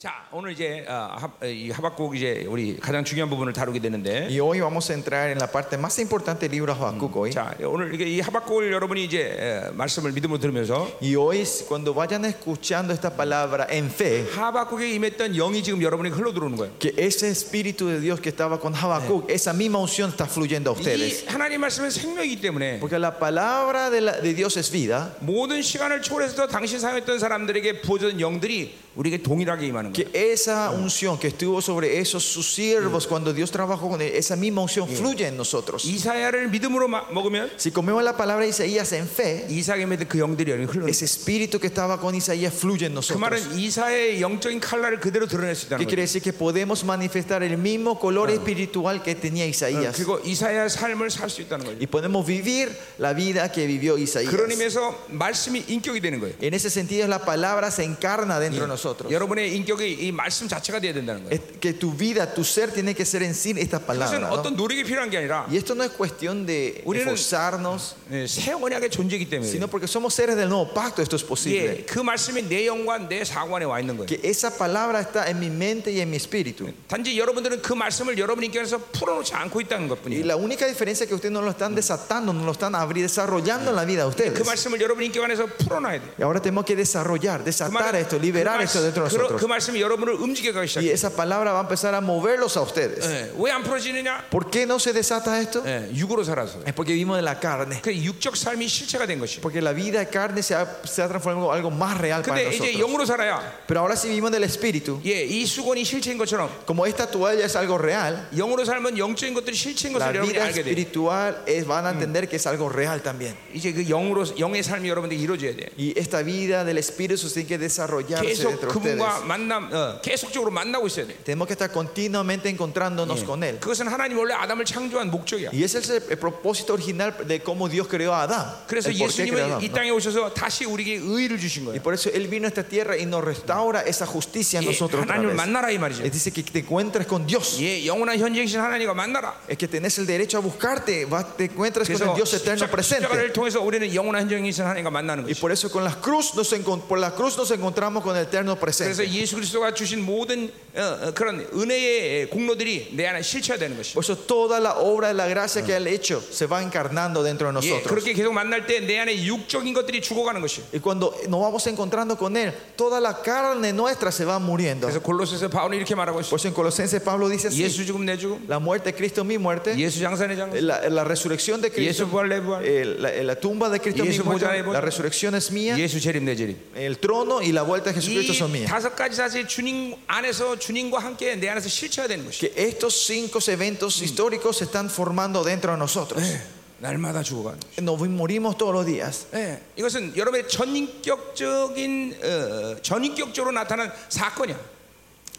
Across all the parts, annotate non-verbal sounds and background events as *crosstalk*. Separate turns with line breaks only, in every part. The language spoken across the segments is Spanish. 자 오늘 이제 어, 하, 이 하박국 이제 우리 가장 중요한 부분을 다루게 되는데
Y hoy vamos a entrar en la parte más importante del libro Habacuc hoy.
자 오늘 이게 이 하박국을 여러분이 이제 에, 말씀을 믿음으로 들으면서
Y hoy, cuando vayan escuchando esta palabra en fe,
하박국에 임했던 영이 지금 여러분이 흘러 들어오는 거예요.
que ese espíritu de Dios que estaba con Habacuc, esa misma unción está fluyendo a ustedes.
이 하나님 말씀은 생명이기 때문에
Porque la palabra de, la- de Dios es vida,
모든 시간을 초월해서 당시 사용했던 사람들에게 보존 영들이 우리에게 동일하게 임하는 거예요.
que esa unción que estuvo sobre esos sus siervos cuando Dios trabajó con ellos, esa misma unción fluye en
예.
nosotros.
이사야를 믿음으로 마- 먹으면
Si comemos la palabra de Isaías en fe,
이사야에 임했던 그 영들이 여러분이 흘러.
ese espíritu que estaba con Isaías fluye en
그
nosotros.
말은 이사야의 영적인 칼날을 그대로 드러낼 수
¿Qué
있다는
quiere
거예요.
decir? Que podemos manifestar el mismo color espiritual que tenía Isaías.
어, 그리고 이사야의 삶을 살 수 있다는 거예요.
Y podemos vivir la vida que vivió Isaías.
그런 의미에서 말씀이 인격이 되는 거예요.
En ese sentido, la palabra se encarna dentro de nosotros.
여러분의 인격이 이 말씀 자체가 돼야 된다는 거예요.
Es que tu vida, tu ser tiene que ser en sí esta
그것은
palabra. ¿no?
어떤 노력이 필요한 게 아니라
Y esto no es cuestión de
우리는-
esforzarnos,
예, 새 언약의 존재이기 때문에
sino porque somos seres del nuevo pacto, esto es
예,
posible.
그 말씀이 내 영과 내 사관에 와 있는 거예요.
Que esa palabra está en mi mente y en mi espíritu.
단지 여러분들은 그 말씀을 여러분 인격에서 풀어놓지 않고 있다는
Y
것뿐이에요.
la única diferencia es que ustedes no lo están desatando, no lo están abri- desarrollando en la vida
그
de ustedes.
말씀을 여러분 인격 안에서 풀어놔야 돼요.
Y ahora tenemos que desarrollar,
그,
desatar
말은-
esto,
그,
liberar
말씀-
esto dentro de
그러- 그
nosotros.
말씀이 여러분을 움직여가기
Y
시작해요. 예,
esa palabra va a empezar a moverlos a ustedes.
왜 안 풀어지느냐?
¿Por qué no se desata esto?
예, 육으로 살아서.
Eh, Es porque vivimos de la carne.
그 육적 삶이 실체가 된 것이에요.
Porque la vida de carne se ha, se ha transformado en algo más real para
근데 이제
nosotros.
영으로 살아야
Pero ahora si vivimos del Espíritu,
예, 이 수건이 실체인 것처럼
como esta toalla es algo real,
영으로 살면 영적인 것들이 실체인
la
것을 여러분이
vida
알게 돼요.
espiritual es- van a entender que es algo real también.
이제 그 영으로 영의 삶이 여러분들이 이루어져야 돼요.
Y esta vida del Espíritu se tiene que desarrollarse
계속
dentro de
그분과
ustedes.
만남 어, 계속적으로 만나고 있어야 돼.
Tenemos que estar continuamente encontrándonos con Él.
그것은 하나님 원래 아담을 창조한 목적이야.
Y ese es el, el propósito original de cómo Dios creó a Adán.
그래서
El por qué
예수님은
creó a Adán,
이
¿no?
땅에 오셔서 다시 우리에게 의를 주신
Y
거예요.
por eso Él vino a esta tierra y nos restaura esa justicia en
예,
nosotros. otra
하나님을
vez.
만나라 이 말이죠.
Él dice que te encuentres con Dios.
예, 영원한 현재이신 하나님과 만나라.
Es que tenés el derecho a buscarte. vas- te encuentras con el
그래서
Dios eterno
십자- 십자가를
presente.
통해서 우리는 영원한 현재이신 하나님과 만나는
Y
거죠.
por eso con la cruz nos encon- por la cruz nos encontramos con el eterno presente.
그래서 예수 그리스도가 주신 모든 어, 어, 그런 은혜의 공로들이 내 안에 실체화되는 것이.
Por eso toda la obra de la gracia que Él ha hecho se va encarnando dentro
예,
de nosotros.
그렇게 계속 만날 때 내 안에 육적인 것들이 죽어가는 것이.
Y cuando nos vamos encontrando con Él, toda la carne nuestra se va muriendo.
그래서 골로새서 바울이 이렇게 말하고 있어.
Por eso en Colosenses Pablo dice así,
예수 죽음 내 죽음,
la muerte de Cristo es mi muerte,
예수 장사내 장,
la, la resurrección de Cristo,
예수 부활 내 부활,
eh, la, la tumba de Cristo es mi
Yesu boca-
muerte,
boca-
la resurrección es mía,
예수 재림 내 재림.
el trono y la vuelta de Jesucristo son
이
mías.
다섯 가지 사실 주님 안에서 주님과 함께 내 안에서 실체화되는 것이.
que estos cinco eventos históricos se están formando dent로 de nosotros.
Eh. 날마다 죽어가는. 것이.
Nos morimos todos los días.
예, 이것은 여러분의 전인격적인 어, 전인격적으로 나타난 사건이야.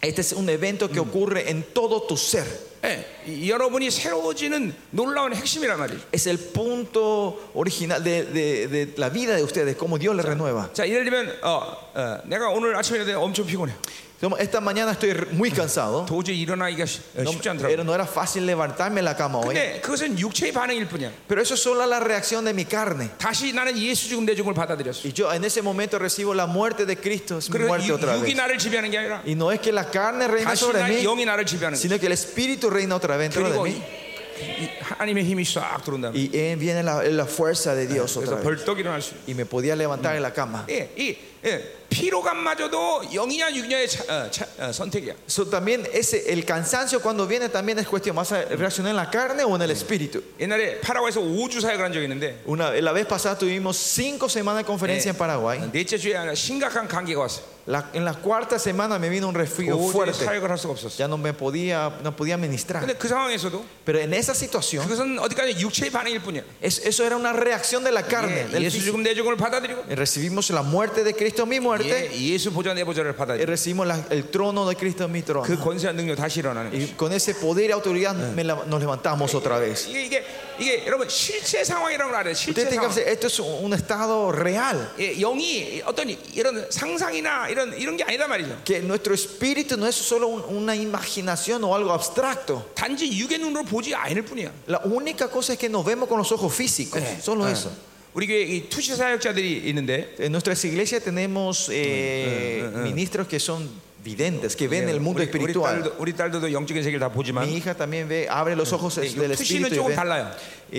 Este es un evento que ocurre en todo tu ser.
예, 이- 여러분이 새로워지는 놀라운 핵심이란 말이죠.
Es el punto original de, de- de la vida de ustedes, cómo Dios les renueva.
자, 예를 들면 어, 어, 내가 오늘 아침에 일어나 엄청 피곤해.
Como Esta mañana estoy re- muy cansado.
도저히 일어나기가 쉬- 어, 쉽지
No,
않더라고.
pero no era fácil levantarme de la cama hoy.
근데 그것은 육체의 반응일 뿐이야.
Pero eso es solo la reacción de mi carne.
다시 나는 예수 죽음 내 죽음을 받아들였어.
Y yo en ese momento recibo la muerte de Cristo, es mi
그리고
muerte otra
유- 육이
vez.
나를 지배하는 게 아니라
Y no es que la carne reina
다시
sobre
나
mí,
영이 나를 지배하는 거야.
sino que el Espíritu reina otra vez dentro de
그리고
mí.
이- 이 하나님의 힘이 싹 들어온다.
Y eh, viene la, la fuerza de Dios
그래서
otra vez.
벌떡 일어날 수. 있어요.
Y me podía levantar en la cama.
예, 이 예, 피로감마저도 영이냐 육이냐의 차- 어, 차- 어, 선택이야.
So, también ese, el cansancio cuando viene también es cuestión, ¿vas a reaccionar en la carne o en el espíritu?
옛날에 파라과에서 5주 사역을 한 적이 있는데
Una, la vez pasada tuvimos cinco semanas de conferencia en Paraguay.
넷째 주에 하나 심각한 감기가 왔어요.
La- en la cuarta semana me vino un resfrío
5주에
fuerte.
사역을 할 수가 없었어.
Ya no me podía, no podía ministrar.
근데 그 상황에서도
Pero en esa situación,
그것은 어디까지 육체의 반응일 뿐이야.
es- eso era una reacción de la carne.
예,
del
네, 예수
físico. Eh,
죽음 내 죽음을 받아들이고
Recibimos la muerte de Cristo, mi muerte.
예, 예수 보좌 내 보좌를
Y
받아들이고
recibimos la- el trono de Cristo, mi trono.
그 권세한 능력 다시 일어나는 거예요.
Y con ese poder y autoridad me la- nos levantamos otra vez.
이게 이게 이게 여러분 실제 상황이라고 알아요. 실제
Ustedes tienen que
상황.
hacer, esto es un un estado real.
예, 영이 어떤 이런 상상이나 이런 이런 게 아니다 말이죠.
Que nuestro espíritu no es solo un- una imaginación o algo abstracto.
단지 육의 눈으로 보지 않을 뿐이야.
La única cosa es que nos vemos con los ojos físicos. Solo
예.
eso.
우리 교회 이 투시 사역자들이 있는데
En nuestras iglesias tenemos eh, ministros que son videntes que ven el mundo
우리, 우리,
espiritual.
딸도, 우리 딸들도 영적인 세계를 다
Mi
보지만
hija también ve, abre los ojos
네,
del
요
espíritu.
투시는
Y,
조금
ve.
달라요.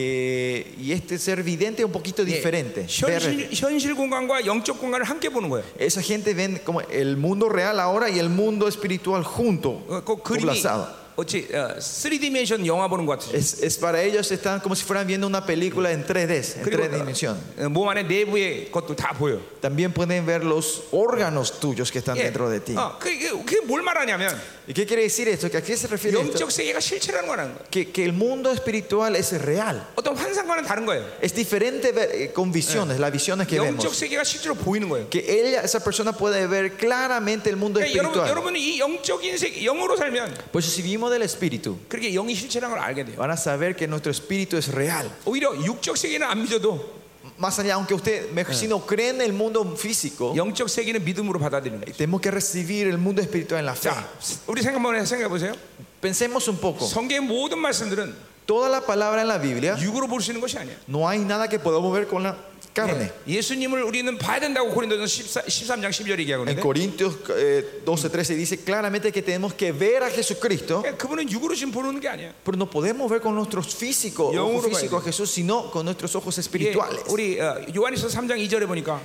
Eh, y este ser vidente es un poquito
예,
diferente. Ver-
현실, 현실 공간과 영적 공간을 함께 보는 거예요.
esa gente ven como el mundo real ahora y el mundo espiritual junto,
어, 그 그림이
Coblazado
어찌 3디멘션 영화 보는 것 같아요.
Es, es para ellos están como si fueran viendo una película en 3D, en
그리고
tres dimensiones.
어, 몸 안에 내부의 것도 다 보여.
También pueden ver los órganos tuyos que están
예.
dentro de ti.
어, 그게, 그게 뭘 말하냐면
¿Y qué quiere decir esto? ¿Que ¿A qué se refiere esto?
영적 세계가 실체라는 거라는 거예요.
Que, que el mundo espiritual es real.
어떤 환상과는 다른 거예요.
Es diferente ver- eh, con visiones, las visiones que
영적
vemos.
세계가 실제로 보이는 거예요.
Que ella, esa persona puede ver claramente el mundo
그러니까 여러분,
espiritual.
여러분이 이 영적인 세계, 영으로 살면
Pues si vivimos del espíritu,
그렇게 영이 실체라는 걸 알게 돼요.
van a saber que nuestro espíritu es real.
오히려 육적 세계는 안 믿어도
Más allá, aunque usted, me-
Eh.
si no cree en el mundo físico,
영적 세계는 믿음으로 받아들이는 거예요.
tenemos que recibir el mundo espiritual en la fe.
자, 우리 생각 한번 해- 생각해 보세요.
Pensemos un poco.
성경의 모든 말씀들은
Toda la palabra en la Biblia,
육으로 볼 수 있는 것이 아니에요.
no hay nada que podamos ver con la carne.
예, 예수님을 우리는 봐야 된다고 고린도전 14, 13장 10절 얘기하고
En
있는데
Corintios eh, 12, 13 dice claramente que tenemos que ver a Jesucristo,
그러니까 그분은 육으로 지금 보는 게 아니에요.
pero no podemos ver con nuestros físicos,
Yo
ojos
uno pues.
físicos a Jesús, sino con nuestros ojos
예,
espirituales.
우리 어, 요한에서 3장 2절에 보니까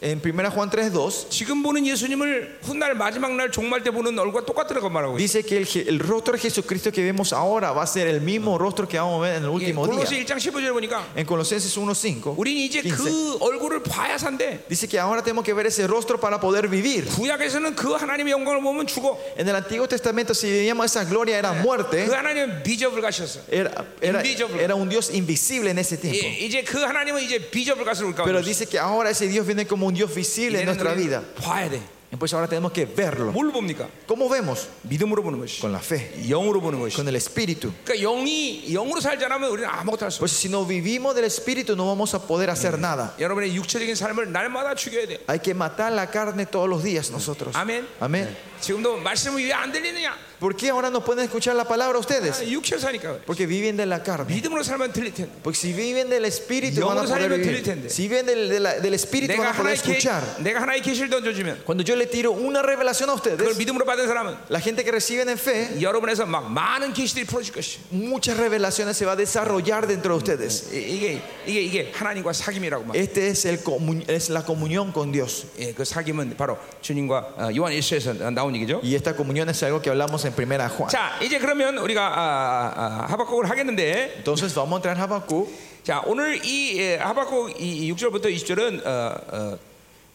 En 1 Juan 3, 2
지금 보는 예수님을 훗날 마지막 날 종말 때 보는 얼굴과 똑같더라고 그 말하고 있어요.
dice que el, je- el rostro de Jesucristo que vemos ahora va a ser el
Ah.
mismo rostro que vamos a ver en el
예,
último
골로새
día.
1장 15절에 보니까
En Colosenses 1, 5
우리는 이제 그 얼굴을 봐야 산대.
dice que ahora tenemos que ver ese rostro para poder vivir.
구약에서는 그 하나님의 영광을 보면 죽어.
En el Antiguo Testamento, si vivíamos esa gloria, era muerte.
그 하나님은 미접을 가셨어.
Era, era,
Invisible.
era un Dios invisible en ese
예,
tiempo.
이제 그 하나님은 이제 비접을 가서 올까
Pero dice que ahora ese Dios viene como un Dios visible en nuestra vida.
봐야 돼.
Y Pues ahora tenemos que verlo.
뭘 봅니까?
¿Cómo vemos?
믿음으로 보는 것이.
Con la fe,
영으로 보는 것이.
con el Espíritu.
그러니까 영이 영으로 살지 않으면 우리는 아무것도 할 수 없어.
Pues si no vivimos del Espíritu no vamos a poder hacer nada.
여러분의 육체적인 삶을 날마다 죽여야 돼.
Hay que matar la carne todos los días nosotros.
Amén.
Amén.
지금도 말씀이 왜 안 들리느냐?
¿Por qué ahora no pueden escuchar la palabra
아,
ustedes?
육체로 사니까. 그래.
Porque viven de la carne.
믿음으로 살면 들릴 텐데.
Porque si viven del Espíritu van a
Yo-
poder
yo-
vivir. Si viven del, de la- del Espíritu van
내가
a poder
하나의 계,
escuchar.
내가 하나의 계시를 던져주면
Cuando yo le tiro una revelación
그걸
a ustedes,
믿음으로 받은 사람은
la gente que reciben en fe
여러분에서 막 많은 계시들이 풀어질 것이.
muchas revelaciones se va a desarrollar dentro de ustedes.
이- 이게 이게 이게 하나님과 사귐이라고 말.
Este es el comu- es la comunión con Dios
예, 그 사귐은 바로 주님과 어, 요한 1서에서 나온 얘기죠.
y esta comunión es algo que hablamos en primera Juan.
자, 이제 그러면 우리가 아, 아, 아, 하박국을 하겠는데
Entonces vamos a entrar en Habacuc.
자, 오늘 이 예, 하박국 이 6절부터 20절은 어, 어,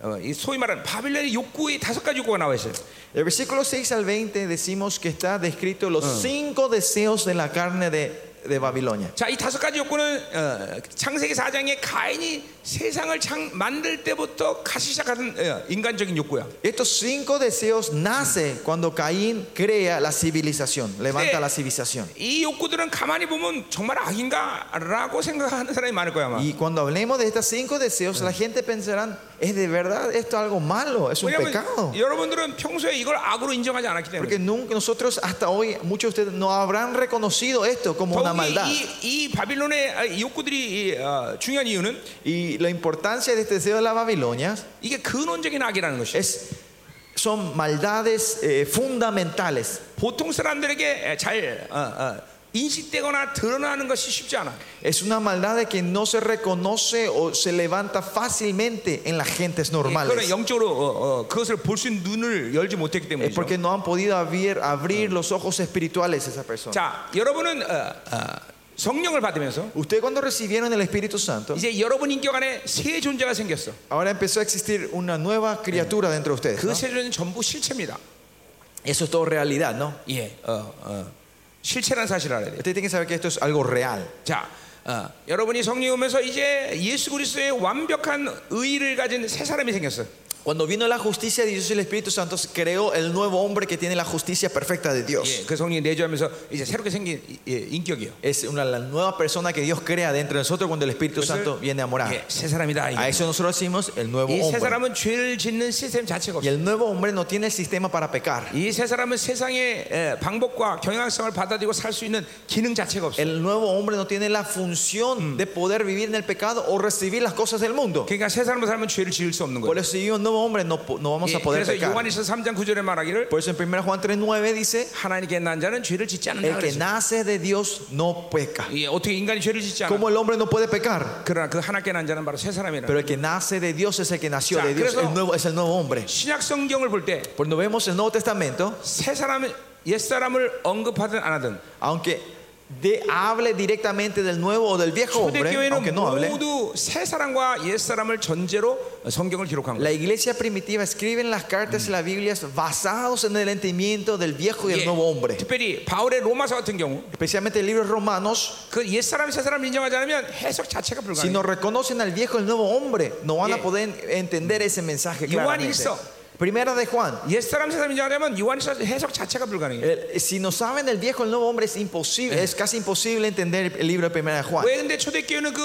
어, 이 소위 말하는 바빌론의 욕구의 다섯 가지 욕구가 나와 있어요.
El versículo 6 al 20 decimos que está descrito los cinco deseos de la carne de, de Babilonia.
자, 이 다섯 가지 욕구는 어, 창세기 4장에 가인이 세상을 창, 만들 때부터 같이 시작하는 어, 인간적인 욕구야.
Estos cinco deseos nace cuando Caín crea la civilización, levanta
Sí.
la civilización.
이 욕구들은 가만히 보면 정말 악인가라고 생각하는 사람이 많을 거야, 아마.
Y cuando hablemos de estos cinco deseos, la gente pensará, ¿es de verdad esto algo malo? ¿Es un pecado?
왜냐하면 여러분들은 평소에 이걸 악으로 인정하지 않았기 때문에.
Porque nunca, nosotros hasta hoy, muchos de ustedes no habrán reconocido esto como una
더욱이
maldad.
이, 이 바빌론의 아, 이 욕구들이 이, 어, 중요한 이유는
Y la importancia de este deseo de la Babilonia
이게 근원적인 악이라는 것이.
es, son maldades eh, fundamentales.
보통 사람들에게 잘 어, 어, 인식되거나 드러나는 것이 쉽지 않아.
Es una maldad de que no se reconoce o se levanta fácilmente en las gentes
예, 그거는
normales.
영적으로 어, 어, 그것을 볼 수 있는 눈을 열지 못했기
Es
때문이죠.
porque no han podido abrir, abrir los ojos espirituales a esa persona.
자, 여러분은 어, 어, 성령을 받으면서
Usted cuando recibieron el Espíritu Santo,
이제 여러분 인격 안에 새 존재가 생겼어.
ahora empezó a existir una nueva criatura dentro de ustedes.
그
¿no?
새 존재는 전부 실체입니다.
Eso es todo realidad, ¿no?
예, 어, 어, 실체란 사실을 알아야 돼.
Usted tiene que saber que esto es algo real.
자, 어, 여러분이 성령 오면서 이제 예수 그리스도의 완벽한 의를 가진 새 사람이 생겼어.
Cuando vino la justicia de Dios y el Espíritu Santo creó el nuevo hombre que tiene la justicia perfecta de Dios.
예, 그 성령이 내주하면서 이제 새롭게 생긴 이- 예, 인격이요.
Es una la nueva persona que Dios crea dentro de nosotros cuando el Espíritu Santo viene a
예,
morar.
새 사람이다. 이게.
A eso nosotros decimos el nuevo
이 세
hombre.
사람은 죄를 짓는 시스템 자체가
Y
없어요.
el nuevo hombre no tiene el sistema para pecar.
이 세 사람은 세상의 에, 방법과 경향성을 받아들이고 살 수 있는 기능 자체가 없어요.
El nuevo hombre no tiene la función de poder vivir en el pecado o recibir las cosas del mundo.
그러니까 세 사람으로 살면 죄를 지을 수 없는
Por
거예요.
eso si vive un nuevo nuevo hombre no, po- no vamos
예,
a poder
그래서
pecar.
요한일서 3장 9절에 말하기를
Por eso en 1 Juan 3.9 dice,
하나님께 난 자는 죄를 짓지 않는다
el que
그랬어요.
nace de Dios no peca.
예, 어떻게 인간이 죄를 짓지 않아?
Como el hombre no puede pecar,
그러나 그 하나님께 난 자는 바로 새 사람이라.
pero el que nace de Dios es el que nació
Ya,
de Dios,
그래서-
el nuevo, es el nuevo hombre.
신약 성경을 볼 때 새
Cuando vemos el Nuevo Testamento,
사람 옛 사람을 언급하든 안 하든
aunque de- hable directamente del nuevo o del viejo hombre, aunque
초대교회는
no hable,
모두 새 사람과 옛 사람을 전제로 성경을 기록한 거예요.
la iglesia primitiva escribe en las cartas y las Biblias basados en el entendimiento del viejo y el
예,
nuevo hombre.
특별히 바울의 로마서 같은 경우
Especialmente el libro de Romanos,
그 옛 사람 새 사람 인정하지 않으면 해석 자체가
si
불가능해요.
no reconocen al viejo y el nuevo hombre, no van
Yeah.
a poder entender ese mensaje
Juan
claramente.
hizo.
Primera de Juan.
옛 사람 새 사람 인정하려면 요한일서 해석 자체가 불가능해요.
El- si no saben el viejo y el nuevo hombre es imposible, es casi imposible entender el libro de Primera de Juan.
왜 근데 초대교회는 그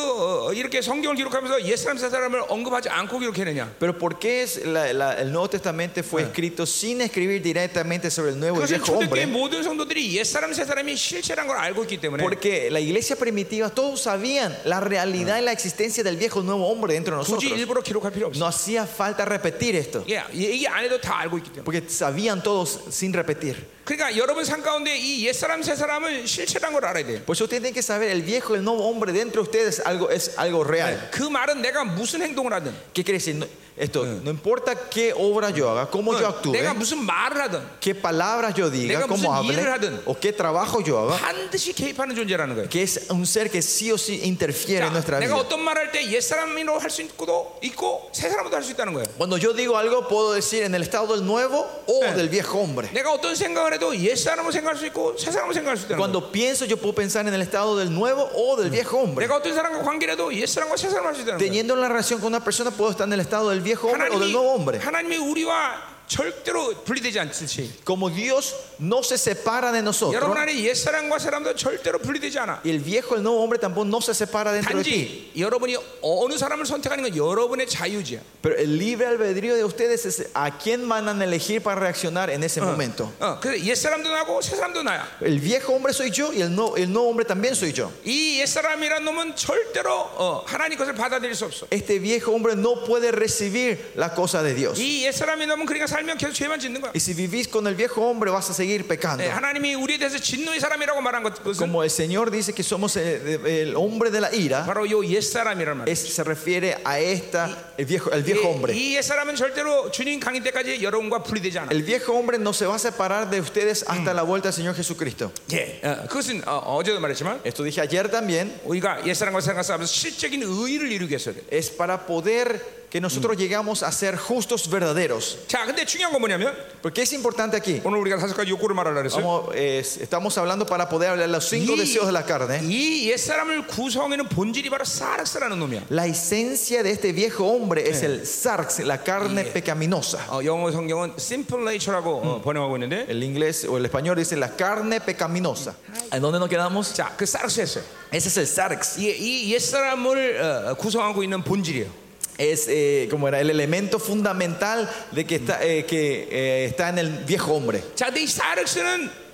어, 이렇게 성경을 기록하면서 옛 사람 새 사람을 언급하지 않고 기록해내냐?
Pero ¿por qué es la- la- el Nuevo Testamento fue escrito sin escribir directamente sobre el nuevo y
예, 그것은
viejo
초대교회
hombre?
모든 성도들이 옛 사람 새 사람이 실체란 걸 알고 있기 때문에
Porque la iglesia primitiva todos sabían la realidad y la existencia del viejo y nuevo hombre dentro de
굳이
nosotros.
일부러 기록할 필요 없어.
No hacía falta repetir esto,
예, 얘기 안 해도 다 알고 있기 때문에.
porque sabían todos sin repetir.
그러니까 여러분 삶 가운데 이 옛사람 새사람은 실체란 걸 알아야 돼요.
Por eso Pues ustedes tienen que saber el viejo y el nuevo hombre dentro de ustedes algo es algo real.
그 말은 내가 무슨 행동을 하든
¿Qué quiere decir No- esto? No importa qué obra yo haga, cómo yo actúe.
내가 무슨 말을 하든
qué palabras yo diga,
내가 무슨
cómo hable,
일을 하든.
o qué trabajo yo haga,
반드시 개입하는 존재라는 거예요.
que es un ser que sí o sí interfiere
자,
en nuestra
내가
vida.
어떤 말할 때 옛사람으로 할 수 있고도 있고 새사람으로 할 수 있다는 거예요.
Cuando yo digo algo, puedo decir en el estado del nuevo o del viejo hombre.
내가 어떤 생각을 해도 옛사람으로 생각할 수 있고 새사람으로 생각할 수 있다는 거예요.
Cuando pienso, yo puedo pensar en el estado del nuevo o del viejo hombre.
내가 어떤 사람과 관계를 해도 옛사람과 새사람으로 할 수 있다는 거예요.
Teniendo la relación con una persona, puedo estar en el estado del viejo hombre o del
하나님이,
nuevo hombre.
하나님이 우리와 절대로 분리되지 않듯이
Como Dios no se separa de nosotros,
여러분 안에 옛사람과 새사람도 절대로 분리되지 않아.
y el viejo y el nuevo hombre tampoco no se separa dentro de ti.
단지 여러분이 어느 사람을 선택하는 건 여러분의 자유지야.
Pero el libre albedrío de ustedes es a quién van a elegir para reaccionar en ese momento.
어, 그래서 옛 사람도 나고 새 사람도 나야.
El viejo hombre soy yo y el, no, el nuevo hombre también soy yo.
이옛 사람이란 놈은 절대로 어, 하나님 것을 받아들일 수 없어.
Este viejo hombre no puede recibir la cosa de Dios.
이옛 사람이 놈은 그러니까 살면 계속 죄만 짓는 거야.
Y si vivís con el viejo hombre vas a seguir pecando.
예, 하나님이 우리에 대해서 진노의 사람이라고 말한 것은
Como el Señor dice que somos el, el hombre de la ira,
바로 요옛 사람이란 말이야.
es- se refiere a esta, el viejo, el viejo hombre.
이옛 사람은 절대로 주님 강림 때까지 여러분과 분리되지 않아.
El viejo hombre no se va a separar de ustedes hasta la vuelta del Señor Jesucristo.
예, 어, 그것은 어, 제도 말했지만
Esto dije ayer también.
우리가 옛 사람과 새 사람 싸우면서 실적인 의의를 이루게 했어야 돼.
Es para poder que nosotros llegamos a ser justos verdaderos.
자, 근데 중요한 건 뭐냐면
Porque es importante aquí.
오늘 우리가 다섯 가지 욕구를 말하려 그랬어요.
Vamos, eh, estamos hablando para poder hablar los cinco deseos de la
네.
carne.
이 옛사람을 구성하는 본질이 바로 사르스라는 놈이야.
La esencia de este viejo hombre es el sarx, la carne pecaminosa.
어, 영어 성경은 simple nature라고 어, 번역하고 있는데
El inglés o el español dice la carne pecaminosa.
아,
¿En dónde nos quedamos?
자, 그 사르스였어요.
Ese es el sarx.
이, 이 옛사람을 어, 구성하고 있는 본질이에요.
Es eh, como era el elemento fundamental de que está, eh, que, eh, está en el viejo hombre.
자, 근데 이 사르스는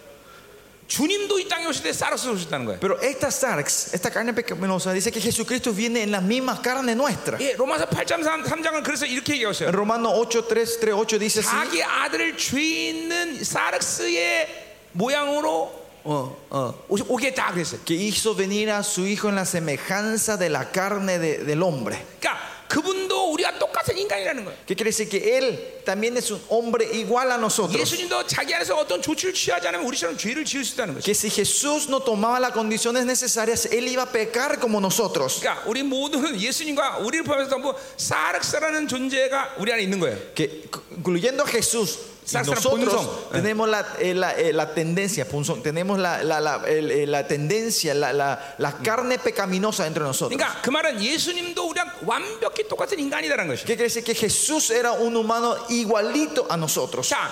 주님도 이 땅에 오실 때 사르스 오셨다는 거예요.
Pero esta sarx, esta carne pecaminosa, dice que Jesucristo viene en la misma carne nuestra.
예, 로마서 8장 3, 3장은 그래서 이렇게 얘기하셨어요.
En Romano 8, 3, 3, 8 dice así.
자기 아들을 죄 있는 사르스의 모양으로 어, 어, 오시- 오겠다 그랬어요.
que hizo venir a su hijo en la semejanza de la carne de- del hombre.
그러니까 그분도 우리가 똑같은 인간이라는 거예요.
¿Qué quiere decir? Que él también es un hombre igual a nosotros.
예수님도 자기 안에서 어떤 조치를 취하지 않으면 우리처럼 죄를 지을 수 있다는 거죠.
Que si Jesús no tomaba las condiciones necesarias, él iba a pecar como nosotros.
그러니까 우리 모두는 예수님과 우리를 포함해서 전부 사르스라는 존재가 우리 안에 있는 거예요.
Que incluyendo a Jesús, y
Sarsa punzón.
nosotros tenemos la, eh, la, eh, la tendencia, punzón, tenemos la, la, la, el, eh, la tendencia, la, la, la carne pecaminosa entre nosotros.
그러니까 그 말은 예수님도 우리랑 완벽히 똑같은 인간이라는 것이죠.
¿Qué quiere decir? Que Jesús era un humano igualito a nosotros.
자,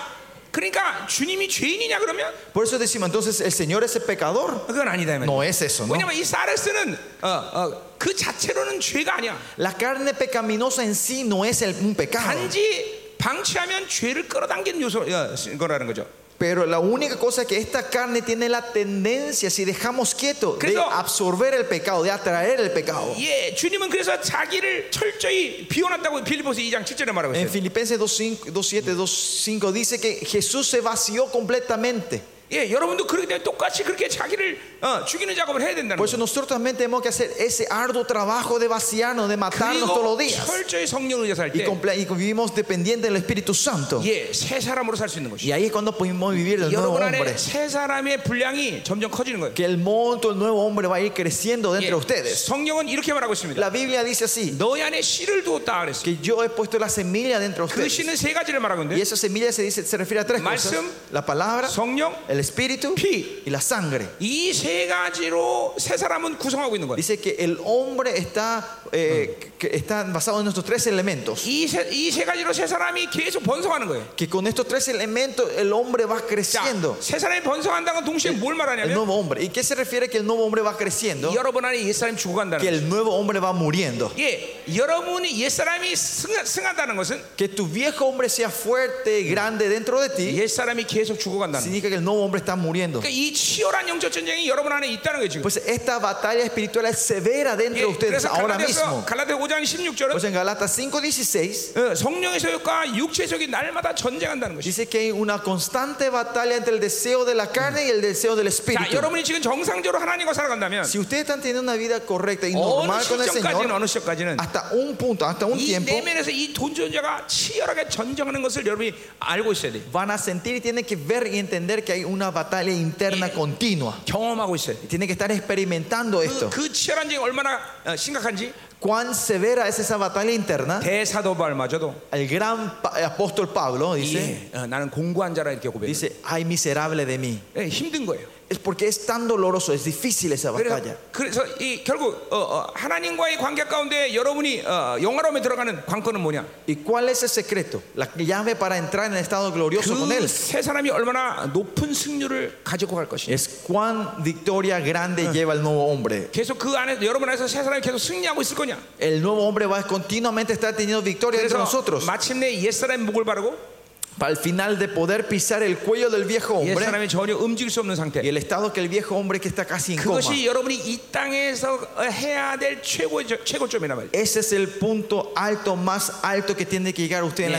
그러니까 주님이 죄인이냐 그러면
Por eso decimos, entonces, ¿el Señor es el pecador?
그건 아니다 이 말이에요.
No es eso, ¿no?
왜냐면 이 사르스는 어, 어, 그 자체로는 죄가 아니야.
La carne pecaminosa en sí no es el- un pecado.
단지 방치하면 죄를 끌어당기는 요소 어, 거라는 거죠.
Pero la única cosa es que esta carne tiene la tendencia, si dejamos quieto, de
그래서-
absorber el pecado, de atraer el pecado.
예, 주님은 그래서 자기를 철저히 비워놨다고 빌리포스 2장 7절에 말하고
En
있어요.
Filipenses 2.5, 2.7, 2.5 dice que Jesús se vació completamente.
예, 여러분도 그렇기 때문에 똑같이 그렇게 자기를 어, 죽이는 작업을 해야 된다는
Por eso
거예요.
nosotros también tenemos que hacer ese arduo trabajo de vaciarnos, de matarnos todos los
그리고
días.
철저히 성령을 의해서
Y,
할때
comple- y vivimos dependientes del Espíritu Santo.
예, 새 사람으로 살 수 있는 것이.
Y ahí es cuando podemos vivir del nuevo
여러분
hombre.
안에 새 사람의 분량이 점점 커지는 거예요.
Que el monto del nuevo hombre va a ir creciendo
예,
dentro de ustedes.
성령은 이렇게 말하고 있습니다.
La Biblia dice así,
너희 안에 씨를 두었다 그랬어.
que yo he puesto la semilla dentro de
그
ustedes.
씨는 세 가지를 말하고
Y
있는데
esa semilla se, dice, se refiere a tres cosas.
Malsum,
La palabra,
성령
el espíritu
Pi.
y la sangre.
이 세 가지로 새 사람은 구성하고 있는 거예요.
Dice que el hombre está, eh, que está basado en estos tres elementos.
이세 이 세 가지로 새 사람이 계속 번성하는 거예요.
Que con estos tres elementos el hombre va
자,
creciendo.
새 사람이 번성한다는 건 동시에 뭘
El
말하냐면
nuevo hombre. ¿Y qué se refiere que el nuevo hombre va creciendo?
여러분 안에 옛 사람이 죽어간다는
Que
거예요.
el nuevo hombre va muriendo.
예, 여러분이 옛 사람이 승하, 승한다는 것은
Que tu viejo hombre sea fuerte, grande dentro de ti.
옛 사람이 계속 죽어간다는 거예요.
Significa que el nuevo hombre está muriendo.
그러니까 이 치열한 영적 전쟁이 여러분 안에 있다는 거예요 지금.
Pues esta batalla espiritual es severa dentro
예,
de ustedes
그래서
ahora
갈라디아서
mismo.
갈라디아 5장 16절은
Pues en Galatas 5:16
어, 성령의 소욕과 육체의 소욕이 날마다 전쟁한다는 것이.
dice que hay una constante batalla entre el deseo de la carne y el deseo del
자,
espíritu.
여러분이 지금 정상적으로 하나님과 살아간다면
Si ustedes están teniendo una vida correcta y
어느
normal con el
시점까지는
Señor,
어느 시점까지는
hasta un punto, hasta un
이
tiempo,
내면에서 이 돈존자가 치열하게 전쟁하는 것을 여러분이 알고 있어야 돼.
van a sentir y tienen que ver y entender que hay una batalla interna continua.
경험하고 있어야 돼.
Tienen que estar experimentando
그,
esto.
그 치열한 전쟁이 얼마나 어, 심각한지
Cuán severa es esa batalla
아.
interna.
대사도 발마저도
El gran pa- apóstol Pablo dice,
예, 어, 나는 공고한 자라 이렇게 고백해.
dice, ay miserable de mí.
예, 힘든 거예요.
Es porque es tan doloroso, es difícil esa
그래서,
batalla.
그래서 이 결국 어, 어, 하나님과의 관계 가운데 여러분이 어, 영화로움에 들어가는 관건은 뭐냐?
¿Y cuál es el secreto? La llave para entrar en el estado glorioso con
그
él
세 사람이 얼마나 높은 승률을 가지고 갈 것이냐.
es cuán victoria grande lleva el nuevo hombre.
계속 그 안에 여러분 안에서 세 사람이 계속 승리하고 있을 거냐?
El nuevo hombre va a continuamente estar teniendo victoria entre nosotros.
마침내 옛 사람의 목을 바르고
Para el final de poder pisar el cuello del viejo
옛
hombre
사람이 전혀 움직일 수 없는
y
상태.
el estado que el viejo hombre que está casi en coma.
그것이 여러분이 이 땅에서 해야 될 최고 최고점이란 말이에요.
Ese es el punto alto más alto que tiene que llegar usted en la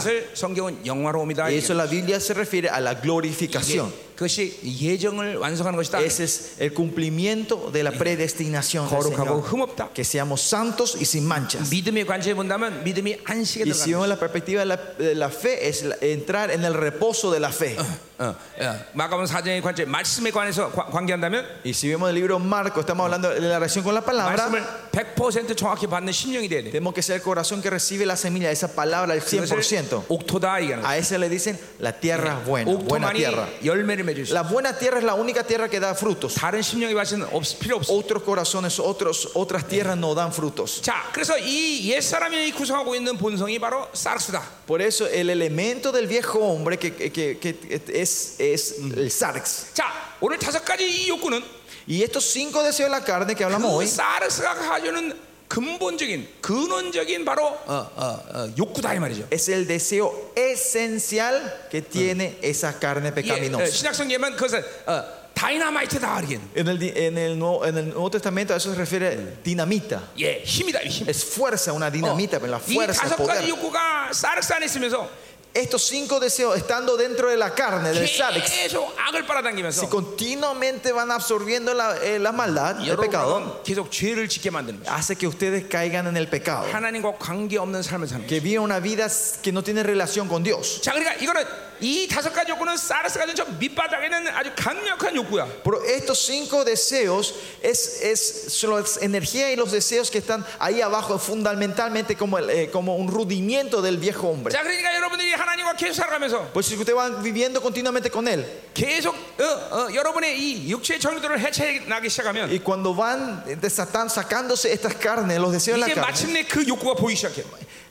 예. 그것을 성경은 영화로움이다.
Y eso la Biblia se refiere a la
이게
glorificación.
그것이 예정을 완성하는 것이다.
Ese es el cumplimiento de la predestinación. del
거룩하고
Señor.
흠없다.
Que seamos santos y sin manchas.
믿음의 관점에 본다면 믿음이 안식에
Y
들어간다.
si vemos la perspectiva de la, de la fe, es la- entrar en el reposo de la fe.
어, 어, 마가복음 사장의 관점, 말씀에 관해서 관- 관계한다면
Y si vemos el libro Marco, estamos hablando de la relación con la
말씀을
palabra.
100% 정확히 받는 심령이 돼야 돼.
Tenemos que ser el corazón que recibe la semilla, esa palabra al
그것을
100%.
옥토다 얘기하는 거예요.
A ese le dicen la tierra es buena, buena
옥토만이
tierra.
열매를 맺을 수 있어요.
La buena tierra es la única tierra que da frutos.
다른 심령의 밭은 없, 필요 없어.
Otros corazones, otros, otras tierras no dan frutos.
자, 그래서 이 옛사람이 구성하고 있는 본성이 바로 사르스다.
Por eso el elemento del viejo hombre que, que- que- que es, es el sarx.
자, 오늘 다섯 가지 이 욕구는
Y estos cinco deseos de la carne que hablamos
그
hoy
사르스가 가져오는 근본적인, 근원적인 바로 어, 어, 어, 욕구다 이 말이죠.
es el deseo esencial que tiene esa carne
예, 어,
pecaminosa.
신약성경에만 그것은 어, 다이나마이트다 하긴.
eh, En el, di- en, el nuevo, en el Nuevo Testamento a eso se refiere dinamita.
예, 힘이다 힘.
Es fuerza, una dinamita, pero la
이
fuerza, el
다섯 가지
poder.
욕구가 사르스 안에 있으면서
Estos cinco deseos estando dentro de la carne, del sarx,
계속 악을
si
빨아당기면서
continuamente van absorbiendo la, eh, la maldad, el pecado,
여러분 계속 죄를 짓게 만드는 거죠.
hace que ustedes caigan en el pecado.
하나님과 관계 없는 삶을 사는. 거예요.
que vive una vida que no tiene relación con Dios.
자, 그러니까 이거는 이 다섯 가지 욕구는 사르스가 가진 저 밑바닥에는 아주 강력한 욕구야.
Pero estos cinco deseos es, es son las energía y los deseos que están ahí abajo fundamentalmente como, el, eh, como un rudimiento del viejo hombre.
자, 그러니까 여러분들이 하나님과 계속 살아가면서
Pues si usted va viviendo continuamente con él
계속 어, 어, 여러분의 이 육체의 정도를 해체해 나기 시작하면
y cuando van desatando, sacándose estas carnes, los deseos de
이제
la carne, ah,
마침내 그 욕구가 보이기 시작해.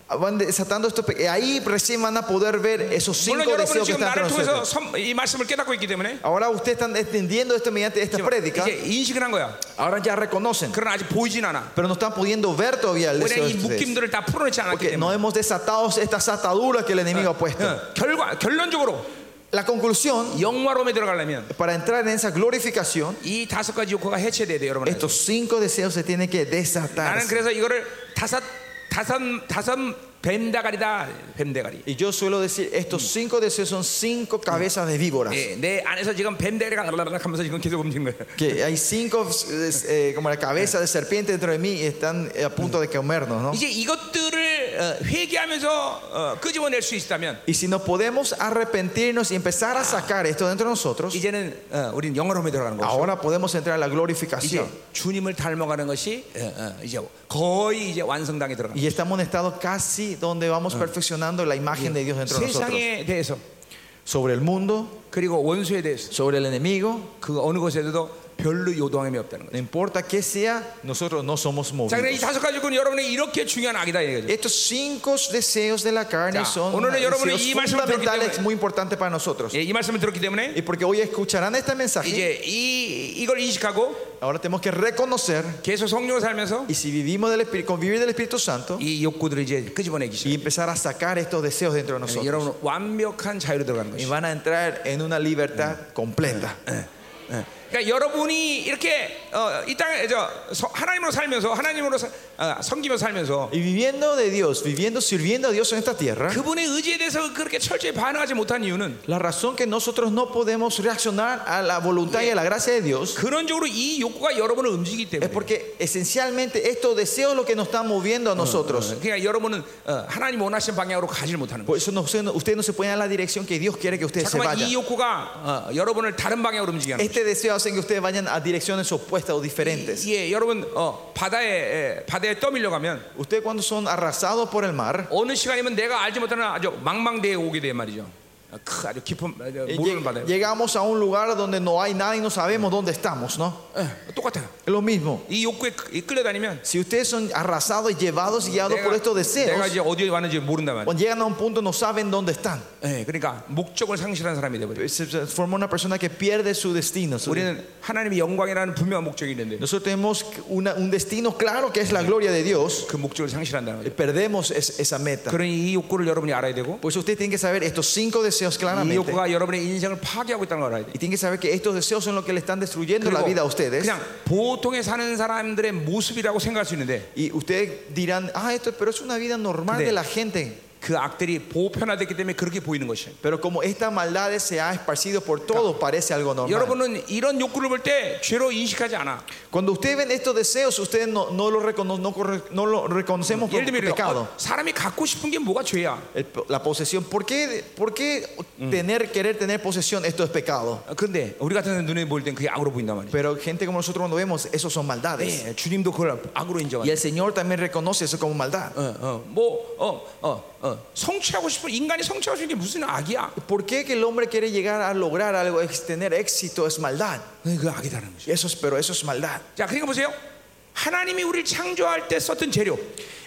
van desatando estos pe- ahí recién van a poder ver esos
물론
cinco
여러분은
deseos que
지금
están
나를
dentro de
통해서
nosotros.
선- 이 말씀을 깨닫고 있기 때문에
Ahora ustedes están entendiendo esto mediante esta prédica,
이제 인식을 한 거야.
ahora ya reconocen,
그러나 아직 보이진 않아.
pero no están pudiendo ver todavía el deseo.
왜냐
de
이
ustedes.
묶임들을 다 풀어내지 않았기
Porque no
때문에. Ah.
hemos desatado estas ataduras que el enemigo ha puesto.
어, 결과 결론적으로
La conclusión,
영화로움에 들어가려면
para entrar en esa glorificación,
이 다섯 가지 욕구가 해체돼야 돼요, 여러분.
estos cinco deseos se tienen que desatar.
나는 그래서 이거를 다섯 다섯 다섯 뱀다가리다. 뱀대가리.
Y yo suelo decir, estos cinco deseos son cinco cabezas de víboras.
예, 내 안에서 지금 뱀대가리가 날라락 하면서 지금 계속 움직이는 거예요.
Que hay cinco, eh, eh, como la cabeza de serpiente dentro de mí, y están eh, a punto de comernos, ¿no?
이제 이것들을 어, 회개하면서 어, 끄집어낼 수 있다면
Y si nos podemos arrepentirnos y empezar a sacar esto dentro de nosotros,
이제는 어, 우리는 영화로움에 들어가는 거죠.
ahora podemos entrar a la
이제
glorificación.
주님을 닮아가는 것이 어, 어, 이제 거의 이제 완성당에 들어가는
Y estamos en un estado casi donde vamos perfeccionando la imagen de Dios
거예요.
dentro de nosotros.
세상에 대해서
Sobre el mundo,
그리고 원수에 대해서
sobre el enemigo,
그 어느 것에도 별로 요동함이 없다는 거예요.
no importa qué sea, nosotros no somos
자, 그럼 이
movidos.
다섯 가지는 여러분의 이렇게 중요한 악이다 이 얘기죠.
Estos cinco deseos de la carne
Ya,
son
오늘은 여러분이
deseos
이 말씀을 들었기
fundamentales,
때문에-
muy importantes para nosotros.
예, 이 말씀을 들었기 때문에
Y porque hoy escucharán este mensaje,
이제 이 이걸 인식하고
ahora tenemos que reconocer,
계속 성령을 살면서
y si vivimos del Espíritu, convivir del Espíritu Santo,
이 욕구들을 이제 끄집어내기
y
시작.
empezar a sacar estos deseos dentro de nosotros.
여러분 완벽한 자유로 들어가는
y
것이.
van a entrar en una libertad completa.
그러니까 여러분이 이렇게 어, 이 땅에 저 서- 하나님으로 살면서 하나님으로 사- 어, 섬기며 살면서
Y viviendo de Dios, viviendo, sirviendo a Dios en esta tierra,
그분의 의지에 대해서 그렇게 철저히 반응하지 못한 이유는
la razón que nosotros no podemos reaccionar a la voluntad y a la gracia de Dios
근원적으로 이 욕구가 여러분을 움직이기
es
때문에.
porque esencialmente estos deseos es lo que nos están moviendo a nosotros.
그러니까 여러분은 어, 하나님 원하시는 방향으로 가지 못하는 거예요.
Por eso no, usted no- usted no se puede dar la dirección que Dios quiere que ustedes se
잠깐만 이
vayan.
욕구가 어, 여러분을 다른 방향으로 움직이는 거예요.
Este deseo hace que ustedes vayan a direcciones opuestas o diferentes.
예, 여러분 어, 바다에 에, 바다에 떠밀려 가면
Ustedes cuando son arrasados por el mar,
어느 시간이면 내가 알지 못하는 아주 망망대해 오게 돼 말이죠. 아, 크, 아주 깊은 아, 저
eh,
모르는
lleg-
바다에.
llegamos a un lugar donde no hay nada y no sabemos dónde estamos, ¿no?
예, 똑같아요.
Es lo mismo.
이 욕구에 끄- 이 끌려다니면
Si ustedes son arrasados y llevados y guiados por estos
내가
deseos,
이제 어디에 왔는지 모른단 말이야.
cuando llegan a un punto no saben dónde están.
예, 그러니까 목적을 상실한 사람이 되버려.
Eh, Se se forma una persona que pierde su destino. Su-
우리는 하나님의 영광이라는 분명한 목적이 있는데
Nosotros tenemos una- un destino claro que es la gloria de Dios.
그 목적을 상실한다는 거죠.
Eh, Perdemos es- esa meta.
그러니 이 욕구를 여러분이 알아야 되고
Por eso ustedes tienen que saber estos cinco deseos
이
claramente.
욕구가 여러분의 인생을 파괴하고 있다는 걸 알아야 돼.
Y tienen que saber que estos deseos son los que le están destruyendo la vida a
그리고
ustedes.
그냥 보통에 사는 사람들의 모습이라고 생각할 수 있는데
Y ustedes dirán, ah, esto, pero es una vida normal
Pero-
de la gente.
그 악들이 보편화됐기 때문에 그렇게 보이는 것이에요.
Pero como esta maldad se ha esparcido por todo, parece algo normal.
여러분은 이런 욕구를 볼 때 죄로 인식하지 않아.
Cuando ustedes ven estos deseos, ustedes no, no, lo, recono- no, corre- no lo reconocemos por
예를 들면 이렇게,
pecado.
어, 사람이 갖고 싶은 게 뭐가 죄야?
El- La posesión. ¿Por qué, por qué tener, querer tener posesión? Esto es pecado.
어, 그런데 우리 같은 사람 눈에 보일 땐 그게 악으로 보인단 말이야.
Pero gente como nosotros cuando vemos, eso son maldades.
예, 주님도 그걸 악으로 인정하죠. 어, 뭐,
Y el Señor también reconoce eso como maldad.
어어뭐어어 성취하고 싶은 인간이 성취하고 싶은 게 무슨 악이야?
¿Por qué que el hombre quiere llegar a lograr algo, es tener éxito, es maldad?
그 악이라는 거죠.
Eso es, pero eso es maldad.
자, 그러니까 보세요. 하나님이 우리를 창조할 때 썼던 재료.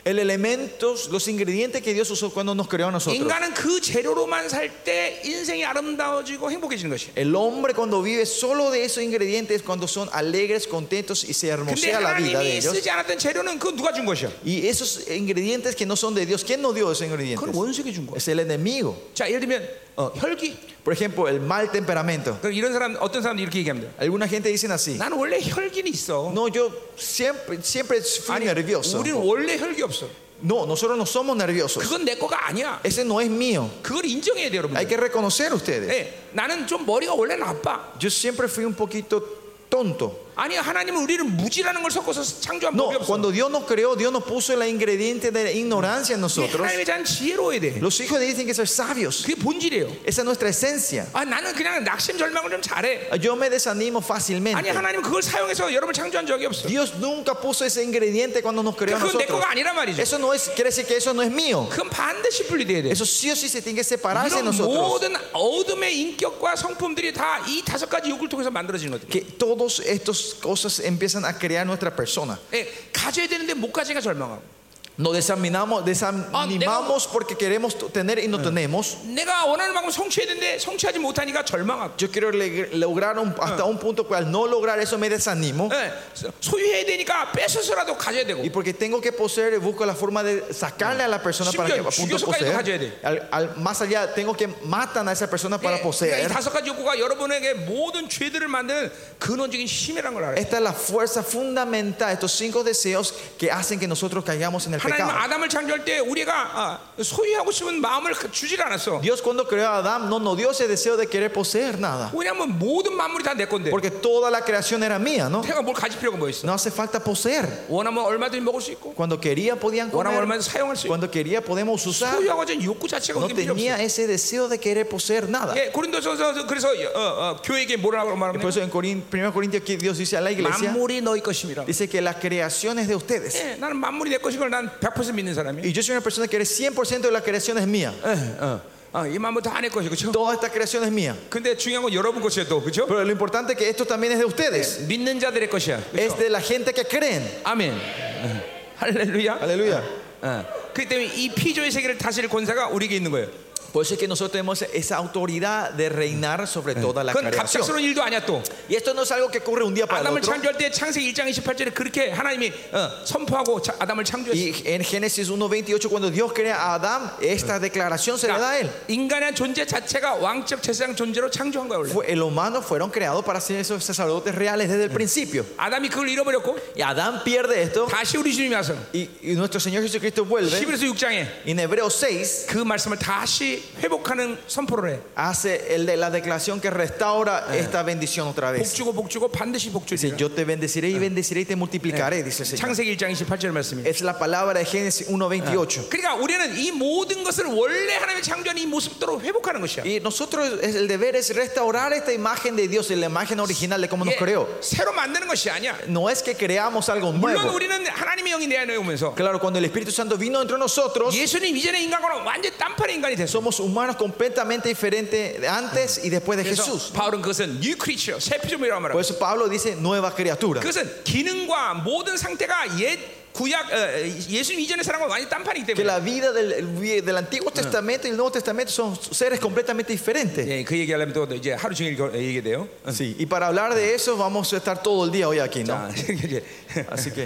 El elemento, los ingredientes que Dios usó cuando nos creó a nosotros.
인간은 그 재료로만 살 때 인생이 아름다워지고 행복해지는 것이.
El hombre cuando vive solo de esos ingredientes, cuando son alegres, contentos y se
근데
hermosea la vida de
하나님이
ellos.
쓰지 않았던 재료는 그 누가 준 것이야?
Y esos ingredientes que no son de Dios, ¿quién nos dio esos
그건
ingredientes?
원수에게 준 거야.
Es el enemigo.
자, 예를 들면 어, 혈기.
Por ejemplo, el mal temperamento.
그럼 이런 사람 어떤 사람도 이렇게 얘기합니다.
Alguna gente dicen así.
나는 원래 혈기는 있어.
No, yo siempre, siempre fui
아니,
nervioso.
우리는 원래 혈기 없어.
No, nosotros no somos nerviosos.
그건 내 거가 아니야.
Ese no es mío.
그걸 인정해야 돼요,
Hay
여러분.
que reconocer ustedes.
예, 나는 좀 머리가 원래 나빠.
Yo siempre fui un poquito tonto.
아니 하나님은 우리를 무지라는 걸 섞어서 창조한
No,
법이 없어.
cuando Dios nos creó, Dios nos puso el ingrediente de la ignorancia en
이
nosotros.
하나님에 대한 지혜로에 대해
Los hijos de Dios tienen que ser sabios.
그게 본질이에요.
Esa es nuestra esencia.
아 나는 그냥 낙심 절망을 좀 잘해.
Yo me desanimo
아니
fácilmente.
하나님은 그걸 사용해서 여러분 창조한 적이 없어.
Dios nunca puso ese ingrediente cuando nos creó a
그건 내
nosotros.
거가 아니란 말이죠.
Eso no es, quiere decir que eso no es mío.
그건 반드시 분리돼야 돼.
Eso sí o sí se tiene que separarse de
이런
nosotros.
모든 어둠의 인격과 성품들이 다 이 다섯 가지 욕구를 통해서 만들어진 것들.
Que todas estas cosas empiezan a crear nuestra persona.
예, 가져야 되는데 못 가지니까 절망하고.
Nos desaminamos,
Ah,
desanimamos
내가-
porque queremos t- tener y no tenemos.
내가 원하는 만큼 성취했는데 성취하지 못하니까 절망하고
Yo quiero le- lograr un- hasta un punto cual no lograr eso me desanimo.
예, 소- 소유해야 되니까 뺏어서라도 가져야 되고
Y porque tengo que poseer, busco la forma de sacarle a la persona para que
심지어
a punto de
죽여서까지도 가져야 돼.
poseer. Al- al- más allá, tengo que matan a esa persona
예,
para
그러니까 이
poseer.
다섯 가지 욕구가 여러분에게 모든 죄들을 만드는 근원적인 힘이라는 걸 알아요
Esta es la fuerza fundamental, estos cinco deseos que hacen que nosotros caigamos en el
하나님
pecado.
아담을 창조할 때 우리가 아, 소유하고 싶은 마음을 그- 주질 않았어
Dios cuando creó a Adán no nos dio ese deseo de querer poseer nada,
왜냐하면 모든 만물이 다 내 건데
porque toda la creación era mía, ¿no?
내가 뭘 가질 필요가 뭐 있어
No hace falta poseer.
원하면 얼마든지 먹을 수 있고
Cuando quería podían
원하면
comer,
얼마든지 사용할 수 있고
cuando quería podemos usar.
소유하고 전 욕구 자체가
No
그렇게 필요 없어
tenía ese deseo de querer poseer nada.
예, 고린도서서 그래서 어, 어, 교회에게 뭐라고
Por
말하면
eso en Corin- 1 Corintios que Dios dice a la iglesia,
만물이 너희 것임이라
dice que la creación es de ustedes.
예, 나는 만물이 내 것인 걸 난 100% 믿는 사람이야
Y yo soy una persona que cree 100% de la creación es mía.
예, 어, 어, 이 만물 다내 것이고 그렇죠?
Toda esta creación es mía.
근데 중요한 건 여러분 것이에요 또 그렇죠?
Pero lo importante es que esto también es de ustedes.
믿는 자들의 것이야
Es
그렇죠?
de la gente que creen.
아멘 예. 할렐루야
Aleluya.
어, 그렇기 때문에 이 피조의 세계를 다스릴 권세가 우리에게 있는 거예요
Por eso es que nosotros tenemos esa autoridad de reinar sobre toda la
그건
creación.
갑작스러운 일도 아니야 또
Y esto no es algo que ocurre un día para el
아담을 뭐
otro.
창조할 때 창세기 1장 28절에 그렇게 하나님이 어, 선포하고 자- 아담을 창조했어
Y en Génesis 1.28, cuando Dios crea a Adán, esta declaración se le da a él.
인간의 존재 자체가 왕적 제사장 존재로 창조한 거야 원래
Fue- El humano eh, fueron creados para ser esos sacerdotes reales desde el principio.
아담이 그걸 잃어버렸고
Y Adán pierde esto.
다시 우리 주님이 와서
Y, y nuestro Señor Jesucristo vuelve.
히브리서 6장에
Y en Hebreos 6
그 말씀을 다시 회복하는 선포를 해.
hace el de la declaración que restaura esta bendición otra vez.
복주고 복주고 반드시
Dice,
복주리라.
yo te bendeciré y bendeciré y te multiplicaré, dice el Señor.
창세기 1장 28절 말씀입니다.
Es la palabra de Génesis 1.28.
그러니까 우리는 이 모든 것을 원래 하나님의 창조한 이 모습대로 회복하는 것이야.
Y nosotros es- el deber es restaurar esta imagen de Dios, la imagen original de cómo nos
이게
creó.
예, 새로 만드는 것이 아니야.
No es que creamos algo
물론
nuevo.
우리는 하나님의 영이 내 안에 오면서
Claro, cuando el Espíritu Santo vino entre nosotros,
예수님 이전의 인간과는 완전 히 딴판의 인간이 됐어.
somos humanos completamente diferentes de antes y después de Jesús.
그래서 바울은 그것은 뉴 크리처, 새 피조물이라고
Por
말합니다.
eso Pablo dice nueva criatura.
그것은 기능과 모든 상태가 옛 구약 어, 어, 예수님 이전의 사람과 완전 히 딴판이기
que
때문에
la vida del, del Antiguo Testamento y el Nuevo Testamento son seres completamente diferentes.
예, 그 얘기하려면 또 이제 하루 종일 이거 얘기해야 돼요.
Sí, y para hablar de eso vamos a estar todo el día hoy aquí, ¿no?
자, 아, *laughs* 이제
Así que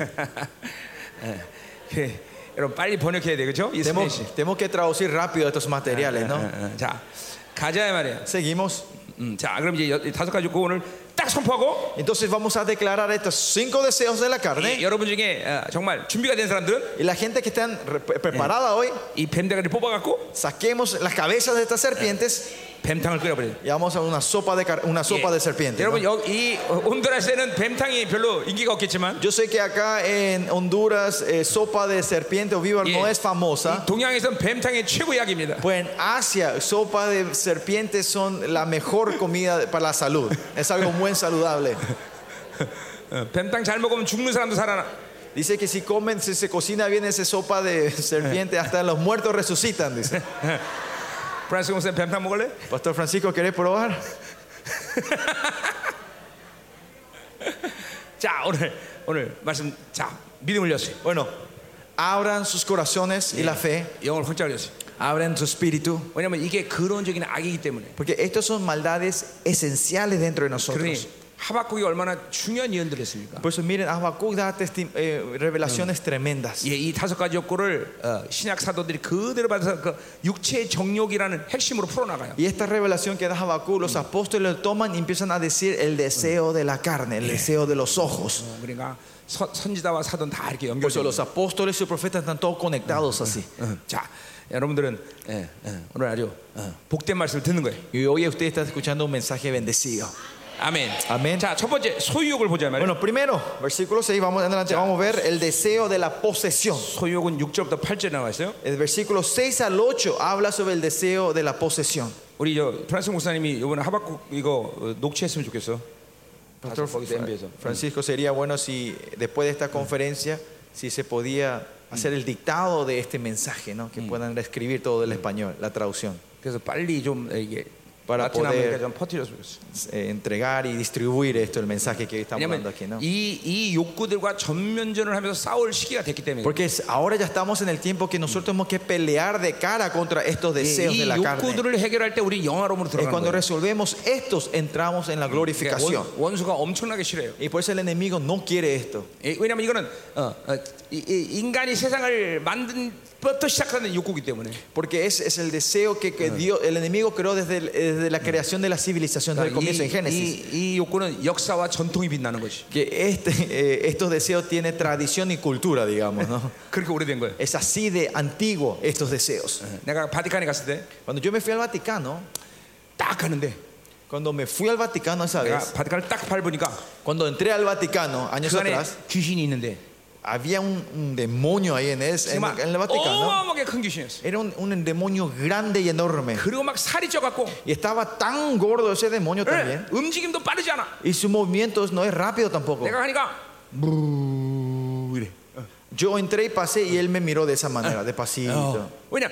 예, *laughs* 예, 여러분 빨리 번역해야 되겠죠? 이
tenemos,
스페인식.
tenemos que traducir rápido estos materiales, ¿no?
어, 어, 자, 가자 말이에요.
Seguimos.
음, 자, 그럼 이제 여- 이 다섯 가지 구원을 딱 선포하고
Entonces vamos a declarar estos cinco deseos de la
이,
carne.
여러분 중에 어, 정말 준비가 된 사람들은
Y la gente que está preparada hoy,
이 뱀대가리 뽑아갖고
saquemos las cabezas de estas serpientes
Ah. 뱀탕을 끓여버려요. 예.
y vamos a una sopa de, car- una sopa de serpiente. ¿no?
여러분 여기 이 온드라스에는 뱀탕이 별로 인기가 없겠지만
Yo sé que acá en Honduras eh, sopa de serpiente o víbora no
Yeah.
es famosa.
동양에선 뱀탕의 최고 약입니다.
Pues en Asia, sopa de serpientes son la mejor comida para la salud. Es algo muy saludable.
어, 뱀탕 잘 먹으면 죽는 사람도 살아나.
Dice que si comen, si se cocina bien esa sopa de serpiente, hasta los muertos resucitan. Dice.
프랑스 공사 뱀탕 먹을래?
Pastor Francisco, ¿querés probar?
자 오늘 오늘 말씀 자 믿음을 렸어요.
Bueno, abran sus corazones y la fe,
영을 확장 렸어요.
abran su espíritu,
왜냐면 이게 근원적인 악이기 때문에.
porque estos son maldades esenciales dentro de
그러니
nosotros.
하박국이 얼마나 중요한 예언들을 했습니까?
Por eso miren, Habacuc da testi- eh, revelaciones tremendas.
예, 이 다섯 가지 욕구를 어, 신약 사도들이 그대로 받아서 그 육체의 정욕이라는 핵심으로 풀어나가요.
Y esta revelación que da Habacuc, los apóstoles lo toman y empiezan a decir el deseo de la carne, el deseo de los ojos.
어, 그러니까 선- 선지자와 사도는 다 이렇게
Por eso
연결돼요.
los apóstoles y los profetas están todos conectados así.
자, 여러분들은 예, 예, 오늘 아주 어, 복된 말씀을 듣는 거예요.
Y hoy usted está escuchando un mensaje bendecido.
아멘.
아멘.
자, 첫 번째 소유욕을 보자 말이에요.
Bueno, primero, versículo 6, vamos adelante, vamos a ver el deseo de la posesión.
소유욕은 6절부터 8절에 나와 있어요.
El versículo 6 al 8 habla sobre el deseo de la posesión.
우리 저 프란스 목사님이 이번에 하박국 이거 어, 녹취했으면 좋겠어.
Pastor
거기서 MB에서.
Francisco, sería bueno si después de esta conferencia, si se podía hacer el dictado de este mensaje, ¿no? que puedan reescribir todo del español, la traducción.
그래서 빨리 좀 에, 이게
para
라틴 아메리카
poder
좀 퍼뜨렸으면 좋겠어.
eh, entregar y distribuir esto, el mensaje que hoy estamos
왜냐하면
dando aquí. ¿no?
이, 이 욕구들과 전면전을 하면서 싸울 시기가 됐기 때문에
Porque es- ahora ya estamos en el tiempo que nosotros tenemos que pelear de cara contra estos deseos
이
de la carne.
욕구들을 해결할 때 우리 영화로움으로
Es
들어가는
cuando
거예요.
resolvemos estos, entramos en la
그러니까
glorificación.
원, 원수가 엄청나게 싫어요.
Y por eso el enemigo no quiere esto.
예, 왜냐하면 이거는 어, 어, 이, 이 인간이 세상을 만든 부터 시작하는 욕구이기 때문에
Porque es, es el deseo que, que Dios, el enemigo creó desde, el- eh, desde la creación de la civilización, desde el comienzo en
그러니까 이,
Génesis.
이, 이 욕구는 역사와 전통이 빛나는 거지.
Que este, *laughs* eh, estos deseos tienen tradición y cultura, digamos, ¿no?
그렇게 오래된 거예요. 어,
Es así de antiguo estos deseos.
내가 바티칸에 갔을
Cuando yo me fui al Vaticano,
때 딱 가는데
cuando me fui al Vaticano esa
내가
vez,
바티칸을 딱 밟으니까
cuando entré al Vaticano años
그 안에
atrás,
귀신이 있는데
había un, un demonio ahí en, es- en-
정말
en el Vaticano.
어마어마하게 큰 귀신이었어.
Era un, un demonio grande y enorme.
그리고 막 살이 쪄갖고
Y estaba tan gordo ese demonio
예,
también.
움직임도 빠르지 않아.
Y sus movimientos no es rápido tampoco.
내가 하니까 브르르 이래.
Yo entré y pasé y él me miró de esa manera, de pasito.
어. 왜냐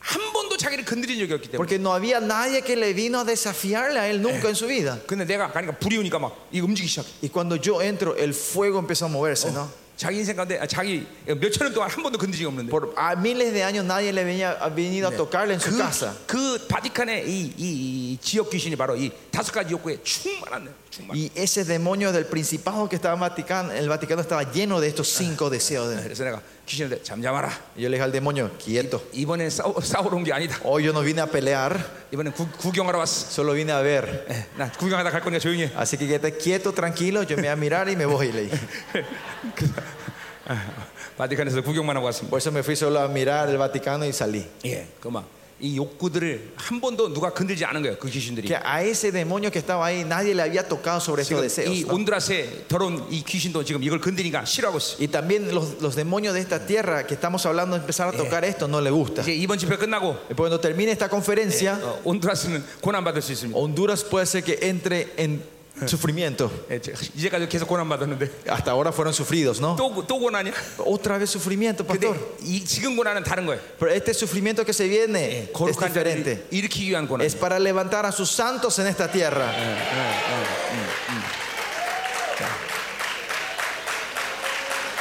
한 번도 자기를 건드린 적이 없기 때문에.
Porque no había nadie que le vino a desafiarle a él nunca en su vida.
근데 내가 가니까 불이 오니까 막 이거 움직이기 시작해.
Y cuando yo entro, el fuego empezó a moverse, ¿no?
자기 인생 가운데 아, 자기 몇천 년 동안 한 번도 건드린 적이 없는데.
Por a miles de años nadie le venía, ha venido a tocarle en su casa.
그, 그 바티칸의 이, 이, 이 지역 귀신이 바로 이 다섯 가지 욕구에 충만한 거예요. 충만.
Y ese demonio del principado que estaba en Vaticano, el Vaticano estaba lleno de estos cinco deseos. de-
그래서 내가 귀신한테 잠잠하라.
Y yo le dije al demonio, quieto.
이번엔 싸우, 싸우러 온 게 아니다.
Hoy yo no vine a pelear,
이번엔 구, 구경하러 왔어.
solo vine a ver.
예, 나 구경하다 갈 거니까 조용히 해.
Así que quédate quieto, tranquilo, yo me voy a mirar y me voy. Le dije.
아, 바티칸에서 구경만 하고 왔습니다.
Por eso me fui solo a mirar el Vaticano y salí.
예, 그막이 욕구들을 한 번도 누가 건들지 않은 거예요. 그 귀신들이.
Que a ese demonio que estaba ahí nadie le había tocado sobre estos
지금
deseos.
이
¿no?
온드라스의 더러운 이 귀신도 지금 이걸 건드리니까 싫어하고 있어.
Y también los, los demonios de esta tierra que estamos hablando de empezar a tocar esto no le gusta.
이제 이번 집회 끝나고
Y Cuando termine esta conferencia,
어, 온드라스는 고난 받을 수
어.
있습니다.
Honduras puede ser que entre en sufrimiento.
예, 제- 이제까지 계속 고난 받았는데
Hasta ahora fueron sufridos, ¿no?
또 또 고난이야.
Otra vez sufrimiento,
근데
pastor.
이 지금 고난은 다른 거예요.
Pero este sufrimiento que se viene es
거룩한 자를
diferente.
일으키기 위한 고난.
Es para levantar a sus santos en esta tierra.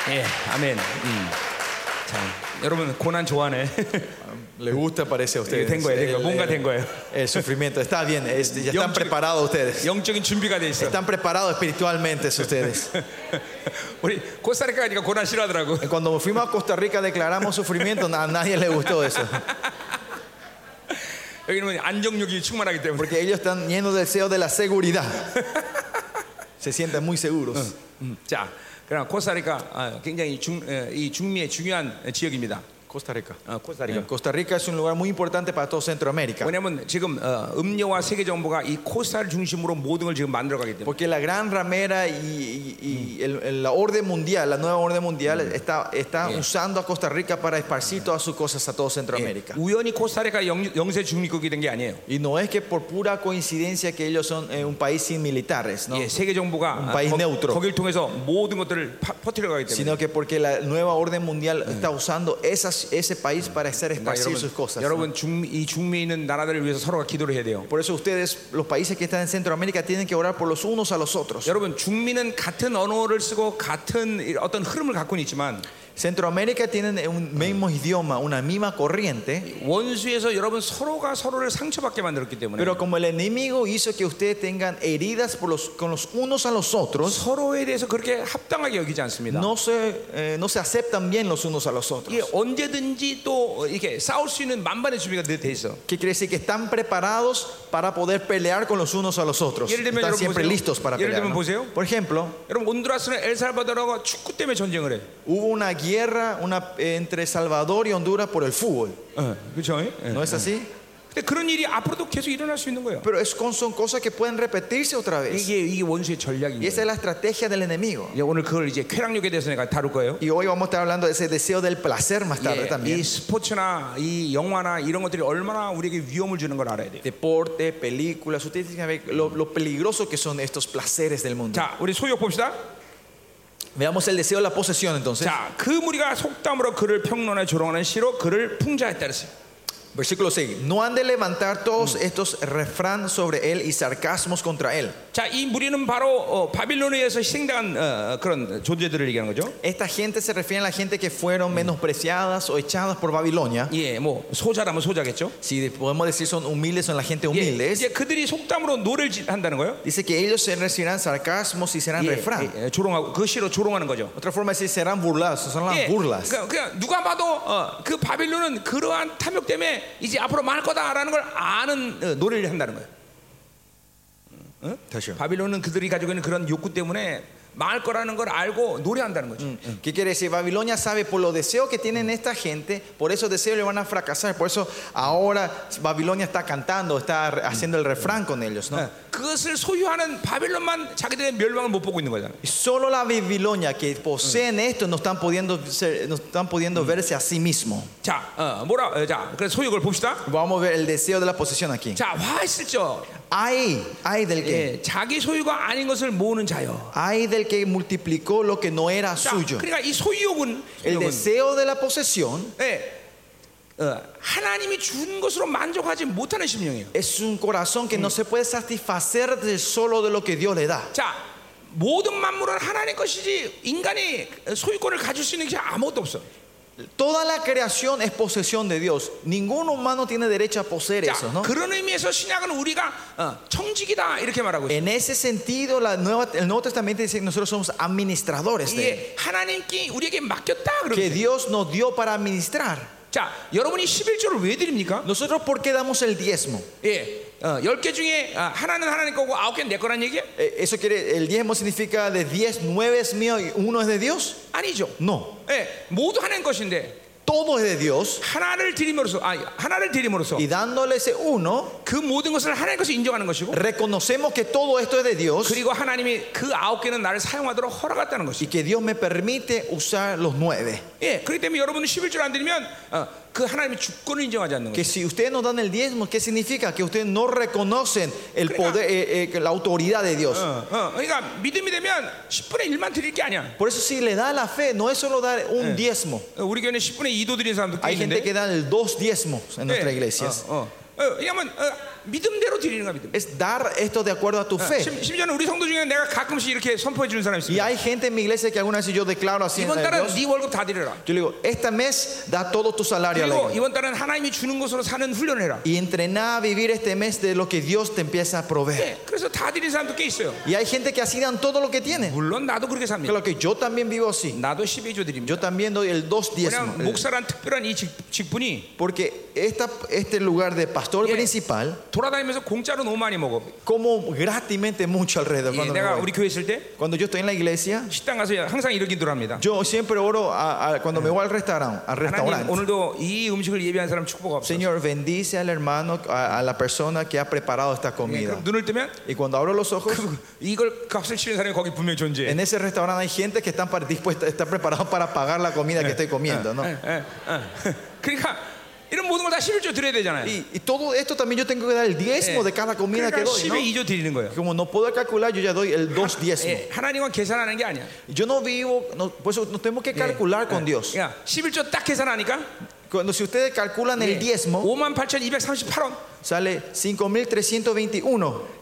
예, 아멘. 음. 자, 여러분 고난 좋아하네. *laughs*
Le gusta, parece a
예, 된 거예요. 된 거예요. 뭔가
네.
된 거예요.
El sufrimiento está bien, es- ya están preparados ustedes.
영적인 준비가 돼 있어.
Están preparados espiritualmente ustedes.
우리 코스타리카 가니까 고난 싫어하더라고.
Cuando fuimos a Costa Rica declaramos sufrimiento, a nadie le gustó eso.
여기는 안정력이 충만하기 때문에.
Porque ellos están llenos del deseo de la seguridad. Se sienten muy seguros.
음, 자, 그럼 코스타리카 아, 굉장히 중, 에, 이 중미의 중요한 지역입니다.
Costa Rica.
아, 코스타리카.
Ah, Costa Rica es un lugar muy importante para todo Centroamérica.
왜냐하면 지금 어, 음료와 세계 정부가 이 코스타를 중심으로 모든 걸 지금 만들어가기 때문에.
Porque la gran ramera y, y- y el- el- la orden mundial, la nueva orden mundial, está, está usando a Costa Rica para esparcir todas sus cosas a todo Centroamérica.
예, 우연히 코스타리카 영, 영세 중립국이 된 게 아니에요.
Y no es que por pura coincidencia que ellos son eh, un país sin militares, ¿no?
예, 세계 정부가 아,
어. 음, 바이 네우트로.
거기를 통해서 모든 것들을 파- 퍼뜨려가기 때문에.
sino que porque la nueva orden mundial está usando esas, ese país para hacer
그러니까
esparcir sus
여러분,
cosas.
여러분 중, 이 중미에 있는 나라들을 위해서 서로가 기도를 해야 돼요.
Por eso ustedes, los países que están en Centroamérica, tienen que orar por los unos a los otros.
여러분 중미는 같은 언어를 쓰고 같은 어떤 흐름을 갖고는 있지만
Centroamérica tienen un mismo idioma, una misma corriente,
원수에서 여러분 서로가 서로를 상처받게 만들었기 때문에
pero como el enemigo hizo que ustedes tengan heridas por los, con los unos a los otros,
서로에 대해서 그렇게 합당하게 여기지 않습니다.
no se, eh, no se aceptan bien los unos a los
이게
otros.
언제든지 또 이렇게 싸울 수 있는 만반의 준비가 돼- 돼 있어.
¿Qué quiere decir? Que están preparados para poder pelear con los unos a los otros.
예를 들면
Están
여러분
siempre
보세요.
listos para
예를
pelear.
들면
¿no?
보세요.
Por ejemplo,
여러분 온두라스는 엘살바도르하고 축구 때문에 전쟁을 해.
hubo una guerra una, eh, entre Salvador y Honduras por el fútbol.
그렇죠?
¿No es así?
근데 그런 일이 앞으로도 계속 일어날 수 있는 거예요.
Pero es, con- son cosas que pueden repetirse otra vez.
이게 이게 원수의
Y
전략입니다.
esa es la estrategia del enemigo.
이제 오늘 그걸 이제 쾌락욕에 대해서 내가 다룰 거예요.
Y hoy vamos a estar hablando de ese deseo del placer más tarde
예, 이
también.
스포츠나 이 영화나 이런 것들이 얼마나 우리에게 위험을 주는 걸 알아야 돼요.
Deporte, películas, ustedes tienen que ver lo, lo peligroso que son estos placeres del mundo.
자, 우리 소욕 봅시다.
Veamos el deseo de la posesión entonces.
자, 그 무리가 속담으로 그를 평론해 조롱하는 시로 그를 풍자했다 그랬어요.
Versículo 6.
No han de levantar todos estos refrán sobre él y sarcasmos contra él.
자, 이 무리는 바로 어, 바빌론에서 희생당한 어, 그런 존재들을 얘기하는 거죠.
Esta gente se refiere a la gente que fueron menospreciadas o echadas por Babilonia.
예, 뭐 소자라면 소자겠죠.
Si podemos decir son humildes, son la
예,
gente humilde.
이제 그들이 속담으로 노를 지- 한다는 거예요.
Dice que ellos se recibirán sarcasmos y serán
예,
refrán.
예, 예, 조롱하고 그 시로 조롱하는 거죠.
Otra forma es decir serán burlas, son las
예,
burlas.
그러니까, 그냥 누가 봐도 어, 그 바빌론은 그러한 탐욕 때문에 이제 앞으로 망할 거다라는 걸 아는 어, 노래를 한다는 거예요.
다시요.
바빌론은 그들이 가지고 있는 그런 욕구 때문에 망할 거라는 걸 알고 노래한다는 거죠.
¿Qué quiere decir? Babilonia sabe por los deseos que tienen esta gente, por esos deseos le van a fracasar. Por eso ahora Babilonia está cantando, está re- haciendo el refrán con ellos. ¿no?
어, 그것을 소유하는 바빌론만 자기들의 멸망을 못 보고 있는 거잖아요.
Y Solo la Babilonia que poseen esto no están pudiendo, ser- no están pudiendo verse a sí mismo.
자, 어, 뭐라, 어, 자, 그래서 소유를 봅시다.
Vamos a ver el deseo de la posesión aquí.
자, 화했을죠.
Ay, ay del que,
예, 자기 소유가 아닌 것을 모으는 자요.
ay del que multiplicó lo que no era
자,
suyo.
그러니까 이 소유욕은,
El
소유욕은,
deseo de la posesión
예, 어, 하나님이 준 것으로 만족하지 못하는 심령이에요.
es un corazón que no se puede satisfacer de solo de lo que Dios le da.
자, 모든 만물은 하나님 것이지 인간이 소유권을 가질 수 있는 게 아무것도 없어.
Toda la creación es posesión de Dios. Ningún humano tiene derecho a poseer
자,
eso, ¿no?
그런 의미에서 신약은 우리가 어, 청직이다 이렇게 말하고 있어요.
En ese sentido, la nueva, el Nuevo Testamento dice que nosotros somos administradores de él,
이게 하나님께 우리에게 맡겼다
que
그러면
Dios nos dio para administrar.
자, 여러분이 11조를 왜 드립니까?
Nosotros, ¿por qué damos el diezmo?
예. 어, 10개 중에 아, 하나는 하나님 거고 아홉 개는 내 거란 얘기야?
Eh, Eso quiere, el diezmo significa de 10, 9 es mío y uno es de Dios.
아니죠.
No,
예. 모두 하나님 것인데
todo es de Dios
하나를 드림으로써 아, 하나를 드림으로써
y dándole ese uno,
그 모든 것을 하나님 것을 인정하는 것이고
reconocemos que todo esto es de Dios
그리고 하나님이 그 아홉 개는 나를 사용하도록 허락했다는 것이.
y que Dios me permite usar los nueve.
예, 그렇기 때문에 여러분은 11줄 안 드리면 어, 그 하나님의 주권을 인정하지 않는
Que
거예요.
si ustedes no dan el diezmo, ¿qué significa? Que ustedes no reconocen el poder, eh, eh, la autoridad de Dios.
어, 어, 그러니까 믿음이 되면 10분의 1만 드릴 게 아니야.
Por eso si le da la fe, no es solo dar un diezmo.
어, 우리 교회는 10분의 2도 드린 사람도 꽤
Hay gente
있는데.
que da el dos diezmos en nuestras
예,
iglesias.
어, 어. 어, 왜냐면 어, 믿음대로 드리는 거야 믿음.
Es dar esto de acuerdo a tu fe.
심, 심지어는 우리 성도 중에 내가 가끔씩 이렇게 선포해 주는 사람이
Y
있습니다.
hay gente en mi iglesia que alguna vez yo declaro así.
이번
delante de
달은
Dios.
네 월급 다 드려라.
Yo le digo, este mes da todo tu salario. a la
그리고
iglesia.
이번 달은 하나님이 주는 것으로 사는 훈련을 해라.
Y entrená a vivir este mes de lo que Dios te empieza a proveer.
예, 그래서 다 드린 사람도 꽤 있어요.
Y hay gente que así dan todo lo que tienen.
물론 나도 그렇게 삽니다.
Claro que yo también vivo así.
나도 12조 드립니다.
Yo también doy el dos diezmo.
그냥 목사란 특별한 이 직- 직분이
Porque esta, este lugar de pastor
Yeah.
principal,
돌아다니면서 공짜로 너무 많이 먹어.
como gratismente mucho alrededor.
예,
Cuando, me
내가
voy.
우리 교회 있을 때
Cuando yo estoy en la iglesia,
식당 가서 항상 이런 기도를 합니다.
yo siempre oro a- a- cuando me voy al restaurante. Al
하나님
restaurante.
오늘도 이 음식을 예비한 사람 축복하옵소서.
Señor, bendice al hermano, a, a la persona que ha preparado esta
예,
comida.
그럼 눈을 뜨면 *laughs*
Y cuando abro los ojos,
이걸 값을 치는 사람이 거기 분명 히 존재해.
en ese restaurante hay gente que están par- dispuesta, están preparados para pagar la comida que estoy comiendo, ¿no?
예, 예, 예. *laughs* 그러니까 이런 모든 걸 다 11조 드려야 되잖아요.
Y, y todo esto también yo tengo que dar el
Eh.
diezmo de cada comida
그러니까
que
10에
doy,
2조 드리는 거예요.
¿no? Como no puedo calcular, yo ya doy el dos diezmo.
예, 하나님과 계산하는 게 아니야.
Yo no vivo, no, por eso no tenemos que calcular con Dios.
야, 11조 그러니까 딱 계산하니까
Cuando si ustedes calculan el diezmo,
5만 8,238원.
sale 5.321.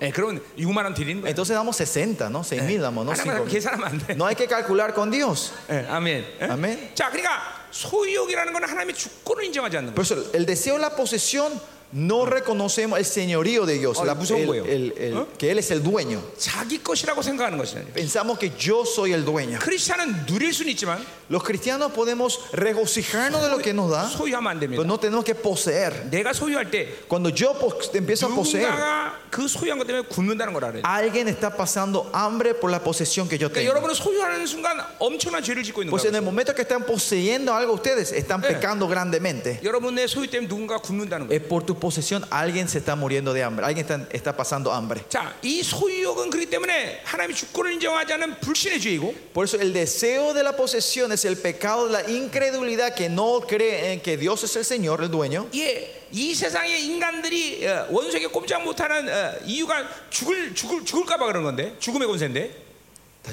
예, 그러면 6만 원 드리는 거예요.
Entonces damos 60, ¿no? 6.000 damos, Ah, no
하나만
5.000.
계산하면 안 돼.
No hay que calcular con *laughs* Dios.
예, 아멘.
¿Eh?
예?
아멘.
자, 그러니까 소유욕이라는 건 하나님의 주권을 인정하지 않는 거예요.
Por eso el deseo de la posesión no reconocemos el señorío de Dios,
Ah,
la-
무서운
el-
거예요.
el- el- que Él es el dueño.
그 자기 것이라고 생각하는 것이 아니에요.
Pensamos que yo soy el dueño.
크리스찬은 누릴 수는 있지만
Los cristianos podemos regocijarnos de lo que nos da,
소유하면 안
pero
됩니다.
no tenemos que poseer.
내가 소유할 때
Cuando yo pos-
그
empiezo a poseer,
누군가가 그 소유한 것 때문에 굶는다는 걸 알아요.
alguien está pasando hambre por la posesión que yo
그러니까
tengo.
여러분은 소유하는 순간 엄청난 죄를 짓고 있는
Pues en
거예요.
el momento que están poseyendo algo ustedes, están pecando grandemente.
여러분의 소유 때문에 누군가 굶는다는 거예요.
Es por tu posesión alguien se está muriendo de hambre, alguien está, está pasando hambre.
자, 이 소유욕은 그렇기 때문에 하나님의 주권을 인정하지 않는 불신의 죄이고
Por eso el deseo de la posesión es el pecado de la incredulidad que no cree en que Dios es el Señor, el dueño.
예, 이 세상의 인간들이 어, 원수에게 꼼짝 못하는 어, 이유가 죽을 죽을 죽을까봐 그런 건데 죽음의 권세인데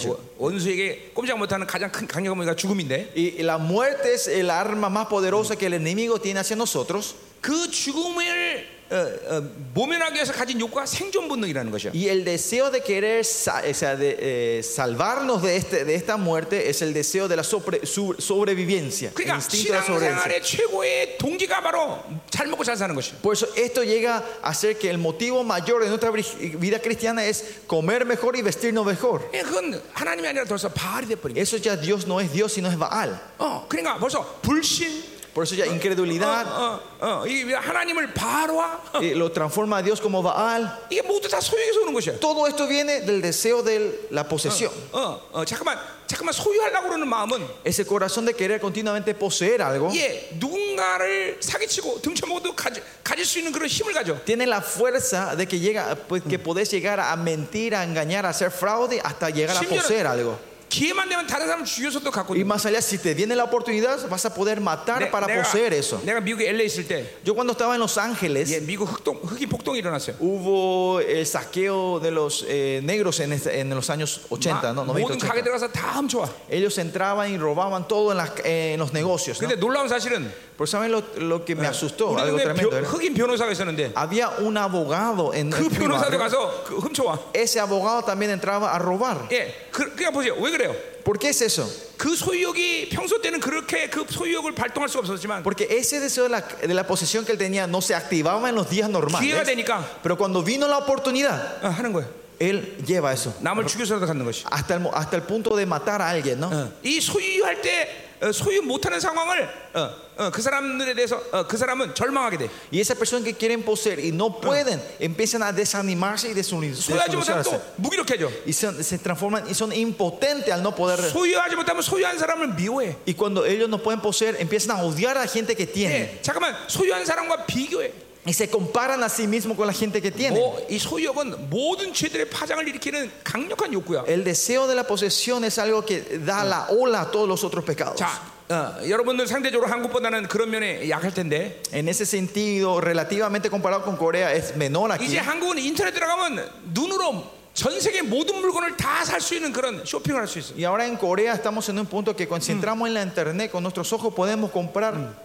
어, 원수에게 꼼짝 못하는 가장 큰 강력한 무기가 죽음인데
Y la muerte es el arma más poderosa que el enemigo tiene hacia nosotros.
그 죽음을 어, 어, 모면하기 위해서 가진 욕구가 생존 본능이라는 것이야.
Y el deseo de querer sa- o sea, de, eh, salvarnos de, este, de esta muerte es el deseo de la sobre- su- sobrevivencia. El
그러니까
instinto de la sobrevivencia.
신앙생활의 최고의 동기가 ba로 잘 먹고 잘 사는 것이야.
Por eso esto llega a ser que el motivo mayor de nuestra bri- vida cristiana es comer mejor y vestirnos mejor.
예, 그건 하나님이 아니라 벌써 바알이 돼버린 거야.
Eso ya Dios no es Dios sino es Baal.
어, 그러니까 벌써 불신,
Por eso ya
어,
incredulidad
어, 어, 이게 하나님을 바알화 어,
eh, lo transforma a Dios como Baal.
이게 모두 다 소유에서 오는 것이야.
Todo esto viene del deseo de la posesión.
어, 어, 잠깐만, 잠깐만 소유하려고 그러는 마음은
Ese corazón de querer continuamente poseer algo
예, 누군가를 사기치고 등쳐먹어도 가지, 가질 수 있는 그런 힘을 가져.
tiene la fuerza de que llega pues, que podés llegar a mentir, a engañar, a hacer fraude hasta llegar a
Simple-
poseer algo.
기회만 되면 다른 사람 죽여서도 갖고.
Y
있는
más allá, si te viene la oportunidad, vas a poder matar para poseer eso.
내가 미국에 LA 있을 때,
Yo cuando estaba en Los Ángeles
예, 미국 흑동 흑인 폭동이 일어났어요.
hubo el saqueo de los eh, negros en, este- en los años 80,
마-
¿no? 90,
모든 가게
80.
들어가서 다 훔쳐와.
Ellos entraban y robaban todo en, las- eh, en los negocios. ¿no?
근데 놀라운 사실은
Pero ¿saben lo, lo que me asustó?
우리
Algo
동네
tremendo.
변-
era.
흑인 변호사가 있었는데
Había un abogado en
아, 그
en mi
변호사도
barrio.
가서 그 훔쳐와.
Ese abogado también entraba a robar.
예, 그, 그냥 보세요. 왜 그래요?
¿Por qué es eso?
그 소유욕이 평소 때는 그렇게 그 소유욕을 발동할 수가 없었지만
Porque ese deseo de la, de la posesión que él tenía no se activaba en los días
기회가
normales.
되니까
Pero cuando vino la oportunidad,
어, 하는 거예요.
él lleva eso.
남을 죽여서라도 갖는 것이. 어.
Hasta el, mo- hasta el punto de matar a alguien, ¿no?
이 소유할 때 어, 소유 못하는 상황을 어, 어, 그 사람들에 대해서 어, 그 사람은 절망하게 돼.
Y esas personas que quieren poseer y no pueden, empiezan a desanimarse y desuni-
소유하지 못하면
desilusionarse.
또 무기력해져.
Y son- se transforman y son impotentes al no poder.
소유하지 못하면 소유한 사람을 미워해.
Y cuando ellos no pueden poseer, empiezan a odiar a la gente que tiene.
예, 잠깐만 소유한 사람과 비교해.
Y se comparan a sí mismos con la gente que tiene.
뭐, 이 소유욕은 모든 죄들의 파장을 일으키는 강력한 욕구야.
El deseo de la posesión es algo que da la ola a todos los otros pecados.
자, 어, 여러분들 상대적으로 한국보다는 그런 면에 약할 텐데
En ese sentido, relativamente comparado con Corea, es menor aquí.
이제 한국은 인터넷 들어가면 눈으로 전 세계 모든 물건을 다 살 수 있는 그런 쇼핑을 할 수 있어.
Y ahora en Corea estamos en un punto que concentramos en la internet, con nuestros ojos podemos comprar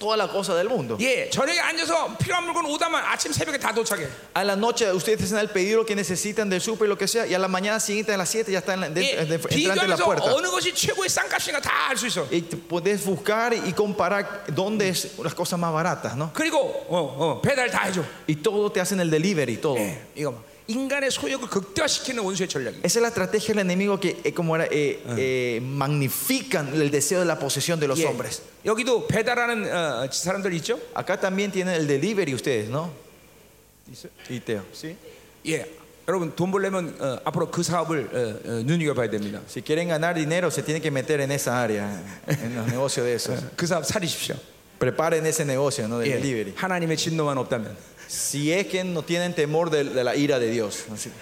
toda la cosa del mundo.
예, 저녁에 앉아서 필요한 물건 오다만 아침 새벽에 다 도착해.
A la noche ustedes hacen el pedido lo que necesitan del súper, lo que sea, y a la mañana siguiente a las 7 ya están en-
예,
de- de- entrante de la
비교하면서
puerta.
어느 것이 최고의 싼값인가 다 알 수 있어.
Y te podés buscar y comparar dónde es las cosas más baratas, ¿no?
그리고 어, 어, 배달 다 해줘.
Y todo te hacen el delivery, todo.
예, 이거 봐. 인간의 소욕을 극대화시키는 원수의 전략이.
Esa es la estrategia del enemigo que, eh, como era, eh, eh, magnifican el deseo de la posesión de los
예,
hombres.
여기도 배달하는 어, 사람들 있죠?
Acá también tienen el delivery ustedes, ¿no? Y Teo.
예, 여러분 돈 벌려면 어, 앞으로 그 사업을 어, 어, 눈여겨봐야 됩니다.
Si quieren ganar dinero, se tienen que meter en esa área, en los negocios de esos.
그 사업 사리십시오.
Preparen ese negocio, ¿no? Del
예,
delivery.
하나님의 진노만 없다면.
Si es que no tienen temor de, de la ira de Dios. Así-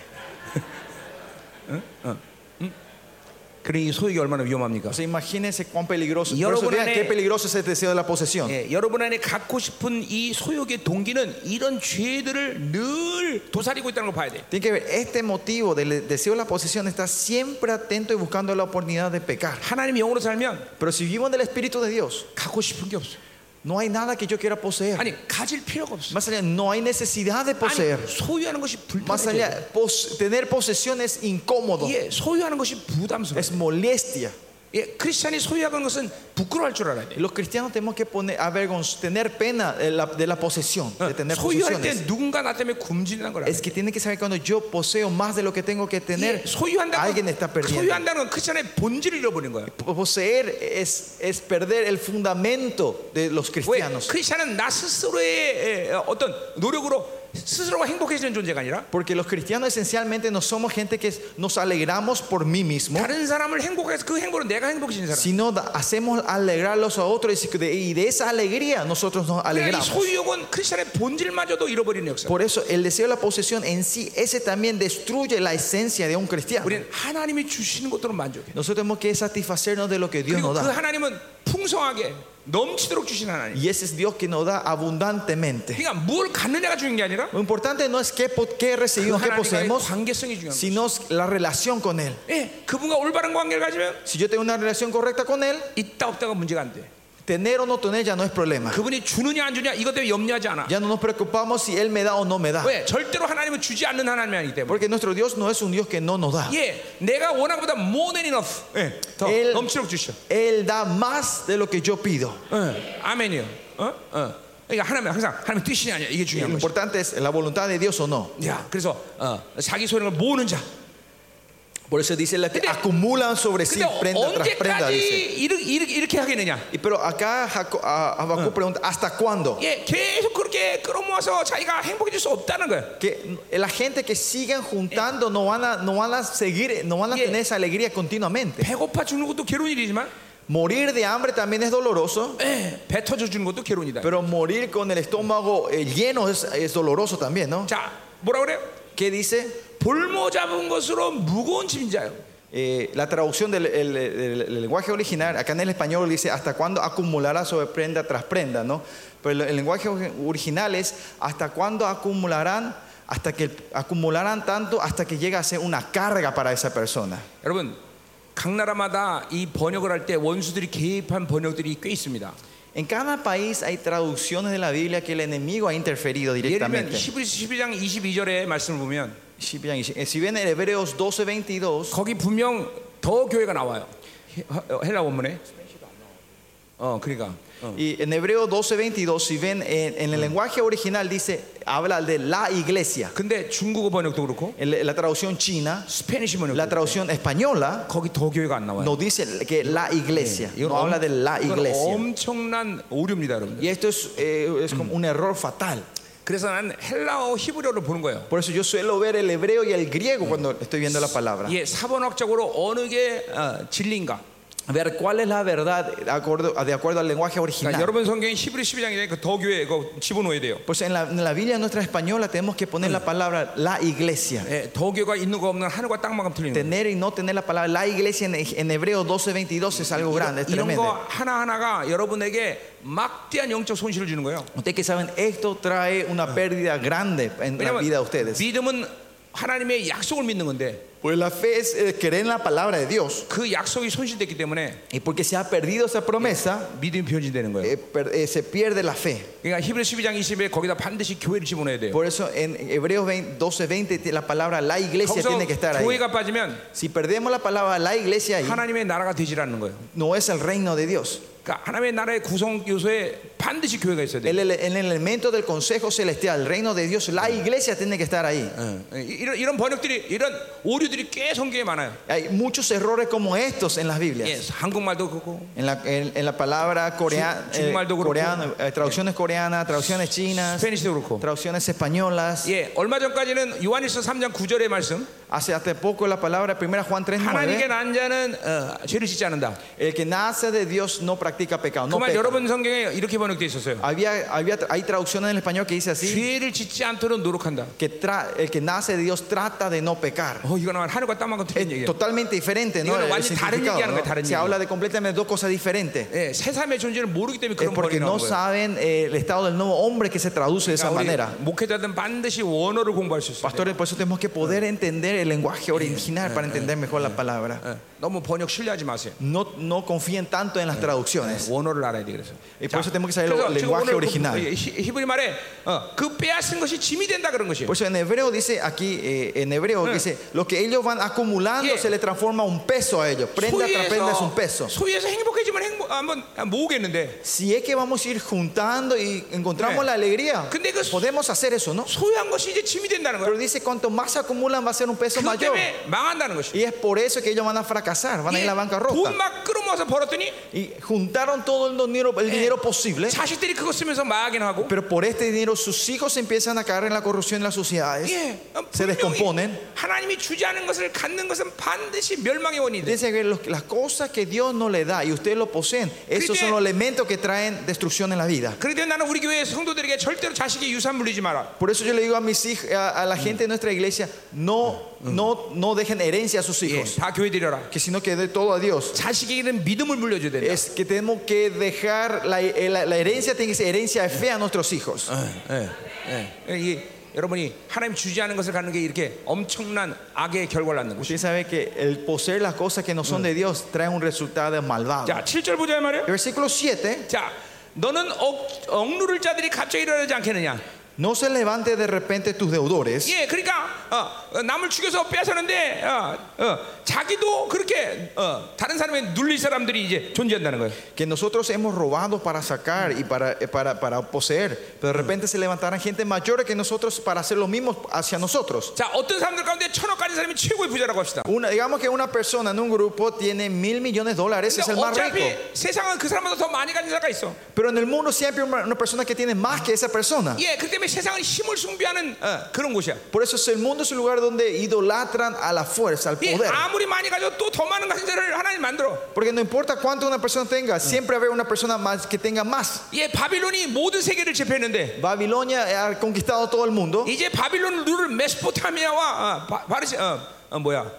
그러니 소욕이 얼마나 위험합니까?
O sea, imagínense cuán peligroso.
Y
Por eso
ahora
vean
ponen-
qué peligroso es el deseo de la posesión.
예, 여러분 안에 갖고 싶은 이 소욕의 동기는 이런 죄들을 늘 도사리고 있다는 걸 봐야 돼.
Tienen que ver, este motivo del deseo de la posesión está siempre atento y buscando la oportunidad de pecar.
하나님 영으로 살면
Pero si vivimos del Espíritu de Dios,
갖고 싶은 게 없어.
no hay nada que yo quiera poseer.
아니 가질 필요가 없어.
Más allá, no hay necesidad de poseer.
아니, 소유하는 것이
Más
불편해.
allá, pos- tener posesión es incómodo,
예, 소유하는 것이 부담스러워.
es molestia.
예, 크리스천이 소유하는 것은 부끄러워할 줄 알아야 돼.
Los cristianos tenemos que poner, avergonz- tener pena de la, de la posesión, de tener
어, 소유할 때
posesiones.
누군가 나 때문에 굶주리는 걸 알아야 돼.
Es que tienen que saber que cuando yo poseo más de lo que tengo que
예,
tener, alguien
소유한다는
está
건,
perdiendo.
소유한다는 건 크리스천의 본질을 잃어버린 거야.
Poseer es, es perder el fundamento de los
왜
cristianos.
크리스천은 나 스스로의 에, 어떤 노력으로 스스로가 행복해지는 존재가 아니라
Porque los cristianos esencialmente no somos gente que nos alegramos por mí mismo,
다른 사람을 행복해서 그 행복으로 내가 행복해지는 사람.
sino da- hacemos alegrarlos a otros y de- y de esa alegría nosotros nos
그러니까 이
alegramos.
소유욕은 크리스천의 본질마저도 잃어버리는 역사.
Por eso el deseo de la posesión en sí, ese también destruye la esencia de un cristiano.
우리는 하나님이 주시는 것들로 만족해.
Nosotros tenemos que satisfacernos de lo que Dios
그리고 그
nos da.
하나님은 풍성하게 넘치도록 주신 하나님.
Y ese es Dios que nos da abundantemente.
그러니까 뭘 갖느냐가 중요한 게 아니라
Lo importante no es qué, po- qué
그
recibimos, qué
하나님과의
poseemos,
관계성이 중요한 거예요.
sino la relación con Él.
예, 그분과 올바른 관계를 가지면
Si yo tengo una relación correcta con Él,
있다 없다가 문제가 안 돼.
Tener o no tener ya no es problema.
그분이 주느냐 안 주냐 이것 때문에 염려하지 않아.
Ya no nos preocupamos si Él me da o no me da.
왜? 절대로 하나님은 주지 않는 하나님이 아니기 때문에.
Porque nuestro Dios no es un Dios que no nos da.
예, 내가 원한 것보다 more than enough. 예, 더
엘-
넘치도록 주셔.
Él da más de lo que yo pido.
예, 아멘이요. 어, 어. 그러니까 하나님 항상 하나님 뜻이냐 아니야 이게
Lo
중요한 거죠.
importante es la voluntad de Dios o no.
야, 그래서 어, 자기 소유를 모으는 자.
Por eso dice la que
Pero-
acumulan sobre sí
근데
prenda tras prenda, dice.
언제까지 이르, 이르, 이렇게 하겠느냐?
Y pero acá Jaco- a- Habacuc pregunta, ¿hasta cuándo?
예, 계속 그렇게 끌어모아서 자기가 행복해질 수 없다는 거예요.
Que la gente que sigan juntando no van a, no van a seguir, no van a
Yeah.
tener esa alegría continuamente.
배고파 죽는 것도 괴로운 일이지만,
Morir de hambre también es doloroso,
예, 배 터져 죽는 것도 괴로운 일이다.
pero morir con el estómago eh, lleno es, es doloroso también, ¿no?
자, 뭐라 그래요?
¿Qué dice?
볼모 잡은 것으로 무거운 짐자요.
Eh, la traducción del el- el- el lenguaje original, acá en el español dice hasta cuándo acumulará sobre prenda tras prenda, ¿no? Pero el, el lenguaje original es hasta cuándo acumularán, hasta que acumularán tanto hasta que llega a ser una carga para esa persona.
여러분, 각 나라마다 이 번역을 할 때 원수들이 개입한 번역들이 꽤 있습니다.
En cada país hay traducciones de la Biblia que el enemigo ha interferido
예를 들면
directamente.
히브리서 11장 22절의 말씀을 보면
eh, Si bien en Hebreos 12:22
거기 분명 더 교회가 나와요. 헬- 헬라 원문에. 어, 그러니까. 어.
y en Hebreos 12:22 si ven en, en el lenguaje original dice habla de la iglesia.
근데 중국어 번역도 그렇고
En la traducción china
스페니시 번역도
La
그렇고,
traducción española
거기 더 교회가 안 나와요.
no dice que la iglesia, no
엄-
habla de la
이건
iglesia.
엄청난 오류입니다, 여러분.
Y esto es, eh, es como un error fatal.
그래서 난 헬라어 히브리어를 보는 거예요.
Por eso yo suelo ver el hebreo y el griego cuando estoy viendo la palabra.
예, 사번학적으로 어느 게 어, 진리인가?
Ver cuál es la verdad de acuerdo, de acuerdo al lenguaje
그러니까
original.
여러분 성경에 히브리 12장에 그더 교회 그거 집어넣어야 돼요.
Pues en la, en la Biblia nuestra española tenemos que poner la palabra la iglesia.
예, 더 교회가 있는 거 없는 하늘과 땅만큼 틀리는 거예요.
Tener y no tener la palabra la iglesia en, en hebreo 12:22 es algo grande, es
이런 거
tremendo.
하나하나가 여러분에게 막대한 영적 손실을 주는 거예요.
Ustedes que saben, esto trae una pérdida grande en la
그 왜냐면
vida de ustedes.
믿음은 하나님의 약속을 믿는 건데
Pues la fe es eh, creer en la palabra de Dios.
그 약속이 손실됐기 때문에
Y porque se ha perdido esa promesa,
믿음이 변질되는 거예요.
eh, per- eh, se pierde la fe.
그러니까 히브리 12장 20에 거기다 반드시 교회를 집어넣어야 돼요.
Por eso en Hebreos 20, 12, 20, la palabra la iglesia
거기서
tiene que estar ahí.
교회가 빠지면
Si perdemos la palabra la iglesia ahí,
하나님의 나라가 되질 않는 거예요.
no es el reino de Dios.
그러니까 하나님의 나라의 구성 요소에 반드시 교회가 있어야 돼요.
El, el- el elemento del consejo celestial, el reino de Dios, la iglesia tiene que estar ahí.
예, 이런, 이런 번역들이 이런 오류들이 꽤 성경에 많아요.
Hay muchos errores como estos en las Biblias.
예, 한국말도 그렇고
En, la, en- en la palabra coreana,
Chu- Chumaldo grupo.
eh, traducciones coreanas, traducciones chinas,
스페니시도 그렇고.
traducciones españolas.
예, 얼마 전까지는 요한일서 3장 9절의 말씀
Hace hasta poco la palabra 1 Juan 3,
하나님께 난 자는 어, 죄를 짓지 않는다.
El que nace de Dios no practica pecado. No
그만
peca.
여러분 성경에 이렇게 번역돼 있었어요.
Había, había, hay traducciones en el español que dice así:
죄를 짓지 않도록 노력한다.
que tra- el que nace de Dios trata de no pecar.
어, 이거는 하늘과 땅만큼 틀린
Es
얘기예요.
totalmente diferente, ¿no?
Digo,
El
완전히 다른
significado,
얘기하는
¿no?
거예요, 다른
Se
얘기.
habla de completamente dos cosas diferentes.
예, 세상의 존재를 모르기 때문에
Es
그런
porque
번역이
no
나온 거예요.
saben eh, el estado del nuevo hombre que se traduce de esa
그러니까
manera.
우리 목회자들은 반드시 원어를 공부할 수 있어요.
Pastores, por eso tenemos que poder entender el lenguaje original para entender mejor la palabra.
예, 너무 번역 신뢰하지 마세요.
No, no confíen tanto en las traducciones.
원어를 알아야 돼 그래서.
Y por eso tenemos que saber
그래서
el
지금
lenguaje
오늘 그,
original.
예, 히- 히브리 말에 어, 그 빼앗은 것이 짐이 된다 그런 것이에요.
Por eso en hebreo dice aquí, eh, en hebreo dice, lo que ellos van acumulando
Yeah.
se le transforma un peso a ellos. Prenda tras prenda es un peso.
소유에서, 소유에서 행복해지면 행복, 한번 모으겠는데
Si es que vamos a ir juntando y encontramos
Yeah.
la alegría,
근데 그
podemos hacer eso, ¿no?
소유한 것이 이제 짐이 된다는
Pero
거예요.
dice, cuanto más acumulan va a ser un peso
그것
mayor.
때문에 망한다는 것이에요.
Y es por eso que ellos van a fracasar, van a ir a la bancarrota.
돈막 끌어모아서 벌었더니
Y juntaron todo el dinero, el dinero posible,
자식들이 그거 쓰면서 망하긴 하고
pero por este dinero sus hijos empiezan a caer en la corrupción en las sociedades.
예, 어,
Se
분명히
descomponen.
하나님이 주지 않은 것을 갖는 것은 반드시 멸망의 원인이 돼.
Dice que los- las cosas que Dios no le da y ustedes lo poseen, esos son los elementos que traen destrucción en la vida.
그래도 나는 우리 교회 성도들에게 절대로 자식의 유산 물리지 마라.
Por eso yo le digo a mis hij- a, a la gente de nuestra iglesia, no, no, no dejen herencia a sus
예,
hijos,
다 교회 드려라.
que sino que dé todo a Dios.
자식에게는 믿음을 물려줘야 된다.
Es que tenemos que dejar la, la- la herencia tiene que ser herencia de fe a nuestros hijos.
예, 예. 이 여러분이 하나님 주지 않은 것을 갖는 게 이렇게 엄청난 악의 결과를 낳는 것이죠.
Usted sabe que el poseer las cosas que no son de Dios trae un resultado malvado.
자, 7절 보자 말이에요.
El versículo 7,
자, 너는 억, 억누를 자들이 갑자기 일어나지 않겠느냐?
no se levante de repente tus deudores.
예, 그러니까 어, 어, 남을 죽여서 빼앗았는데 어, 어, 자기도 그렇게 어, 다른 사람의 눌릴 사람들이 이제 존재한다는 거예요.
Que nosotros hemos robado para sacar y para, eh, para, para poseer, pero de repente se levantarán gente mayor que nosotros para hacer lo mismo hacia nosotros.
자, 어떤 사람들 가운데 천억 가진 사람이 최고의 부자라고 합시다.
Una, digamos que una persona en un grupo tiene mil millones de dólares, es
근데
el más rico.
어차피 세상은 그 사람보다 더 많이 가진 사람이 있어.
Pero en el mundo siempre hay una una persona que tiene más que esa persona.
예, 그렇기 때문에 세상은 힘을 숭배하는 어, 그런 곳이야.
Por eso es- el mundo es un lugar donde idolatran a la fuerza, al
예,
poder.
아무리 많이 가져도 또 더 많은 가진 자를 하나님 만들어.
Porque no importa cuánto una persona tenga, siempre habrá una persona más que tenga más.
예, 바빌론이 moden 세계를 제패했는데
Babilonia ha conquistado todo el mundo.
이제 바빌론 룰을 메소포타미아와 어, 바, 바르시 어, 어, 뭐야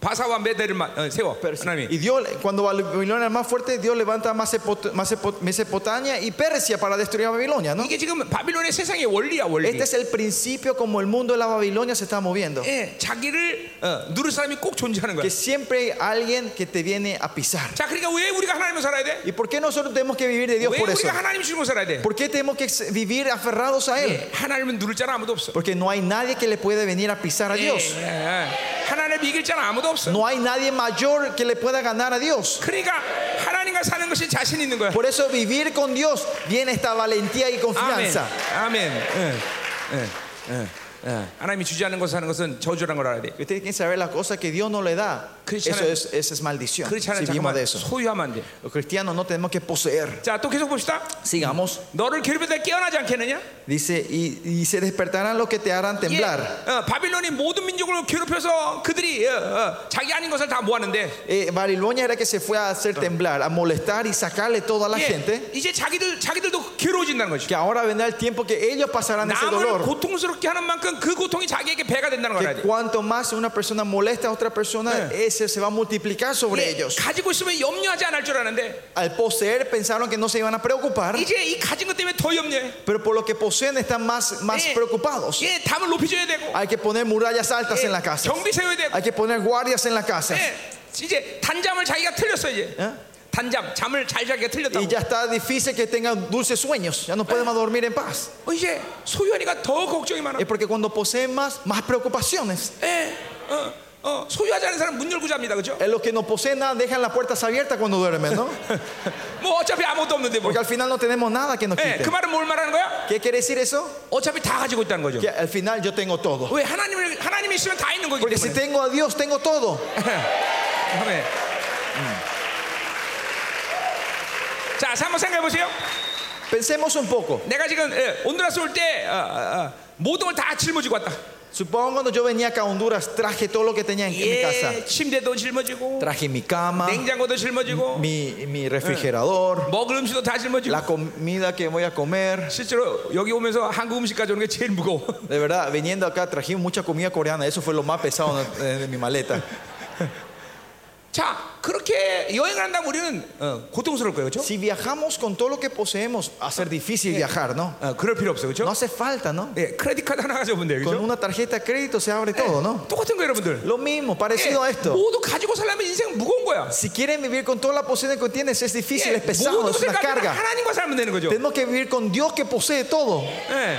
바사와 메데를 마- 어, 세워 하나님이.
Y Dios, cuando Babilonia es más fuerte, Dios levanta a Masepot- Masepot- Mesopotamia y Persia para destruir a Babilonia. ¿no?
이게 지금 바빌론의 세상의 원리야 원리.
Este es el principio como el mundo de la Babilonia se está moviendo.
예, 자기를 어, 누를 사람이 꼭 존재하는 거야.
Que siempre hay alguien que te viene a pisar.
자, 그러니까 왜 우리가 하나님을 살아야 돼?
¿Y por qué nosotros tenemos que vivir de Dios
왜
por eso?
우리가 하나님 주님을 살아야 돼?
¿Por qué tenemos que vivir aferrados a Él?
예, 하나님을 누를 자는 아무도 없어.
Porque no hay nadie que le puede venir a pisar a
예,
Dios.
예, 예. 하나님을 이길 자는 아무도 없어.
No hay nadie mayor que le pueda ganar a Dios.
그러니까 하나님과 사는 것이 자신 있는 거야.
Por eso vivir con Dios viene esta valentía y
아멘.
confianza.
아멘. 예, 예, 예, 예. 하나님이 주지 않는 것을 하는 것은 저주라는 걸 알아야 돼.
Ustedes quieren saber las cosas que Dios no le da.
Cristiano-
Eso es, esa es maldición.
그렇지
Si
않은
vivimos
자만
de eso.
소유하면 안 돼.
Los cristianos no tenemos que poseer.
자, 또 계속 봅시다.
Sigamos.
너를 괴롭히다 깨어나지 않겠느냐?
Dice, y, y se despertarán los que te harán
예,
temblar.
어, 바빌론이 모든 민족을 괴롭혀서 그들이 어, 어, 자기 아닌 것을 다 모았는데
Eh, Babilonia era que se fue a hacer temblar, a molestar y sacarle toda la
예,
gente.
이제 자기들 자기들도 괴로워진다는 거죠.
Que ahora vendrá el tiempo que ellos pasarán ese
남을
dolor.
고통스럽게 하는 만큼 그 고통이 자기에게 배가 된다는 걸
Que
알아야 돼.
cuanto más una persona molesta a otra persona, ese se va a multiplicar sobre
예,
ellos.
가지고 있으면 염려하지 않을 줄 아는데
Al poseer pensaron que no se iban a preocupar,
이제 이 가진 것 때문에 더 염려해.
pero por lo que poseen están más, más
Eh.
preocupados.
예, 담을 높이줘야 되고
Hay que poner murallas altas
예,
en la casa.
정비 세워야 되고
Hay que poner guardias en la casa.
예, 이제 단잠을 자기가 틀렸어 이제.
예?
단잠 잠을 잘 자기가 틀렸다고.
Y ya está difícil que tengan dulces sueños. Ya no pueden más dormir en paz.
어, 이제 소유하니까 더 걱정이 많아.
Es porque cuando poseen más, más preocupaciones.
예, 어, 어, 소유하지 않은 사람 문 열고 잡니다, 그죠?
Eh, Los que no poseen nada dejan las puertas abiertas cuando duermen, ¿no?
뭐 어차피 아무것도 없는데 뭐.
Porque al final no tenemos nada que nos
예,
quite.
그 말은 뭘 말하는 거야?
¿Qué quiere decir eso?
어차피 다 가지고 있다는 거죠.
Que al final yo tengo todo.
왜 하나님을 하나님이 있으면 다 있는 거기
Porque si
때문에. 예.
tengo a Dios, tengo todo.
아멘. 음. 자, 한번 생각해 보세요.
Pensemos un poco.
내가 지금 예, 온드라스 올 때 어, 모든 걸 다 짊어지고 왔다.
Supongo cuando yo venía acá a Honduras, traje todo lo que tenía en, en mi casa.
예, 침대도 짊어지고,
Traje mi cama,
냉장고도 짊어지고,
mi, mi refrigerador,
먹을 음식도 다 짊어지고.
la comida que voy a comer.
실제로 여기 오면서 한국 음식 가져오는 게 제일 무거워. *laughs*
De verdad, viniendo acá traje mucha comida coreana. Eso fue lo más pesado de de mi maleta.
자, 그렇게 여행을 한다면 우리는 어, 고통스러울 거예요, 그렇죠?
Si viajamos con todo lo que poseemos, va a ser difícil viajar, ¿no?
어, 그럴 필요 없어요,
No
그렇죠?
hace falta, ¿no?
예, 크레딧 카드 하나 가져오면 돼요,
Con
그렇죠?
una tarjeta de crédito se abre todo, ¿no?
똑같은 거예요, 여러분들.
Lo mismo,
예,
parecido a esto.
모두 가지고 살려면 인생 무거운 거야.
Si quieren vivir con toda la posibilidad que tienes, es
예,
difícil, es pesado,
모든
es
것을
una
가지고
carga.
하나님과 살면 되는 거죠.
Tenemos que vivir con Dios que posee todo.
예,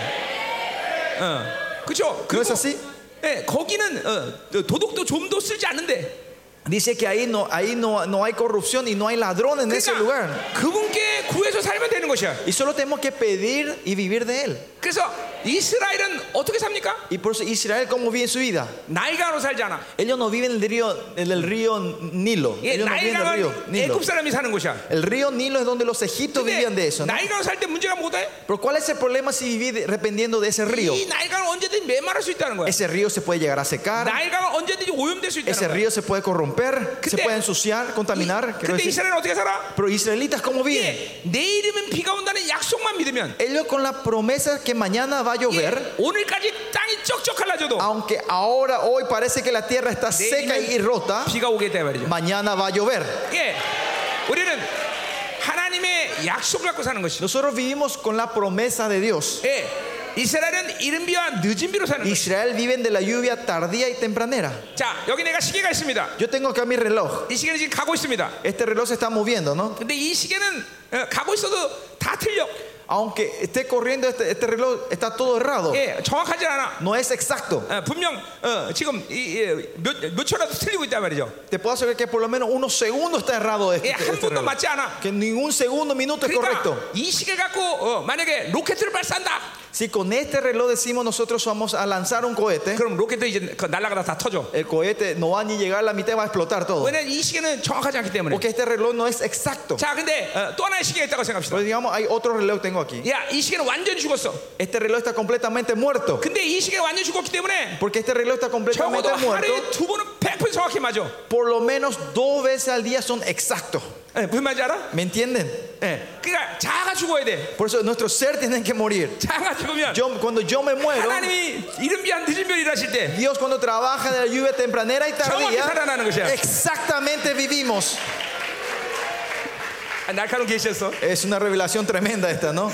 어, 그렇죠?
¿No es así?
예, 거기는 어, 도둑도 좀도 쓰지 않는데.
Dice que ahí no, ahí no, no hay corrupción y no hay ladrón en ese lugar.
그러니까 그분께 구해서 살면 되는 것이야.
Y solo tenemos que pedir y vivir de Él.
그래서 이스라엘은 어떻게 삽니까?
Y por eso Israel, ¿cómo vive su vida?
날강으로 살지 않아.
Ellos no viven en el río, en el río Nilo.
예,
Ellos no viven del río
나일강은
Nilo.
애굽 사람이 사는 곳이야.
El río Nilo es donde los egipcios
근데
vivían de eso. ¿no?
나일강 살때 문제가 뭐다?
Pero ¿cuál es el problema si vivís de- dependiendo de ese río?
이 나일강은 언제든지 메마를 수 있다는 거야.
Ese río se puede llegar a secar,
나일강은 언제든지 오염될 수
ese
있다는 거야.
río se puede corromper, se
근데-
puede ensuciar, contaminar.
이-
quiero
근데
decir.
이스라엘은 어떻게 살아?
Pero israelitas, ¿cómo viven?
예, 내일이면 비가 온다는 약속만 믿으면
Ellos con la promesa que mañana va a
예,
llover,
오늘까지 땅이 쩍쩍 갈라져도
aunque ahora, hoy parece que la tierra está seca y rota,
비가 오게 돼 말이죠.
mañana va a llover.
예, 우리는 하나님의 약속을 갖고 사는 것이.
Nosotros vivimos con la promesa de Dios.
예, 이스라엘은 이른비와 늦은비로 사는 거예요.
Israel viven de la lluvia tardía y tempranera.
자, 여기 내가 시계가 있습니다.
Yo tengo acá mi reloj.
이 시계는 지금 가고 있습니다.
Este reloj se está moviendo, ¿no?
근데 이 시계는 어, 가고 있어도 다 틀려.
Aunque esté corriendo este, este reloj, está todo errado.
예, 정확하지 않아.
No es exacto.
어, 분명 어, 지금 이, 이, 몇, 몇 초라도 틀리고 있단 말이죠.
Te puedo asegurar que por lo menos unos segundos está errado este,
예, 한
este
분도
reloj.
맞지 않아.
Que ningún segundo, minuto es correcto.
그러니까 이 시계 갖고 어, 만약에 로켓을 발사한다.
Si con este reloj decimos nosotros vamos a lanzar un cohete,
그럼 로켓도 이제 그 날아가다 다 터져.
el cohete no va ni llegar a la mitad y va a explotar todo.
왜냐면 이 시계는 정확하지 않기 때문에.
Porque este reloj no es exacto.
자, 근데 어, 또 하나의 시계가 있다고 생각합시다.
Pero digamos, hay otro reloj que tengo aquí.
야, 이 시계는 완전히 죽었어.
Este reloj está completamente muerto.
근데 이 시계가 완전히 죽었기 때문에
Porque este reloj está
적어도
completamente muerto.
하루에 두 번은 100% 정확히 맞아.
Por lo menos dos veces al día son exactos.
예, 무슨 말인지 알아?
¿Me entienden?
예. 그러니까 자아가 죽어야 돼.
Por eso nuestro ser tiene que morir.
자아가 죽으면
Yo, cuando yo me muero,
하나님이 이른비 안 늦은별 일하실 때
Dios cuando trabaja de la lluvia tempranera y
정확히
tardía,
살아나는 것이야.
exactamente vivimos.
아, 날카로운 계시였어.
Es una revelación tremenda esta, ¿no?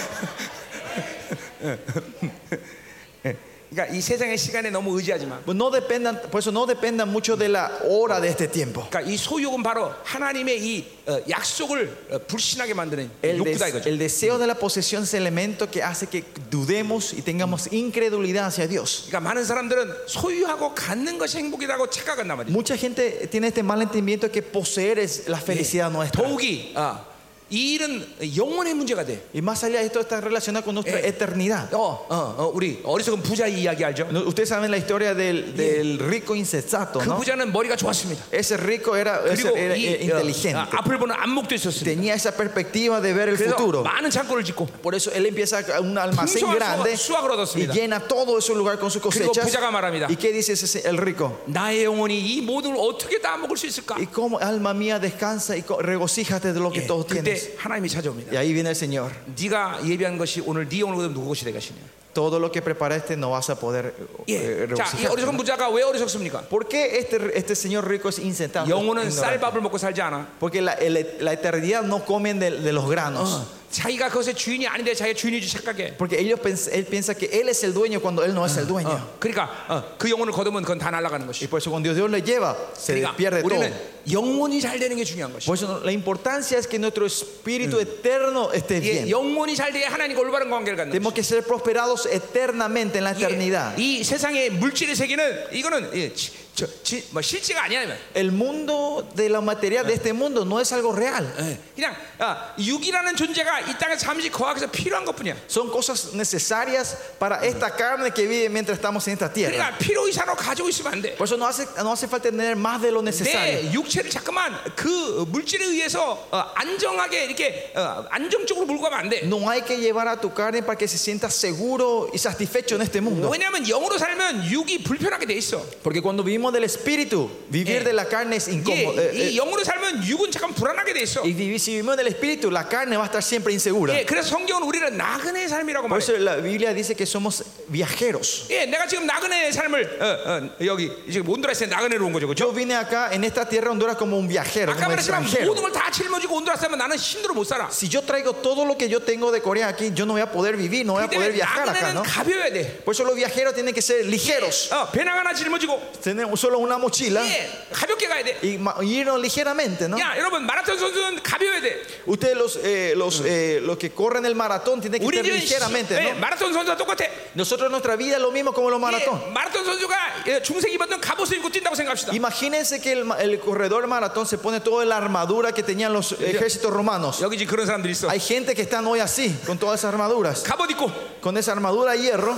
그러니까 이 세상의 시간에 너무 의지하지 마.
Pues No dependan, por eso no dependan mucho de la hora de este tiempo.
그러니까 이 소욕은 바로 하나님의 이 어, 약속을 어, 불신하게 man드는
El,
욕구다
des-
이거죠.
el deseo de la posesión es el elemento que hace que dudemos y tengamos incredulidad hacia Dios.
그러니까 많은 사람들은 소유하고 갖는 것이 행복이라고 착각한단 말이죠.
Mucha gente tiene este mal entendimiento que poseer es la felicidad nuestra.
더욱이 아, 이 일은 영혼의 문제가 돼.
Y más allá de esto está relacionado con nuestra
Eh.
eternidad.
어, 어, 어, 우리 어리석은 부자 이야기 알죠?
No, Ustedes saben la historia del, del rico insensato,
그
¿no?
부자는 머리가 좋았습니다.
Ese rico era, ese
그리고
era,
이,
eh,
어,
inteligente.
아, 앞을 보는 안목도 있었습니다.
Tenía esa perspectiva de ver el
그래서
futuro.
많은 창고를 짓고
Por eso él empieza un almacén
풍성한
grande
수확- 수확을
y
얻었습니다.
llena todo ese lugar con sus
그리고
cosechas.
부자가 말합니다.
¿Y qué dice ese- ese- el rico?
나의 영혼이 이 모든 걸 어떻게 다 먹을 수 있을까?
Y como alma mía descansa y co- regocíjate de lo que
예,
todos
그때
tienes.
하나님이 찾아옵니다.
Y ahí viene el Señor.
네가 예비한 것이 오늘 네 영혼으로 누구 것이 되겠느냐?
Todo lo que preparaste no vas a poder eh,
예. 자, 이
regocijarte.
어리석은 부자가 왜 어리석습니까?
¿Por qué este, este señor rico es insensato?
영혼은
Ignorante.
쌀밥을 먹고 살지 않아.
Porque la, el- la eternidad no comen de, de los granos.
어, Ah. 자기가 그것의 주인이 아닌데 자기가 주인인지 착각해.
Porque ellos pens- él piensa que él es el dueño cuando él no es el dueño.
ah. 그러니까 어, 그 영혼을 거두면 그건 다 날아가는
Y
것이.
por eso cuando Dios le lleva, se
그러니까
pierde todo.
우리는 영혼이 잘 되는 게 중요한 것이.
Por eso no- la importancia es que nuestro espíritu eterno esté
예,
bien.
영혼이 잘 돼야 하나님과 올바른 관계를 갖는 예,
Tenemos que ser prosperados eternamente en la eternidad.
것이. 이 세상의 물질의 세계는 이거는 예, 지, 저, 지, 뭐 실제가 아니야. 이거.
El mundo de la materia de este mundo no es algo real.
예, 그냥 아, 육이라는 존재가 이 땅에 잠시 거하기서 필요한 것뿐이야.
Son cosas necesarias para esta carne que vive mientras estamos en esta tierra.
그러니까 필요 이상으로 가지고 있으면 안 돼.
Por eso no hace, no hace falta tener más de lo necesario.
내 육체를 자꾸만 그 물질에 의해서 어, 안정하게 이렇게 어, 안정적으로 몰고 가면 안 돼.
No hay que llevar a tu carne para que se sienta seguro y satisfecho en este mundo.
왜냐하면 영으로 살면 육이 불편하게 돼 있어.
Porque cuando vivimos del espíritu, vivir
Eh.
de la carne es incómodo.
예,
Eh, eh,
이 영으로 살면 육은 잠깐 불안하게 돼 있어.
y vivir- si vivimos del espíritu, la carne va a estar siempre insegura.
예, 그래서 성경은 우리를 나그네의 삶이라고
Por
말해.
eso la Biblia dice que somos viajeros.
예, 내가 지금 나그네의 삶을 어, 어, 여기 지금 온드라스에 나그네로 온 거죠,
Yo
그렇죠?
vine acá en esta tierra de Honduras como un viajero,
아까
como un
말했지만
extranjero.
모든 걸 다 짊어지고 온드라스하면 나는 힘들어 못 살아.
Si yo traigo todo lo que yo tengo de Corea aquí, yo no voy a poder vivir, no voy a poder
그때
viajar acá,
나그네는
¿no?
가벼워야 돼.
Por eso los viajeros tienen que ser ligeros,
어, 배낭 하나 짊어지고
tener solo una mochila
예, 가볍게 가야 돼.
y ma- y irnos ligeramente, ¿no?
야, 여러분 마라톤 선수는 가벼워야 돼.
Ustedes los, eh, los, eh, los que corren el maratón tienen que
우리
estar
집은 시-
ligeramente,
예,
¿no?
마라톤 선수와 똑같아.
Nosotros nuestra vida es lo mismo como los maratón.
예, 마라톤 선수가 예, 중생 입었던 갑옷을 입고 뛴다고 생각합시다.
Imagínense que el, ma- el corredor maratón se pone toda la armadura que tenían los ejércitos romanos.
여기 지금 그런 사람들이 있어.
Hay gente que están hoy así, con todas esas armaduras.
갑옷 입고
Con esa armadura de hierro,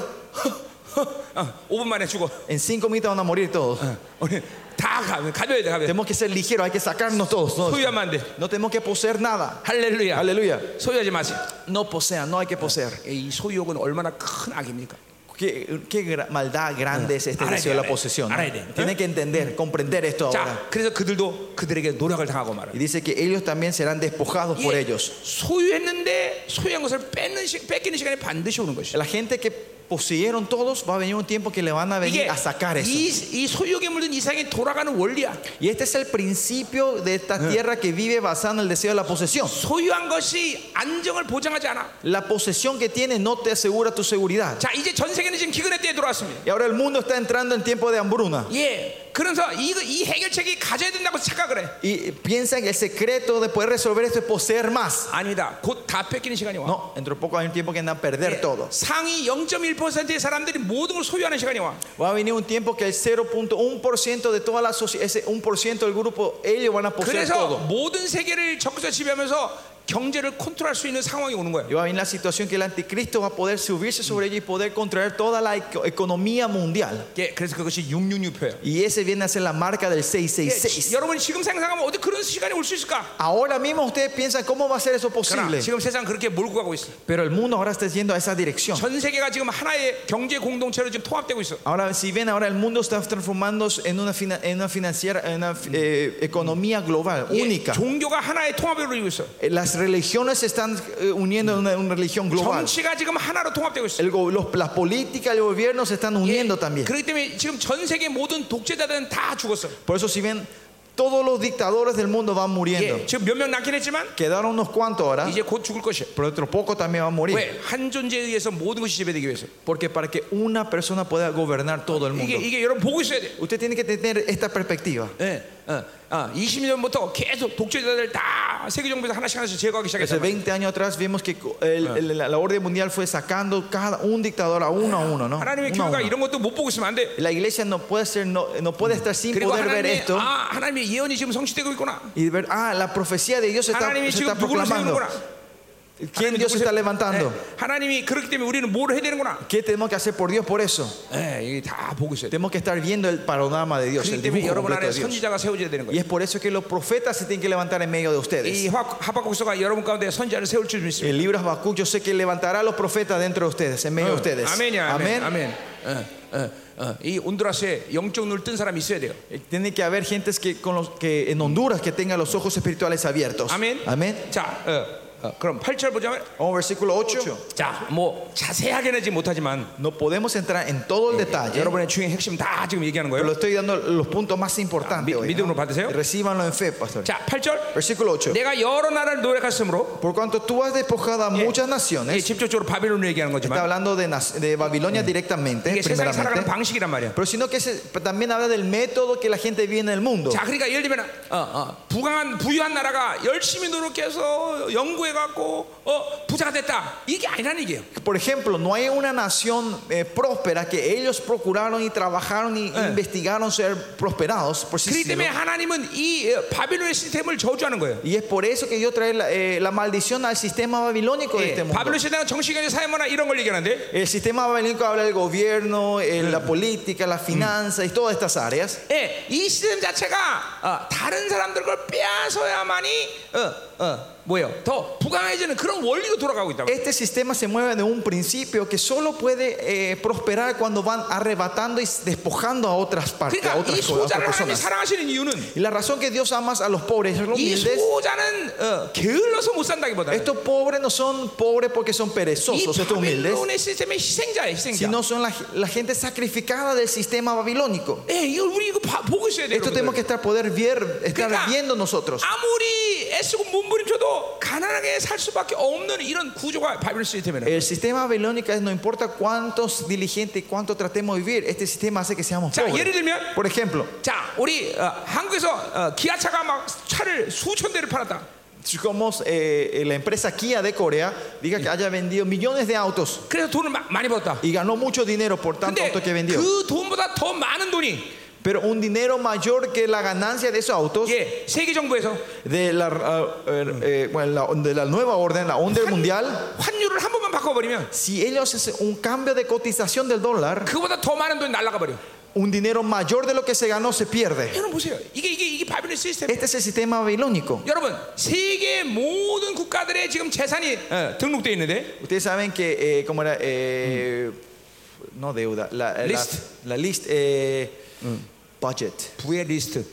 어, 5분 만에 죽어.
en cinco minutos van a morir todos.
우리 다 가, 가벼워야 돼, 가벼워.
Tenemos que ser ligeros, hay que sacarnos todos. No,
소유하면 안 돼.
No tenemos que poseer nada.
할렐루야.
Aleluya.
소유하지 마세요.
No posean, no hay que poseer.
예, 이 소유욕은 얼마나 큰 악입니까?
Qué, qué gra- maldad grande es este
Ahora
deseo
hay
de
que-
la posesión. ¿no?
ahora hay que-
Tienen que entender, comprender esto ahora.
자, 그래서 그들도 그들에게 노력을 당하고 말아.
Y dice que ellos también serán despojados por ellos.
소유했는데 소유한 것을 뺏는 시, 뺏기는 시간이 반드시 오는 것이야.
아, La gente que poseyeron todos va a venir un tiempo que le van a venir
이게
a sacar eso.
이, 이 소유욕에 물든 모든 이상이 돌아가는 원리야.
Y este es el principio de esta tierra que vive basado en el deseo de la posesión.
소유한 것이 안정을 보장하지 않아.
La posesión que tienes no te asegura tu seguridad.
자, 이제 전 세계는 지금 기근의 때에 들어왔습니다.
Y ahora el mundo está entrando en tiempo de hambruna.
예. 그래서 이, 이 해결책이 가져야 된다고 착각을 해.
Y piensan que el secreto de poder resolver esto es poseer más.
아니다. 곧 다 뺏기는 시간이 와.
No, dentro de poco hay un tiempo que andan a perder todo.
상위 0.1%의 사람들이 모든 걸 소유하는 시간이 와.
Va a venir un tiempo que el 0.1% de toda la sociedad, ese 1% del grupo, ellos van a poseer
그래서
todo.
모든 세계를 적극적 지배하면서 경제를 컨트롤할 수 있는 상황이 오는 거예요.
Y va a venir la situación que el anticristo va a poder subirse sobre ellos y poder controlar toda la eco- economía mundial.
예, 그래서 그것이 666표예요.
Y ese viene a ser la marca
예,
del 666.
여러분 지금 생각하면 어디 그런 시간이 올 수 있을까?
Ahora mismo ustedes piensan cómo va a ser eso
그러나
posible.
지금 세상 그렇게 몰고 가고 있어.
Pero el mundo ahora está yendo a esa dirección.
전 세계가 지금 하나의 경제 공동체로 지금 통합되고 있어.
Ahora, si ven, ahora el mundo está transformándose en una, fina- en una financiera, en una eh, economía global,
예,
única.
종교가 하나의 통합으로 이루고 있어.
Eh, Las religiones se están eh, uniendo en una, una religión global.
정치가 지금 하나로 통합되고 있어.
El go- los- las políticas y el gobierno se están
예,
uniendo también.
그렇기 때문에 지금 전 세계 모든 독재자들은 다 죽었어.
Por eso, si ven, todos los dictadores del mundo van muriendo.
예, 지금 몇 명 남긴 했지만
Quedaron unos cuantos ahora,
이제 곧 죽을 것이야.
pero otro poco también van a morir.
왜? 한 존재에 의해서 모든 것이 지배되기 위해서.
Porque para que una persona pueda gobernar todo el
이게
mundo,
이게 여러분 보고 있어야 돼.
usted tiene que tener esta perspectiva.
예, 어, 어, 20년부터 계속 독재자들 다 세계 정부에서 하나씩 하나씩 제거하기
Hace
시작했어요.
20 años atrás vimos que co- el- el- la, la orden mundial fue sacando cada un dictador a uno a uno, ¿no?
하나님의
Uno a
교회가
uno.
이런 것도 못 보고 있으면 안 돼.
La iglesia no puede ser no, no puede estar sin
그리고
poder ver
하나님의
esto
아 하나님의 예언이 지금 성취되고 있구나.
y ver ah la profecía de Dios se está,
하나님이
se
지금
está
누구를
proclamando.
세우는구나.
¿Quién Dios está levantando?
예, 하나님이 그렇기 때문에 우리는 뭘 해야 되는구나.
¿Qué tenemos que hacer por Dios por eso?
예, 이게 다 보고 있어요.
Tenemos que estar viendo el panorama de Dios,
그렇기
el
때문에
dibujo
여러분
completo
안에
de Dios.
선지자가 세워져야 되는
Y
거예요.
es por eso que los profetas se tienen que levantar en medio de
이
ustedes.
화- 하박국서가 여러분 가운데 선지자를 세울 줄 믿습니다.
El libro Habacuc, yo sé que levantará a los profetas dentro de ustedes, en
Ah,
medio de ustedes.
아멘이야, 네, 아멘, 아멘. 어, 어, 어, 이 온드라스에 영적 눈을 뜬 사람이 있어야 돼요.
Eh, Tiene que haber gentes que, con los, que en Honduras que tengan los ojos espirituales abiertos.
아멘. 자, 어, 어, 그럼 8절 보자면
Vamos al versículo 8.
자, 뭐 자세하게는 지금 못하지만
No podemos entrar en todo el detalle,
여러분의 중요한 핵심 다 지금 얘기하는 거예요.
pero le estoy dando los puntos más
Ah,
importantes.
mi-
hoy,
믿음으로 받으세요. 그렇죠.
Recíbanlo en fe, pastor.
자, 8절.
Versículo 8.
내가 여러 나라를 노력했으므로
Por cuanto tú has despojado a muchas
예,
naciones,
직접적으로 바벨론을 얘기하는
está
거지만
hablando de, nas- de Babilonia
이게
directamente,
세상이 살아가는
primeramente,
방식이란 말이야.
pero sino que se- también habla del método que la gente vive en el mundo.
자, 그러니까 예를 들면 어, 어, 부강한 부유한 나라가 열심히 노력해서 연구해 갖고 어, 부자가 됐다. 이게 아니라는 얘기예요.
Por ejemplo, no hay una nación eh, próspera que ellos procuraron y trabajaron y investigaron ser prosperados. Por sí
그렇기
solo.
때문에 하나님은 이 어, 바벨론의 시스템을 저주하는 거예요.
Y es por eso que yo trae la, eh, la maldición al sistema babilónico de
예,
este mundo.
바벨론 시스템은 정치경제 사회문화 이런 걸 얘기하는데
El sistema babilónico habla del gobierno, eh, la política, la finanza y todas estas áreas.
예, 이 시스템 자체가 어, 다른 사람들 걸 빼앗아야만이 어, 어, 뭐예요? 더 부강해지는 그런 원리로 돌아가고 있다.
Este sistema se mueve de un principio que solo puede eh, prosperar cuando van arrebatando y despojando a otras partes, a
그러니까
otras,
이
co- a otras
소자를 하나님이
personas.
사랑하시는 이유는
Y la razón que Dios ama a los pobres, a los
이
humildes,
소자는 어, 게을러서 못 산다기보다는
Estos pobres no son pobres porque son
이
perezosos, estos humildes,
바벨론의 시스템의 희생자예요, 희생자.
sino son la, la gente sacrificada del sistema babilónico.
예, 이거 우리 이거 봐- 보고 있어야 돼요.
Esto tenemos que
여러분들.
estar poder ver, estar
그러니까
viendo nosotros.
Ah. 아무리 애쓰고 몸부림쳐도 가난하게 살 수밖에 없는 이런 구조가 바벨론 시스템이에요.
El sistema babilónico es no importa cuántos diligentes y cuánto tratemos de vivir, este sistema hace que seamos
자, 예를
pobres.
들면
Por ejemplo,
자, 우리 어, 한국에서 어, 기아차가 막 차를 수천 대를 팔았다.
como eh, la empresa Kia de Corea diga que haya vendido millones de autos
그래서 돈을 마- 많이 벌었다.
y ganó mucho dinero por tanto
근데
auto que vendió,
그 돈보다 더 많은 돈이
pero un dinero mayor que la ganancia de esos autos
예, 세계 정부에서
de la, ah, eh, eh, bueno, la- de la nueva orden, la onda mundial,
환율을 한 번만 바꿔 버리면
si ellos hacen un cambio de cotización del dólar,
그보다 더 많은 돈이 날아가 버려.
un dinero mayor de lo que se ganó se pierde.
여러분 보세요. 이게 이게 이게 바벨론 시스템.
Este es el sistema babilónico.
여러분 세계 모든 국가들의 지금 재산이 등록되어 있는데
Ustedes saben que, eh, ¿cómo era? Eh, No deuda, la, eh, la-
List.
la list, eh, budget.
부의 리스트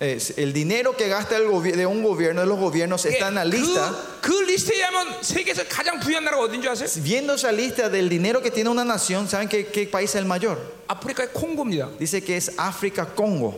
Es el dinero que gasta el gobi- de un gobierno, de los gobiernos, está en la lista.
예, 그, 그 리스트에 하면 세계에서 가장 부유한 나라가 어딘 줄 아세요?
Viendo esa lista del dinero que tiene una nación, ¿saben qué, qué país es el mayor?
아프리카의 콩고입니다.
Dice que es África Congo.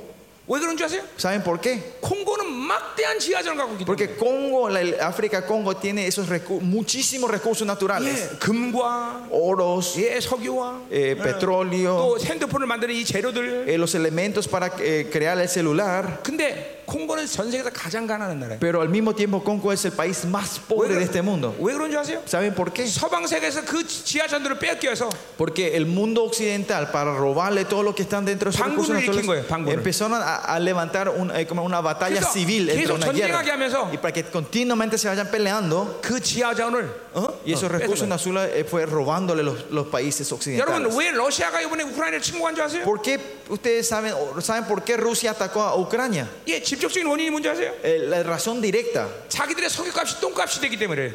왜 그런 줄 아세요?
¿Saben por qué?
콩고는 막대한 지하전을 갖고 있기 때문에.
Porque Congo, la el África Congo tiene esos recu- muchísimos recursos naturales.
예, 금과
Oros,
예, 석유와
eh, petróleo,
또 핸드폰을 만드는 이 재료들.
eh, los elementos para eh, crear el celular.
근데 콩고는 전 세계에서 가장 가난한 나라예요.
Pero al mismo tiempo Congo es el país más pobre de este mundo.
왜 그런 줄 아세요?
¿Saben por qué?
서방 세계에서 그 지하전들을 뺏겨서
Porque el mundo occidental, para robarle todo lo que están dentro de sus
Pangun을
recursos
일으킨
naturales,
거예요, pangun을.
empezaron a, a levantar un- eh, como una batalla
그래서
civil, entre
계속
una guerra.
전쟁하게 하면서
Y para que continuamente se vayan peleando, ¿ah?
그 지하전을 어?
y esos
어,
recursos
뺏은 거예요.
naturales eh, fue robándole los, los países occidentales.
여러분 왜 러시아가 이번에 우크라이나를 침공한 줄 아세요?
¿Por qué ustedes saben, o saben por qué Rusia atacó a Ucrania?
예, 직접적인 원인이 뭔지 아세요?
Eh, la razón directa,
자기들의 석유값이 똥값이 되기 때문에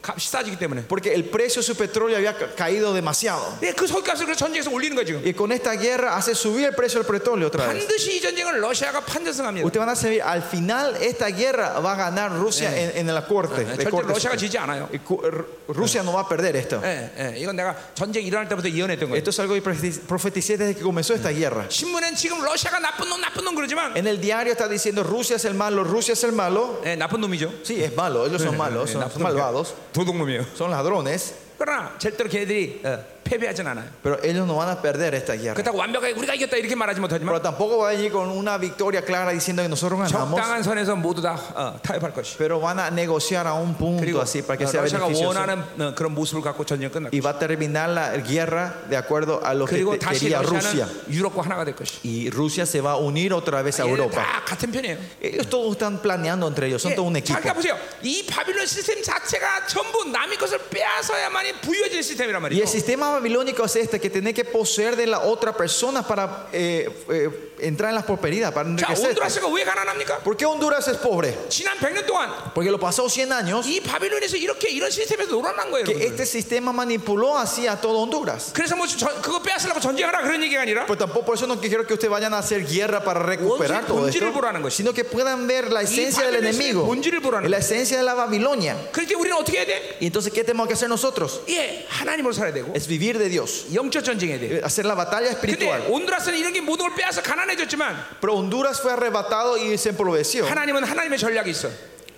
값이 싸지기 때문에.
porque el precio de su petróleo había ca- caído demasiado.
예, 그 석유값을 그래서 전쟁에서 올리는 거예요 지금.
Y con esta guerra hace subir el precio del petróleo otra vez.
반드시 이 전쟁은 러시아가 판전승합니다.
Ustedes van a saber, al final esta guerra va a ganar Rusia en, en la corte. de
절대
corte
러시아가
suprema.
지지 않아요.
Y cu- R- Rusia no va a perder esto.
예, 예, 이건 내가 전쟁 일어날 때부터 예언했던 거예요.
Esto es algo que profeti- profeticé desde que comenzó esta guerra.
신문엔 지금 러시아가 나쁜 놈 나쁜 놈 그러지만
En el diario está diciendo Rusia es el malo, Rusia es el malo.
예, 나쁜 놈이죠.
Sí, es malo, ellos son malos, son, son malvados,
도둑놈이에요.
son ladrones,
그러나 절대로 걔들이 어, 패배하진 않아요.
pero ellos no van a perder esta guerra.
그렇다고 완벽하게 u리가 이겼다 이렇게 말하지 못하지만
Pero tampoco va a ir con una victoria clara diciendo que nosotros ganamos,
적당한 선에서 모두 다 어, 타협할 것이.
pero van a negociar a un punto
그리고
así para que
어,
sea
러시아가
beneficioso.
원하는 어, 그런 모습을 갖고 전쟁 끝났고
Y va a terminar la guerra de acuerdo a lo que
그리고
te-
다시
quería Rusia.
러시아는 유럽과 하나가 될 것이.
Y Rusia se va a unir otra vez a
얘네들
Europa.
다 같은 편이에요.
Ellos todos están planeando entre ellos, son todo un
예,
equipo.
잘 보세요. 이 바빌론 시스템 자체가 전부 남의 것을 빼앗아야만이 부유해진 시스템이란
Y el
말이죠.
sistema babilónico es este, que tiene que poseer de la otra persona para eh, eh, entrar en la prosperidad, para
자,
enriquecer.
온두라스가 왜 가난합니까?
¿Por qué Honduras es pobre?
지난 100년 동안
Porque lo pasó 100 años
이 바빌론에서 이렇게 이런 시스템에서 놀아난 거예요.
que
여러분들.
este sistema manipuló así a todo Honduras.
그래서 뭐 저- 그거 빼앗으려고 전쟁하라 그런 얘기가 아니라
Pero Pues tampoco por eso no quiero que ustedes vayan a hacer guerra para recuperar
Once-
todo
본질을
esto,
보라는 것이죠.
sino que puedan ver la esencia del
바벨론의
enemigo,
본질을 보라는
la esencia de la Babilonia.
그럴 때 우리는 어떻게 해야 돼?
Y entonces, ¿qué tenemos que hacer nosotros?
예, 하나님으로 살아야 되고
Es vivir de Dios,
영적 전쟁해야 돼.
eh, hacer la batalla
근데
espiritual.
온두라스는 이런 게 모든 걸 빼앗아 가난해졌지만
Pero Honduras fue arrebatado y se empobreció.
하나님은 하나님의 전략이 있어.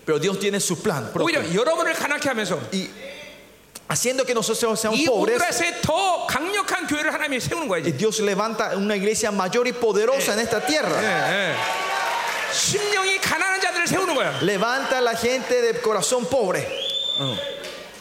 Pero Dios tiene su plan propio.
오히려 여러분을 가난케 하면서
Y haciendo que nosotros seamos
이
pobres,
온두라스에 더 강력한 교회를 하나님이 세우는 거야 이제.
Dios levanta una iglesia mayor y poderosa en esta
Eh.
tierra.
심령이 가난한 자들을 세우는 거야.
Levanta a la gente de corazón pobre,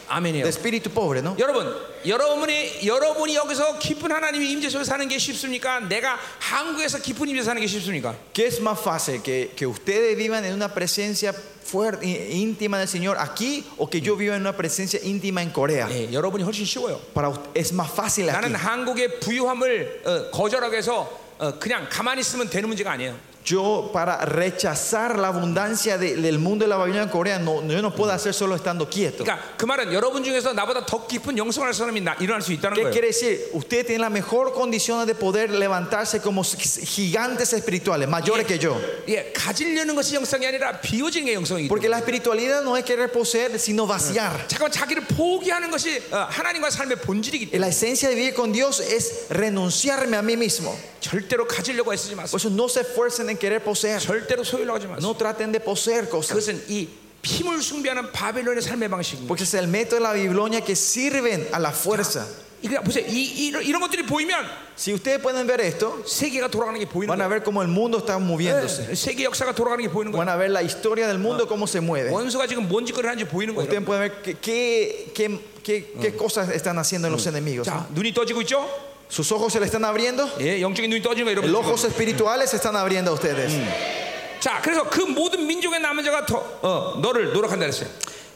아멘이요.
de espíritu pobre, ¿no?
네. 여러분, 여러분이 여러분이 여기서 깊은 하나님의 임재 속에 사는 게 쉽습니까? 내가 한국에서 깊은 임재 사는 게 쉽습니까?
¿Qué es más fácil? ¿Que, que ustedes vivan en una presencia fuerte, í- íntima del Señor aquí o que yo viva en una presencia íntima en Corea?
예, 여러분이 훨씬 쉬워요.
Para, ust- es más fácil aquí.
나는 한국의 부유함을 어, 거절하게 해서 어, 그냥 가만히 있으면 되는 문제가 아니에요.
Yo para rechazar la abundancia de- del mundo de la Babilonia en Corea, no, yo no puedo hacer solo estando quieto.
그러니까 그 말은 여러분 중에서 나보다 더 깊은 영성을 할 사람이 나, 일어날 수 있다는
¿Qué
거예요.
quiere decir? Usted tiene las mejor condiciones de poder levantarse como gigantes espirituales, mayores que yo.
예, 가지려는 것이 영성이 아니라 비워지는 게 영성이기 때문에.
Porque la espiritualidad no es querer poseer, sino vaciar.
잠깐만 자기를 포기하는 것이 어, 하나님과 삶의 본질이기 때문에
La esencia de vivir con Dios es renunciarme a mí mismo.
절대로 가지려고 애쓰지 마세요.
Por eso no se esfuercen en querer poseer.
절대로 소유하려고 하지 마세요.
No traten de poseer cosas.
그것은 이 힘을 숭배하는 바벨론의 삶의 방식입니다.
Porque es el método de la Babilonia que sirven a la fuerza.
이거 그러니까 보세요. 이, 이런, 이런 것들이 보이면
Si ustedes pueden ver esto,
세계가 돌아가는 게 보이는
van a
거예요.
ver cómo el mundo está moviéndose.
네, 세계 역사가 돌아가는 게 보이는 거예요.
Van a ver la historia del mundo, cómo se mueve.
원수가 지금 뭔 짓거리를 하는지 보이는 거예요.
Ustedes pueden ver qué, qué, qué, qué- qué cosas están haciendo los enemigos.
자, 눈이 떠지고 있죠?
Sus ojos se le están abriendo.
예, 영적인 눈이 떠지는 거예요,
Los
여러분.
ojos espirituales se están abriendo a ustedes.
자, 그래서 그 모든 민족의 남은 자가 더, 어, 너를 노력한다 그랬어요.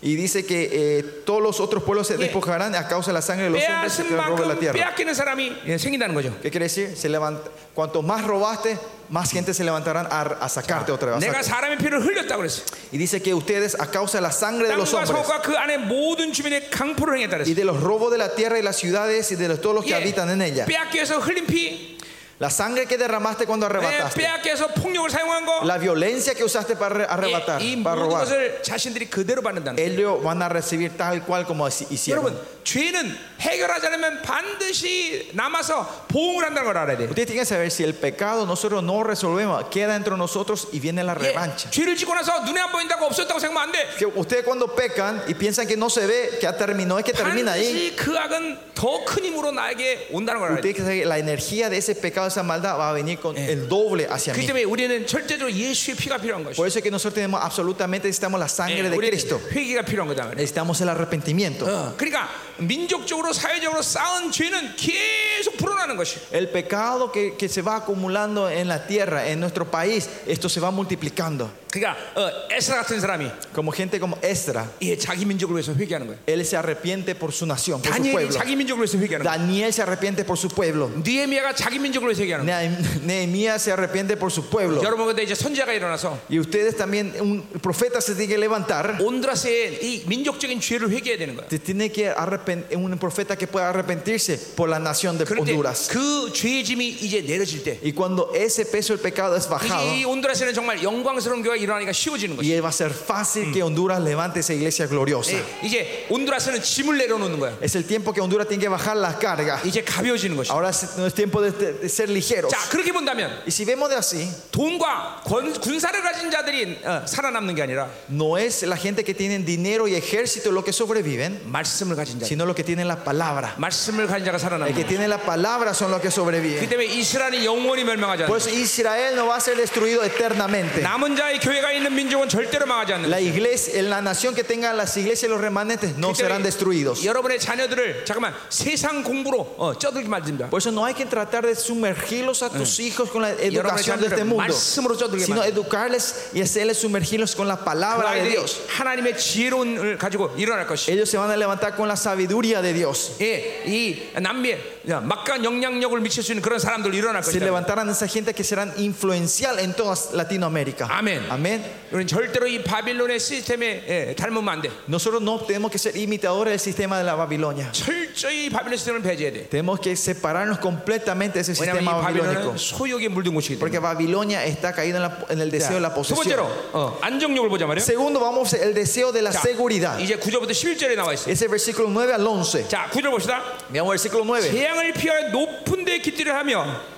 Y dice que eh, todos los otros pueblos se despojarán a causa de la sangre de los hombres que
빼앗은
roban la
만큼
tierra.
빼앗기는 사람이 예, 생긴다는 거죠.
¿Qué quiere decir? Se levanta, cuanto más robaste, más gente se levantarán a, a sacarte otra vez. a
내가
sac-
사람의 피를 흘렸다고 그랬어요.
Y dice que ustedes, a causa de la sangre de los
땅과
hombres
성과 그 안에 모든 주민의 강포를 행했다
y
그랬어요.
de los robos de la tierra y las ciudades y de los- todos los que
예,
habitan en ella,
빼앗기 위해서 흘린 피
La sangre que derramaste cuando
내
arrebataste.
빼앗겨서 네, 폭력을 사용한 거
La violencia que usaste para arre- arrebatar,
예, 이
para
모든
robar.
것을 자신들이 그대로 받는다는 거예요.
Ellos van a recibir tal cual como así hicieron.
여러분 죄는 해결하지 않으면 반드시 남아서 보응을 한다는 걸 알아야 돼요.
Ustedes tienen que saber si el pecado nosotros no resolvemos, queda entre nosotros y viene la
예,
revancha.
죄를 짓고 나서 눈에 안 보인다고 없었다고 생각하면 안 돼.
Que ustedes cuando pecan y piensan que no se ve, que ya terminó, es que termina ahí.
반드시 그 악은 더 큰 힘으로 나에게 온다는 걸 알아야 돼.
Ustedes que saben que la energía de ese pecado, de esa maldad, va a venir con el doble hacia
그렇기
mí.
때문에 우리는 절대적으로 예수의 피가 필요한 것이.
Por eso es que nosotros tenemos absolutamente necesitamos la sangre de
우리
Cristo.
회개가 필요한 거다. 말이야.
Necesitamos el arrepentimiento.
어, 그러니까 민족적으로 사회적으로 쌓은 죄는 계속 불어나는 것이.
El pecado que, que se va acumulando en la tierra, en nuestro país, esto se va multiplicando.
그러니까 어, 에스라 같은 사람이
Como gente como Estra,
예, 자기 민족을 위해서 회개하는 거야.
él se arrepiente por su nación, por su
다니엘이
pueblo.
자기 민족을 위해서 회개하는 거야.
Daniel se arrepiente por su pueblo.
느헤미야가 자기 민족을 위해서 회개하는 거야.
Neh- Nehemías se arrepiente por su pueblo.
여러분 근데 이제 선자가 일어나서
Y ustedes también, un profeta se tiene que levantar.
온드라스의 이 민족적인 죄를 회개해야 되는 거야.
Se tiene que arrepentir, un profeta que pueda arrepentirse por la nación de
그런데
Honduras.
그 죄의 짐이 이제 내려질 때
Y cuando ese peso del pecado es bajado,
이제 이 온드라스는 정말 영광스러운 교회가 일어나니까 쉬워지는
y
것이.
él va a ser fácil que Honduras levante esa iglesia gloriosa.
예, 이제 온드라스는 짐을 내려놓는 거야.
Es el tiempo que Honduras tiene que bajar las cargas.
이제 가벼워지는 것이.
Ahora es- no es tiempo de, de ser ligeros.
자 그렇게 본다면
Y si vemos de así,
돈과 권, 군사를 가진 자들이 어, 살아남는 게 아니라
no es la gente que tienen dinero y ejército lo que sobreviven,
말씀을 가진 자.
sino lo que tienen la palabra.
말씀을 가진 자가
El
살아남는
que
거야.
tiene la palabra son los que
그렇기
sobreviven.
때문에 이스라엘이 영원히 멸망하지 않는
Por
거야.
eso Israel no va a ser destruido eternamente.
남은 자의 교회가 있는 민족은 절대로 망하지 않는
La iglesia, en la nación que tengan las iglesias y los remanentes no serán destruidos.
여러분의 자녀들을 잠깐만 세상 공부로 어, 쩌들지 말입니다.
Por eso no hay que tratar de sumergirlos a tus hijos con la educación de este mundo,
말씀으로 쩌들게
sino
만들어.
educarles y hacerles sumergirlos con la
그
palabra de
아이들이
Dios.
하나님의 지혜론을 가지고 일어날 것이.
Ellos se van a levantar con la sabiduría de Dios.
예, 이 남미에 막강한 영향력을 미칠 수 있는 그런 사람들 일어날
Se
것이다.
levantarán esa gente que serán influencial en toda Latinoamérica.
Amén.
Amén.
우리는 절대로 이 바빌론의 시스템에 예, 닮으면 안 돼.
Nosotros no tenemos que ser imitadores del sistema de la Babilonia.
철저히 바빌론 시스템을 배제해야 돼.
Tenemos que separarnos completamente de ese
왜냐하면 이
sistema babilónico.
바빌론은 소욕에 물든 곳이기
Porque
때문에.
Babilonia está caída en, la- en el
자,
deseo de la
두 번째로
posesión.
어, 안정력을 보자 말이야.
Segundo, vamos el deseo de la
자,
seguridad.
이제 9절부터 11절에 나와 있어.
Ese versículo 9 al 11.
자, 9절 봅시다.
Veamos versículo 9.
재앙을 피하여 높은 데 깃들을 하며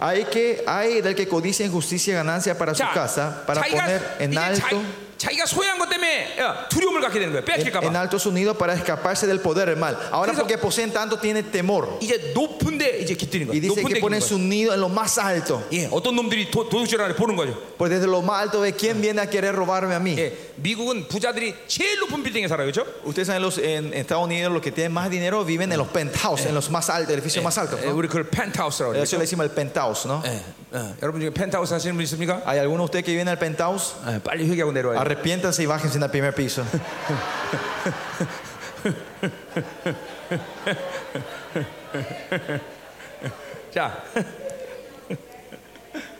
Hay que hay del que codicia injusticia y ganancia para su casa, para poner en
이제
alto
자기, 가 소유한 것 때문에 야, 두려움을 갖게 되는 거예요.
en,
빼앗길까봐.
en alto su nido para escaparse del poder del mal. Ahora
그래서-
porque poseen tanto tiene temor
이제 높은데 이제 깃드는
y
거예요. 높은데
dice que
깃드는
ponen
거예요.
su nido en lo más alto,
예, 어떤 놈들이 도, 도둑질 하는 보는 거죠.
pues desde lo más alto ve quién viene a querer robarme a mí.
예, 미국은 부자들이 제일 높은 빌딩에 살아요, 그렇죠?
Ustedes saben los en Estados Unidos los que tienen más dinero viven en los penthouses, en los más altos, edificios más altos.
예,
¿no?
우리 그걸 펜트하우스라고
A
그래요.
Eso le decimos el penthouse, ¿no?
예, 예. 여러분 중에 펜트하우스 사시는 분 있습니까?
¿Hay alguno de ustedes que vive en el penthouse?
예, 빨리 회개하고 내려와요.
Arrepiéntanse y bájense en el primer piso.
자.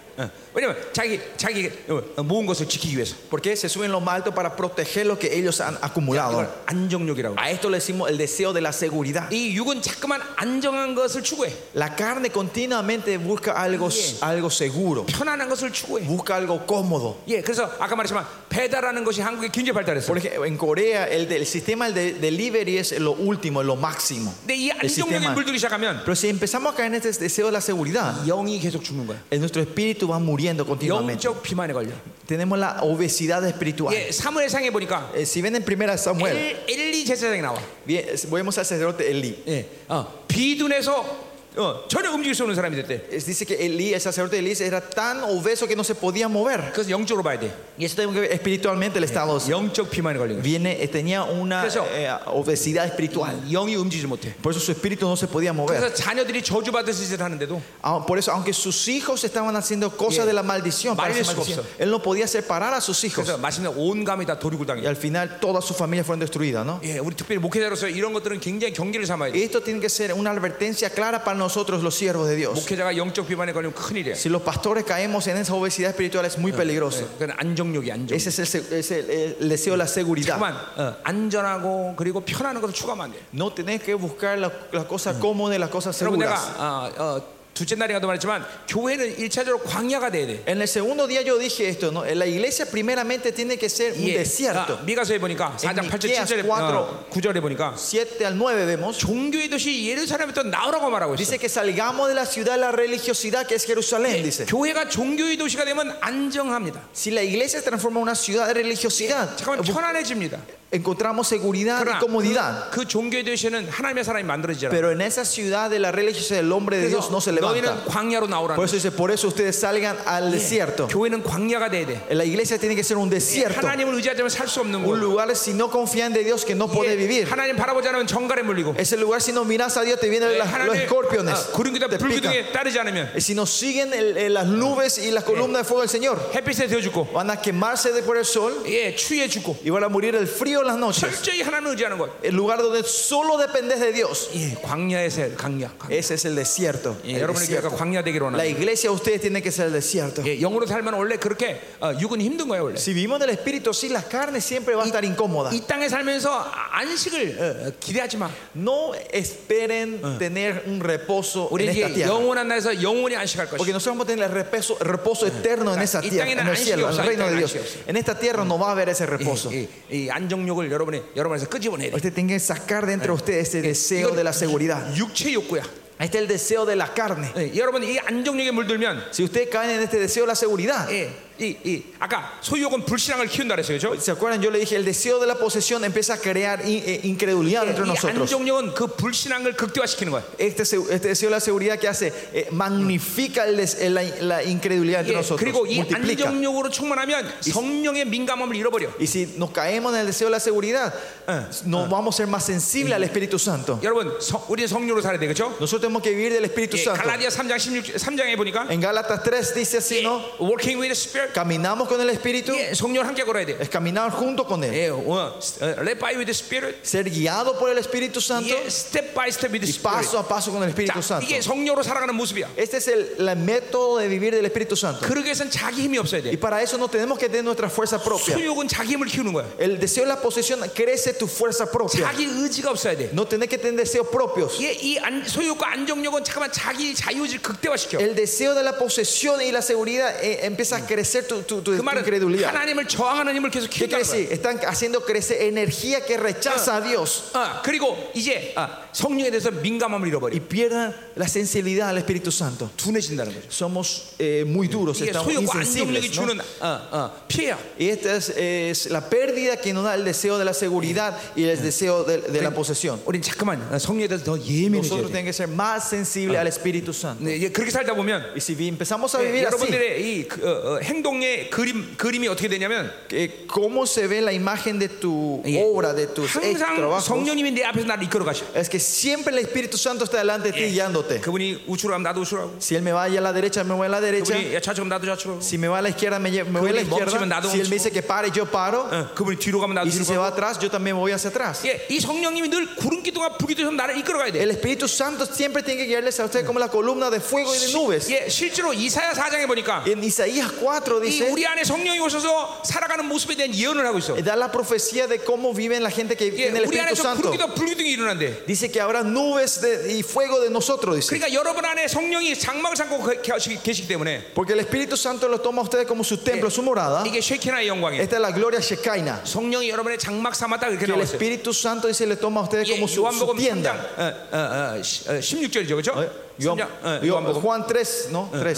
*laughs* 예, 왜냐면 자기 자기 어, 모은 것을 지키기 위해서
*laughs* Porque se suben lo más alto para proteger lo que ellos han
이걸
acumulado.
안정력이라고. 그래요.
A esto le decimos el deseo de la seguridad.
이 육은 자꾸만 안정한 것을 추구해.
La carne continuamente busca algo, algo seguro,
편안한 것을 추구해.
busca algo cómodo.
예, 그래서 아까 말했지만 배달하는 것이 한국에 굉장히 발달했어요.
Por ejemplo, en Corea el, del sistema de delivery es lo último, lo máximo.
근데 이 안정적인
시스템만.
물들기 시작하면
Pero si empezamos a caer en este deseo de la seguridad,
영이 계속 죽는 거야.
en nuestro espíritu va muriendo continuamente.
영적 비만에 걸려.
Tenemos la obesidad espiritual.
예, 사무엘상에 보니까
Eh, Si ven en primera Samuel,
엘, 엘리 제사장이 나와.
bien, vemos al sacerdote Elí.
예, 어, 비둔에서 어, 전혀 움직일 수 없는 사람이 됐대.
Es- Dice que Elí, el sacerdote Elí era tan obeso que no se podía mover.
그래서 영적으로 봐야 돼.
Y eso tenemos que ver espiritualmente el estado.
영적 비만에 걸린 거야.
Viene, eh, tenía una
Eso.
eh, obesidad espiritual.
영이 움직이지 못해.
Por eso su espíritu no se podía mover.
그래서 자녀들이 저주받을 짓을 하는데도
Ah, Por eso, aunque sus hijos estaban haciendo cosas de la maldición, para
Maril
esa
suga
maldición,
없어.
él no podía separar a sus hijos.
그래서 마침내 온 감이 다 도륙을
Y
당해.
al final, todas sus familias fueron destruidas. ¿no?
예, 우리 특별히 목회자로서 이런 것들은 굉장히 경계를 삼아야 돼.
Esto tiene que ser una advertencia clara para nosotros, los siervos de Dios.
목회자가 영적 비만에 걸리면 큰일이야.
Si los pastores caemos en esa obesidad espiritual, es muy peligroso.
그건 안정력이 안정.
Ese es el, se- es el- el deseo de la seguridad.
그만 어, 안전하고 그리고 편안한 것을 추구하면 안 돼.
No tenés que buscar la- las cosas cómodas y las cosas
여러분
seguras.
내가 어, 어, 둘째 날에 가도 말했지만 교회는 일차적으로 광야가 돼야 돼.
En el segundo día yo dije esto, ¿no? La iglesia primeramente tiene que ser un
예.
desierto.
아, 미가서에
음,
보니까 4장 8절
미케아스
7절에 어, 9절에 보니까
7 al 9 vemos,
종교의 도시 예루살렘에 또 나오라고 말하고 있어.
dice que salgamos de la ciudad de la religiosidad que es Jerusalén, dice.
교회가 종교의 도시가 되면 안정합니다.
Si la iglesia se transforma en una ciudad de religiosidad,
잠깐만 편안해집니다.
encontramos seguridad y
그러나
comodidad.
그, 그 종교의 도시는 하나님의 사람이 만들어지잖아.
Pero en esa ciudad de la religiosidad el hombre de Dios no se levanta.
너희는 광야로 나오라.
Por eso dice, por eso ustedes salgan al desierto.
교회는 광야가 돼야 돼.
La iglesia tiene que ser un desierto.
하나님을 의지하자면 살 수 없는
Un
곳.
lugar si no confían de Dios que no puede
예,
vivir.
하나님 바라보지 않으면 정갈에 물리고.
Ese lugar si no miras a Dios te vienen las- los
네, 하나님 아,
escorpiones.
구름기다
Te pican.
불기둥에 따르지 않으면
Y Si nos siguen el- el- las nubes y las columnas de fuego del Señor,
햇빛에 되어 죽고
van a quemarse de por el sol
예 추위에 죽고
y van a morir el frío en las noches.
철저히 하나님을 의지하는 것.
El lugar donde solo dependes de Dios.
예 광야에서 광야. 광야.
Ese es el desierto.
예,
el
여러분의 교회가
desierto.
광야 되기로
La
하는.
iglesia de ustedes tiene que ser el desierto.
예 영으로 살면 원래 그렇게 어, 육은 힘든 거예요 원래.
Si vivimos del espíritu, sí, las carnes siempre van a estar incómodas.
이 땅에 살면서 안식을 어, 어, 기대하지 마.
No esperen tener un reposo en
우리
esta
이제
tierra.
영원한 날에서 영원히 안식할 것이.
Porque nosotros vamos a tener el reposo, reposo eterno en esa
Y
tierra,
están
en el
en
cielo, en el
ansiosa,
reino de
están Eh,
Dios.
ansiosa.
En esta tierra no va a haber ese reposo.
이, 이, 이 안정욕을 여러분이 여러분에서 끄집어내야 돼.
Usted tiene que sacar de entre ustedes
Eh,
ese deseo de la seguridad.
육체 욕구야.
Este es el deseo de la carne.
예, 여러분 이 안정욕에 물들면
Si ustedes caen en este deseo de la seguridad,
예, 이, 이 아까 소유욕은 불신앙을 키운다 그랬어요. 그죠?
¿se acuerdan? Yo le dije, el deseo de la posesión empieza a crear in- eh, incredulidad
예,
entre
이
nosotros.
안정욕은 그 불신앙을 극대화시키는 거야.
Este, se- este deseo de la seguridad que hace eh, magnifica el des- eh, la, la incredulidad entre
예,
nosotros.
그리고 이
Multiplica.
안정욕으로 충만하면 성령의 민감함을 잃어버려.
Y si nos caemos en el deseo de la seguridad,
Eh,
no vamos a ser más sensibles al Espíritu Santo.
여러분, 성- 우리는 성령으로 살아야 돼, 그렇죠?
Nosotros tenemos que vivir del Espíritu
예,
Santo.
갈라디아 3장 16 3장에 보니까
En Gálatas 3 dice
예,
así, ¿no?
working with the spirit,
Caminamos con el Espíritu,
예, 성령을 함께 걸어야 돼.
es caminar junto con Él.
예, 어, 어, led by with the spirit,
Ser guiado por el Espíritu Santo
예, step by step with the
y
spirit.
paso a paso con el Espíritu
자,
Santo.
이게 성령으로 살아가는 모습이야.
Este es el, el método de vivir del Espíritu Santo.
그러기 위해서는 자기 힘이 없어야
Y
돼.
para eso no tenemos que tener nuestra fuerza propia.
소욕은 자기 힘을 키우는 거야.
El deseo de la posesión crece tu fuerza propia.
자기 의지가 없어야 돼.
No tenés que tener deseos propios.
예, 이 안- 소욕과 안정력은 잠깐만 자기 자유의지를 극대화시켜.
El deseo de la posesión y la seguridad eh, empieza a crecer tu, tu, tu-
그
tu
말은
incredulidad.
하나님을 저항하는 힘을 계속
¿Qué
키운다는
quiere
거야.
decir? Están haciendo crecer energía que rechaza a Dios.
아, 그리고 이제 아, 성령에 대해서 민감함을
y
잃어버려.
pierdan la sensibilidad al Espíritu Santo.
둔해진다는 거죠.
Somos eh, muy duros,
이게
estamos
소욕과 안정력이
insensibles. ¿no? Ah,
주는 어, 어, 피해야.
Y esta es, es la pérdida que nos da el deseo de la seguridad y el deseo de, de la posesión.
우린 잠깐만 어, 성령에 대해서 더 예민해져야
Nosotros
돼.
tenemos que ser más sensibles al Espíritu Santo.
네, 예, 그렇게 살다 보면
Y si vi- empezamos a
예,
vivir así,
여러분들의 이 그, 어, 어, 행동의 그림 그림이 어떻게 되냐면
que ¿cómo se ve la imagen de tu
예,
obra, de tus ex-
항상
trabajos?
성령님이 내 앞에서 나를 이끌어 가셔.
Es que siempre el Espíritu Santo está delante de ti guiándote.
그분이 우측으로 가면 나도 우측으로 가고
Si Él me va a la derecha, me voy a la derecha.
그분이 좌측으로 가면 나도 좌측으로 가고
Si me va a la izquierda, me, lle- me voy a la
그분이 멈추면
izquierda.
나도
Si Él me dice que pare, yo paro.
어, 그분이 뒤로 가면 나도
Y si se
뒤로
va
가고
atrás, yo también me voy hacia atrás.
예, 이 성령님이 늘 구름 기둥과 불기둥처럼 나를 이끌어 가야 돼.
El Espíritu Santo siempre tiene que guiarles a ustedes como la columna de fuego y de nubes.
예, 실제로 이사야 4장에 보니까
En Isaías 4
이
dice,
우리 안에 성령이 오셔서 살아가는 모습에 대한 예언을 하고 있어.
da la profecía de cómo viven la gente que
예,
tiene el
우리 안에서
Espíritu Santo.
구름기둥 불기둥이 일어난대.
Dice que habrá nubes de- y fuego de nosotros, dice.
그러니까 여러분 안에 성령이 장막을 삼고 계- 계시- 계시기 때문에
Porque el Espíritu Santo lo toma a ustedes como su templo, su morada.
이게 쉐키나의 아? 영광이에요.
Esta es la gloria Shekinah.
성령이 여러분의 장막 삼았다 그렇게
Que el
나와 있어요.
Espíritu Santo dice le toma a ustedes
예,
como su, su
요한복음 3장
tienda.
어, 어, 어, 시- 어, 16절이죠, 그렇죠?
¿Eh? Juan- Juan- Eh,
요한복음
Juan 3, ¿no? 3.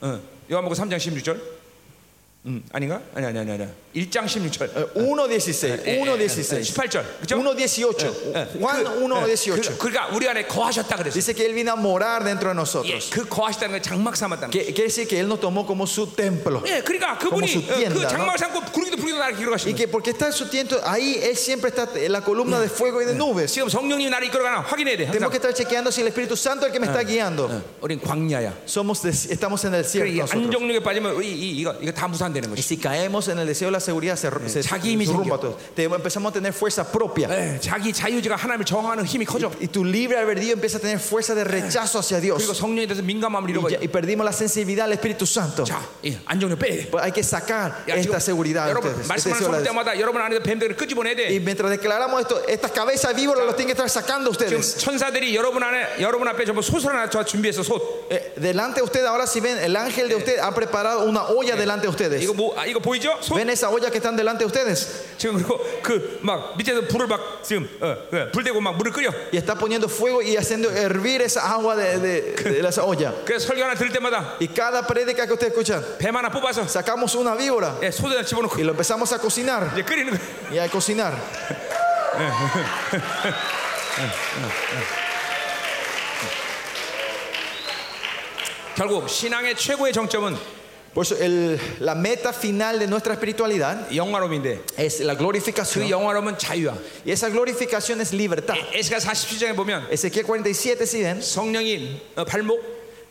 어, 요한복음 3장 16절. 음, 아닌가? 아니 아니 아니 아니. 1장
Eh,
16절. 예,
1.16. 1.16.
18절. 그죠?
1.18. Juan 1.18.
그, 그러니까 우리 안에 거하셨다 그랬어.
Dice que Él vino a morar dentro de
예,
nosotros.
그 거하시다는 건 장막 삼았다는
Que-
거.
quiere decir que Él nos tomó como su templo.
예, 그러니까 그분이
como su
어, 그
tienda,
장막을 삼고 구름기도 불기도 나를 이끌어
Y
가시는 거예요.
que porque está en su tiempo, ahí Él siempre está en la columna de fuego y de nubes.
지금 성령님이 나를 이끌어 가나 확인해야 돼.
Tenemos
항상. 어,
que estar chequeando si el Espíritu Santo es el que me está
Ah.
guiando.
우린 광야야.
Somos des- estamos en el
예, 그래 이
cielo. nosotros.
안정력에 빠지면 이, 이, 이거 이거 다 무산 안 되는
Y
것이.
si caemos en el deseo de la seguridad, se, se, se
자기 힘이
derrumba
생겨.
todo. Te- empezamos a tener fuerza propia.
에, 자기 자유지가 하나님을 정하는 예. 힘이 커져.
Y tu libre albedrío empieza a tener fuerza de rechazo hacia
그리고
Dios.
성령에 대해서 민감함을
Y,
잃어버려.
ya- y perdimos la sensibilidad al Espíritu Santo.
자, 예, 안정을 빼야 돼.
Pues hay que sacar
야, 지금
esta seguridad.
여러분
entonces, este
말씀하는
deseo
소리
de la-
때마다 여러분 안에서 뱀들을 끄집어내야 돼.
Y mientras declaramos esto, estas cabezas víboras las tienen que estar sacando
지금
ustedes.
천사들이 여러분 안에 여러분 앞에 전부 솥을 하나 저 준비해서 솥.
Eh, delante de ustedes, ahora si ven, el ángel de ustedes ha preparado una olla delante de ustedes.
이거 뭐 아, 이거 보이죠? 솥.
¿Ven esa olla que están delante de ustedes?
지금 그리고 그 막 밑에서 불을 막 지금 어, 그 불대고 막 물을 끓여.
Y está poniendo fuego y haciendo hervir esa agua de, de- de esa olla.
그래서 설교 하나 들을 때마다
Y cada prédica que ustedes escuchan,
뱀 하나 뽑아서
sacamos una víbora
예, 솥에다 집어넣고
y lo empezamos a cocinar.
이제 끓이는 거예요.
Y a cocinar.
결국 신앙의 최고의 정점은
Por eso, el- la meta final de nuestra espiritualidad
영화로움인데
es la
그
glorificación.
영화로움은 자유야.
Y esa glorificación es libertad.
에스가 47장에 보면
Ezequiel 47, si ven,
성령이 어, 발목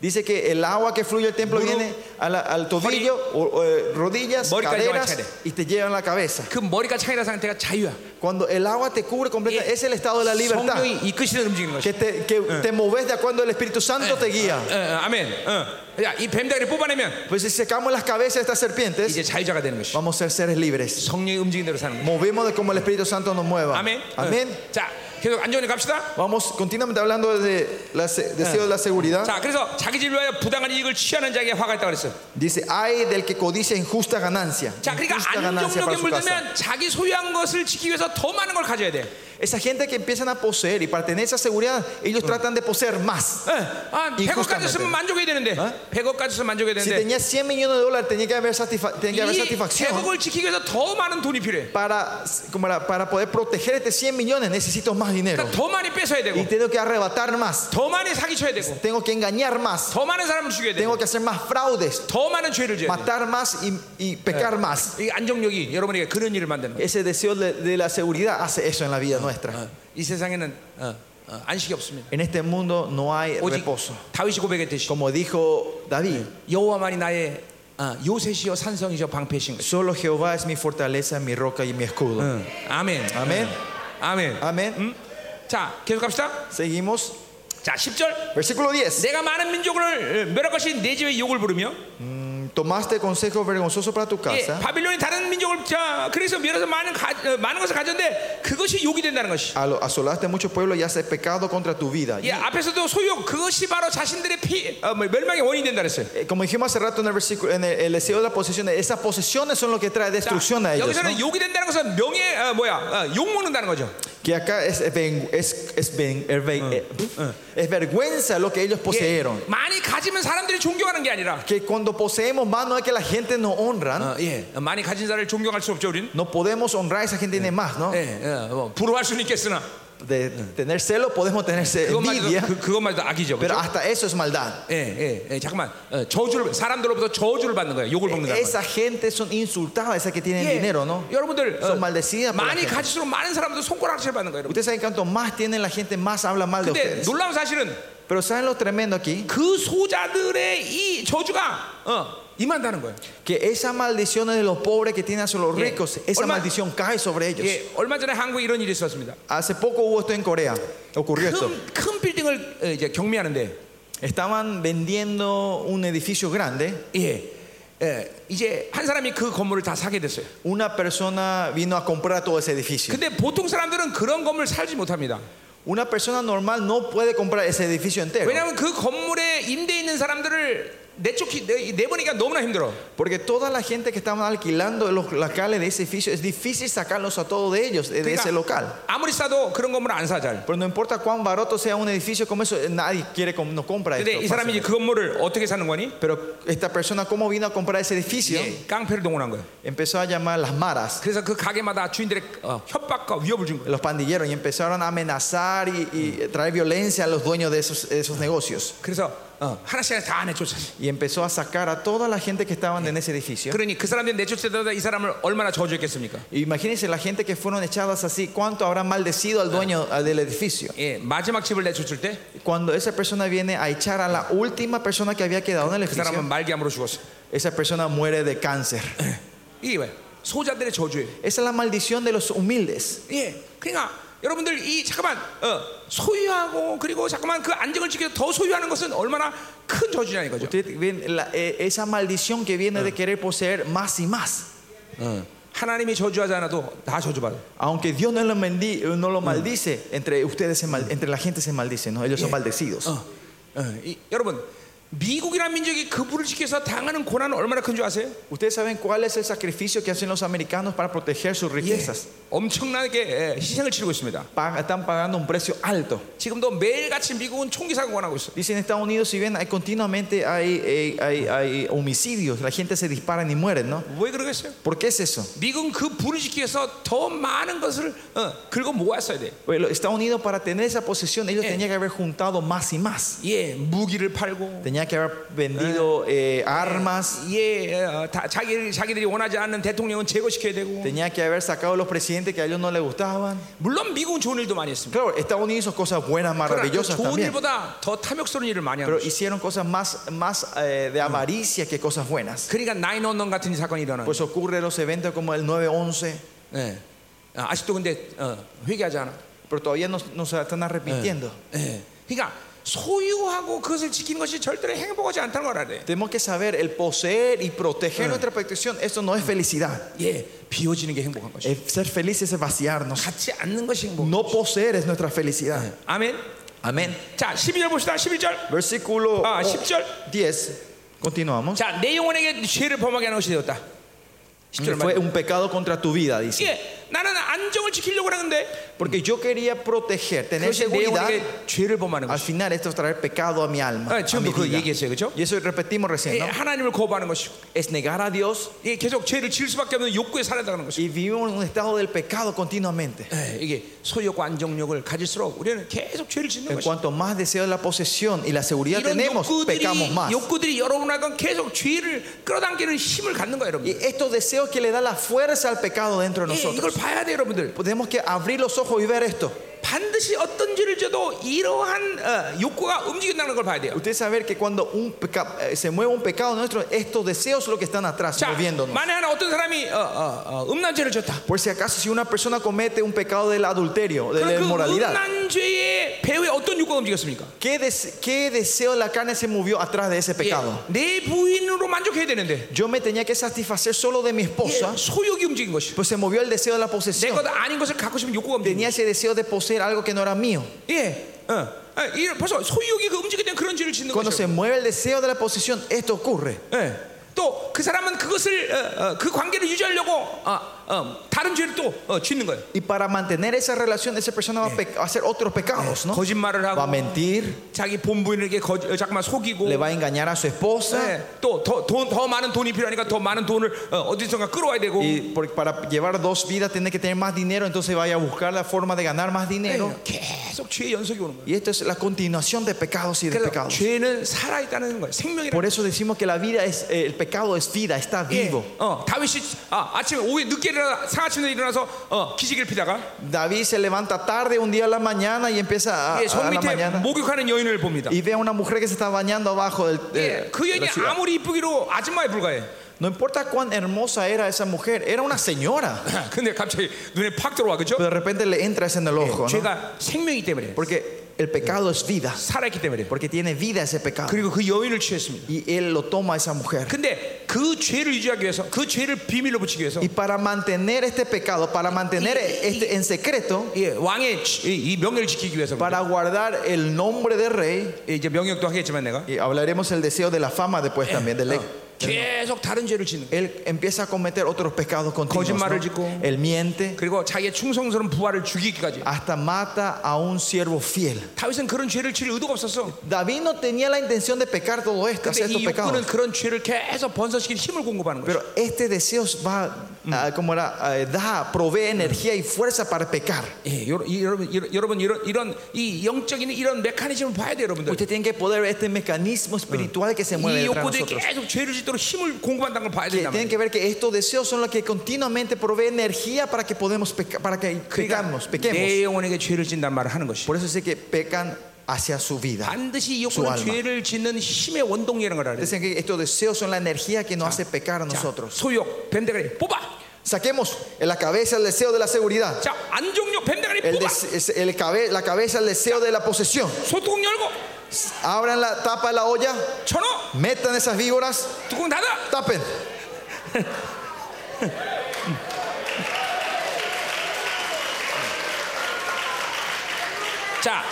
Dice que el agua que fluye del templo
Muro.
viene a la- al tobillo, o- o, eh, rodillas,
Morica
caderas
lleva el chale.
y te llevan la cabeza.
그 머리가 창이라 상태가 자유야.
Cuando el agua te cubre completa,
예,
es el estado de la libertad.
성령이 이끄시는 움직이는 것이.
Que te, que te moves de acuerdo al Espíritu Santo te guía.
어, 어, 아멘. 어. 야, 이 뱀다리를 뽑아내면
Pues si secamos las cabezas de estas serpientes,
이제 자유자가 되는 것이.
vamos a ser seres libres.
성령이 움직이는 대로 사는 거.
Movemos de como el Espíritu Santo nos mueva.
아멘.
Amén.
어. 자, 계속 안전히 갑시다.
Vamos continuamente hablando de la se- deseo de la seguridad.
자, 그래서 자기 집을 위하여 부당한 이익을 취하는 자에게 화가 있다 그랬어.
Dice, hay del que codicia injusta ganancia.
자, 그러니까
Injusta ganancia
안정적에
para su casa.
물들면 자기 소유한 것을 지키기 위해서 더 많은 걸 가져야 돼.
Esa gente que empiezan a poseer y pertenece a seguridad, ellos tratan de poseer más.
예. 아,
이
100억
구스탄한테.
가졌으면 만족해야 되는데. 100억 가졌으면 만족해야
Si
되는데.
tenía 100 millones de dólares, tenía que haber, satisfa-
이
tenía que haber satisfacción.
100억을 지키기 위해서 더 많은 돈이 필요해.
Para, como era- para poder proteger este 100 millones, necesito más dinero.
그러니까 더 많이 뺏어야
Y
되고,
tengo que arrebatar más.
더 많이 사기쳐야 되고,
Tengo que engañar más.
더 많은 사람을 죽여야 되고,
Tengo que hacer más fraudes.
더 많은 죄를 지어야 돼.
Matar más y, y pecar más.
이 안정력이 여러분에게 그런 일을 만드는 거예요.
Ese deseo de, de la seguridad hace eso en la vida nuestra.
이 세상에는 어, 어, 안식이 없습니다.
En este mundo no hay
오직
reposo.
다윗이 고백했듯이
Como dijo David,
Eh. 여호와만이 나의 아, 요새시여 산성이시여 방패신 것이.
solo Jehová es mi fortaleza, mi roca y mi escudo.
응. 아멘.
아멘.
아멘.
Amén.
자, 계속 갑시다.
Seguimos.
자, 10절.
Versículo 10.
내가 많은 민족을 어, 멸할 것이 내 집에 욕을 부르며
Tomaste consejo vergonzoso para tu
예,
casa.
바빌론이 다른 민족을 자, 그래서 멸해서 많은 가, 어, 많은 것을 가졌는데 그것이 욕이 된다는 것이.
A lo- Asolaste mucho pueblo y haces pecado contra tu vida.
예, 앞에서도 소욕 그것이 바로 자신들의 피, 어, 뭐, 멸망의 원인이 된다 그랬어요.
Eh, Como dijimos hace rato en el versículo, en el, el deseo de las posesiones, esas posesiones son lo que trae
자,
destrucción a ellos.
여기서는
¿no?
욕이 된다는 것은 명예 어, 뭐야 어, 욕 먹는다는 거죠.
Que acá es, ven- es, es, ven- es ven- eh, es vergüenza lo que ellos
예,
poseyeron.
많이 가지면 사람들이 존경하는 게 아니라
Que cuando poseemos más no es que la gente nos honra.
어, 예, 많이 가진 자를 존경할 수 없죠 우린.
No podemos honrar a esa gente tiene más, ¿no?
예, 예, 뭐, 부러워할 수는 있겠으나
De tener celo podemos tener ce- envidia,
그것만도 그, 그것만도 악이죠.
pero
그렇죠?
hasta eso es maldad.
예, 예, 예, 잠깐만 어, 저주를 사람들로부터 저주를 받는 거예요. 욕을 먹는다는 거예요.
Esa gente son insultadas, esas que tienen
예,
dinero, ¿no?
여러분들 어,
Son maldecidas por la
많이
gente.
가질수록 많은 사람들 손가락질 받는 거예요. 여러분.
Ustedes saben cuanto más tienen la gente, más habla mal de
근데
ustedes.
놀라운 사실은
Pero ¿saben lo tremendo aquí?
그 소자들의 이 저주가 어, 임한다는 거예요.
Que esas maldiciones de los pobres que tienen a los
Yeah.
ricos, esa
Olma-
maldición cae sobre ellos.
예, 얼마 전에 한국에 이런 일이 있었습니다.
Hace poco hubo esto en Corea,
*laughs*
ocurrió esto.
큰, 큰 빌딩을 어, 이제 경매하는데
Estaban vendiendo un edificio grande,
예, 예, 이제 한 사람이 그 건물을 다 사게 됐어요.
una persona vino a comprar todo ese edificio.
근데 보통 사람들은 그런 건물 살지 못합니다.
Una persona normal no puede comprar ese edificio entero,
왜냐하면 그 건물에 임대 있는 사람들을 내쫓기 내- 내보니까 너무나 힘들어.
porque toda la gente que estaban alquilando los locales de ese edificio, es difícil sacarlos a todos de ellos, de ese local.
그러니까 아무리 싸도 그런 건물을 안 사 잘.
Pero no importa cuán barato sea un edificio como eso, nadie quiere com- no compra esto.
근데 이 사람이 이제
fácilmente.
그 건물을 어떻게 사는 거니?
Pero esta persona cómo vino a comprar ese edificio?
예, 깡패를 동원한 거예요.
Empezó a llamar las maras,
그래서 그 가게마다 주인들의 어, 협박과 위협을 준 거예요.
los pandilleros y empezaron a amenazar y, y traer violencia a los dueños de esos, de esos negocios.
그래서 어, 하나씩 하나씩 다 내쫓았어.
y empezó a sacar a toda la gente que estaban en ese edificio.
그러니 그 사람들이 내쫓으다가 이 사람을 얼마나 저주했겠습니까?
Imagínense la gente que fueron echadas así, ¿cuánto habrán maldecido al dueño ah, del edificio?
예, 마지막 집을 내쫓을 때 그
Cuando esa persona viene a echar a la última persona que había quedado en el
그 사람은
edificio,
말기암으로 죽었어.
esa persona muere de cáncer.
이게 뭐야? 소자들의 저주예요.
Esa es la maldición de los humildes.
예, 그러니까 여러분들 이 잠깐만 어, 소유하고 그리고 잠깐만 그 안정을 지켜서 더 소유하는 것은 얼마나 큰 저주냐는 거죠.
Usted ven la- eh, esa maldición que viene de querer poseer más y más.
어, 하나님이 저주하지 않아도 다 저주받아.
Aunque Dios no lo, mendi- eh, no lo maldice, entre ustedes se mal- entre la gente se maldice, ¿no? ellos son maldecidos.
어, 어, 이, 여러분 미국이란 민족이 그분을 지켜서 당하는 고난은 얼마나 큰 줄 아세요?
Ustedes saben cuál es el sacrificio que hacen los americanos para proteger sus riquezas.
엄청나게 예, 희생을 치르고 있습니다.
Pag- están pagando un precio alto.
지금도 매일같이 미국은 총기 사고가 나고 있어.
Dicen en Estados Unidos, si bien hay, continuamente hay, eh, hay, hay homicidios, la gente se dispara y muere, ¿no?
왜 그러겠어요?
¿Por qué es eso?
미국은 그 분을 지키기 위해서 더 많은 것을 어, 긁어 모았어야 돼.
Bueno, Estados Unidos para tener esa posesión, ellos
Eh.
tenían que haber juntado más y más.
예, 무기를 팔고
Tenían que haber vendido eh, armas,
예, 어, 다, 자기들, 자기들이 원하지 않는 대통령은 제거시켜야 되고
tenían que haber sacado a los presidentes que a ellos no les gustaban.
물론 미국은 좋은 일도 많이 했습니다.
Claro, Estados Unidos hizo cosas buenas,
그러나 그
maravillosas
좋은
también.
일보다 더 탐욕스러운 일을 많이 한
Pero
거죠.
hicieron cosas más, más eh, de avaricia que cosas buenas.
그러니까 나인 언론 같은 사건이 일어나는
Pues ocurre los eventos como el 9-11,
거죠. 예. 아, 아직도 근데 어, 회개하지 않아.
pero todavía nos, nos están arrepintiendo.
예. 그러니까 소유하고 그것을 지키는 것이 절대로 행복하지 않다는 걸 알아야 돼.
Tenemos que saber el poseer y proteger nuestra protección. Eso no es felicidad.
예, 비워지는 게 행복한 것이.
El ser feliz es vaciarnos.
갖지 않는 것이 행복.
No poseer es nuestra felicidad.
아멘.
Amén.
자, 12절 봅시다. 11절.
Versículo
아,
oh,
10절.
10. Continuamos.
자, 내 영혼에게 죄를 범하게 하는 것이 되었다. 10절
Fue
말.
un pecado contra tu vida, dice.
예, 나는 안정을 지키려고 하는데
Porque yo quería proteger, tener
그것이 내
seguridad.
영혼에게 죄를 범하는
Al
것이.
final esto es traer pecado a mi alma.
아,
a mi
지금도 그
vida.
얘기했어요, 그렇죠?
Y eso repetimos
예,
recién, ¿no?
하나님을 거부하는 것이고,
Es negar a Dios
예, 계속 죄를 지을 수밖에 없는 욕구에 살아가는 것이고,
y vivimos en un estado del pecado continuamente.
예, 이게 소유욕과 안정욕을 가질수록 우리는 계속 죄를 짓는
En
것이고.
cuanto más deseo de la posesión y la seguridad
이런
tenemos,
욕구들이
pecamos más.
욕구들이 여러분하고 계속 죄를 끌어당기는 힘을 갖는 거예요,
Y
여러분.
estos deseos que le da la fuerza al pecado dentro de
예, 이걸
nosotros.
봐야 돼요, 여러분들.
Tenemos que abrir los ojos y ver esto.
반드시 어떤 죄를 져도 이러한 어, 욕구가 움직인다는 걸 봐야 돼요.
Usted saber que cuando un peca- eh, se mueve un pecado nuestro, estos deseos son los que están atrás,
자,
moviéndonos.
만에 하나 어떤 사람이 어, 어, 어, 음란죄를 졌다.
Por si acaso, si una persona comete un pecado del adulterio, de la
그럼 그
inmoralidad,
음란죄의 배후에 어떤 욕구가 움직였습니까?
¿qué, des- qué deseo de la carne se movió atrás de ese
예,
pecado?
내 부인으로 만족해야 되는데
Yo me tenía que satisfacer solo de mi
예,
esposa,
소욕이 움직인 것이.
pues se movió el deseo de la
내
posesión.
것 아닌 것을 갖고 싶은 욕구가 움직인
Tenía
것이.
ese deseo de poseer algo que no era mío.
예, 어, 아, 이런- 벌써 소욕이 그 움직일 때 그런 죄를 짓는
Cuando
것이죠.
se 무eve el deseo de la posesión, esto ocurre.
예. 또 그 사람은 그것을 어, 어, 그 관계를 유지하려고 어, 어, 다른 죄를 또 어, 짓는 거예요.
Y para mantener esa relación, esa persona va a, pe- a hacer otros pecados, ¿no?
거짓말을
Va a
하고
mentir,
자기 본부인에게 거, 어, 잠깐만 속이고 예,
le va a engañar a su
Eh.
esposa.
또더 더 많은 돈이 필요하니까 더 많은 돈을 어, 디선가 끌어와야 되고
Y por- para llevar dos vidas tiene que tener más dinero, entonces vaya a buscar la forma de ganar más
예,
dinero.
계속 죄의 연속이 오는 거예요.
Y esto es la continuación de pecados y de
그래서
pecados.
죄는 살아 있다는 거예요. 생명이라는
Por eso decimos que la vida es, eh, el pecado es vida, está
예,
vivo.
어, 다윗이 아, 아침에 오후에 늦게 일어나 상아침에 일어나서 어, 기지개를 피다가
David se levanta tarde un día a la mañana y empieza a,
예, 성
a la
밑에
mañana
목욕하는 여인을 봅니다.
y ve a una mujer que se está bañando abajo del.
예,
eh,
그
de
여인이
la ciudad.
아무리 이쁘기로 아줌마에 불과해.
No importa cuán hermosa era esa mujer, era una señora.
근데 갑자기 눈에 팍 들어와 그죠?
Pero de repente le entra eso en el ojo, ¿no?
죄가 생명이기 때문에
Porque el pecado es vida,
살아있기 때문에
porque tiene vida ese pecado.
그리고 그 여인을 취했습니다.
Y él lo toma a esa mujer.
근데 그 죄를 유지하기 위해서 그 죄를 비밀로 붙이기 위해서
Y para mantener este pecado, para mantener
Y- y-
este en secreto,
예, 왕의 지- 이, 이 명예를 지키기 위해서 그렇죠.
para guardar el nombre del rey,
예, 이제 명예도 하겠지만 내가
y hablaremos el deseo de la fama después también
Ah.
del
계속 다른 죄를 짓는 거예요.
Él empieza a cometer otros pecados continuos.
거짓말을
¿no?
짓고.
Él miente,
그리고 자기의 충성스러운 부하를 죽이기까지
hasta mata a un siervo fiel.
다윗은 그런 죄를 지을 의도가 없었어.
David no tenía la intención de pecar todo esto,
근데
hacer estos
이
pecados.
욕구는 그런 죄를 계속 번성시킬 힘을 공급하는 거예요.
Pero este deseo va ah, ¿cómo era? Ah, da, provee energía y fuerza para pecar.
예, 요러- 이- 여러분, 이런- 여러분 이런 이런 이 영적인 이런 메커니즘을 봐야 돼요, 여러분들.
Usted tiene que poder ver este mecanismo espiritual que se
이
mueve detrás de
욕구들이 *laughs*
nosotros.
계속 죄를 짓도록 힘을 공급한다는 걸 봐야
Que
된다.
tienen que ver que estos deseos son los que continuamente provee energía para que podemos peca- para que
뭐,
pecamos, pequemos.
그러니까 내 영혼에게 죄를 짓는단 말을 하는 것이.
Por eso dice que pecan hacia su vida.
반드시 이
su
욕구는
alma.
죄를 짓는 힘의 원동력이라는 걸 알아야 돼.
Dicen que estos deseos son la energía que nos hace pecar a
자,
nosotros.
소욕, 뱀대가리 뽑아.
Saquemos en la cabeza el deseo de la seguridad,
자, 안종욕, 뱀대가리
el
뽑아.
dese- el cabe- la cabeza el deseo de la posesión.
소뚜껑 열고
Abran la tapa de la olla,
쳐넣어.
metan esas víboras,
뚜껑 닫아.
tapen.
자,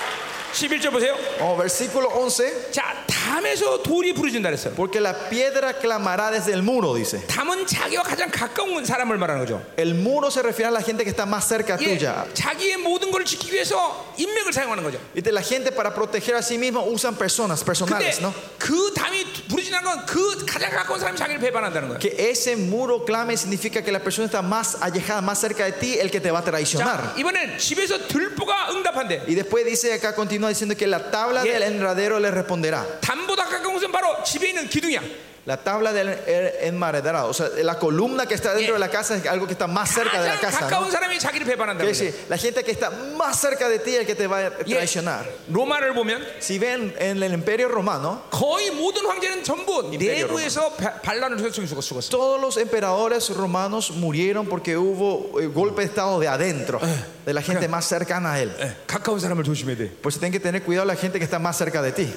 11절 보세요.
Oh, versículo 11.
자, 담에서 돌이 부르진다 그랬어요.
Porque la piedra clamará desde el muro, dice.
담은 자기와 가장 가까운 사람을 말하는 거죠.
El muro se refiere a la gente que está más cerca
예,
tuya.
자기의 모든 걸 지키기 위해서 인맥을 사용하는 거죠.
Y de la gente para proteger a sí misma usan personas,
근데
personales, ¿no?
그 담이 부르지는 건그 가장 가까운 사람이 자기를 배반한다는 거예요.
Que ese muro clame significa que la persona está más alejada, más cerca de ti, el que te va a
자,
traicionar.
이번엔 집에서 들보가 응답한대.
Y después dice acá, continúa diciendo que la tabla
Yeah.
del enredero le responderá.
담보다 가까운 곳은 바로 집에 있는 기둥이야.
La tabla del er- enredero, o sea, la columna que está dentro
Yeah.
de la casa es algo que está más cerca de
가장
la casa. ¿no?
가까운 사람이 자기를 배반한다는 거죠.
Quiere decir, la gente que está más cerca de ti, el que te va a
Yeah.
traicionar.
로마를 보면
Si ven en el imperio romano,
거의 모든 황제는 전부
임페리어
내부에서 바- 반란을 통해서 죽- 죽었어.
Todos los emperadores romanos murieron porque hubo eh, golpe de estado de adentro,
Ah.
de la gente más cercana a él.
예, 가까운 사람을 조심해야 돼.
Por eso tienen que tener cuidado la gente que está más cerca de ti.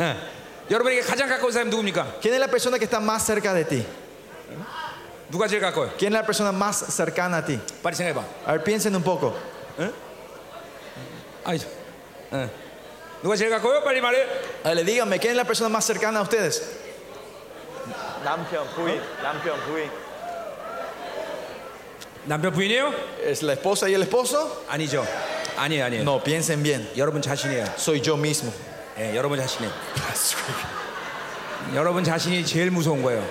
예. 여러분에게 가장 가까운 사람이 누굽니까?
¿Quién es la persona que está más cerca de ti?
누가 제일 가까워요?
¿Quién es la persona más cercana a ti?
빨리 생각해봐.
A ver, piensen un poco.
아니, 예. 누가 제일 가까워요? 빨리 말해.
A ver, díganme, ¿quién es la persona más cercana a ustedes?
남편 부인 남편 부인
남편 부인이에요?
¿Es la esposa y el esposo?
아니죠. 아니에요, 아니에요.
No, piensen bien.
여러분 자신이에요.
Soy yo mismo.
예, 여러분 자신이. 여러분 자신이 제일 무서운 거예요.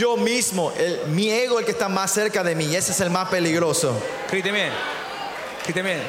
Yo mismo, el, mi ego el que está más cerca de mí, y ese es el más peligroso.
그렇기 때문에, 그렇기 때문에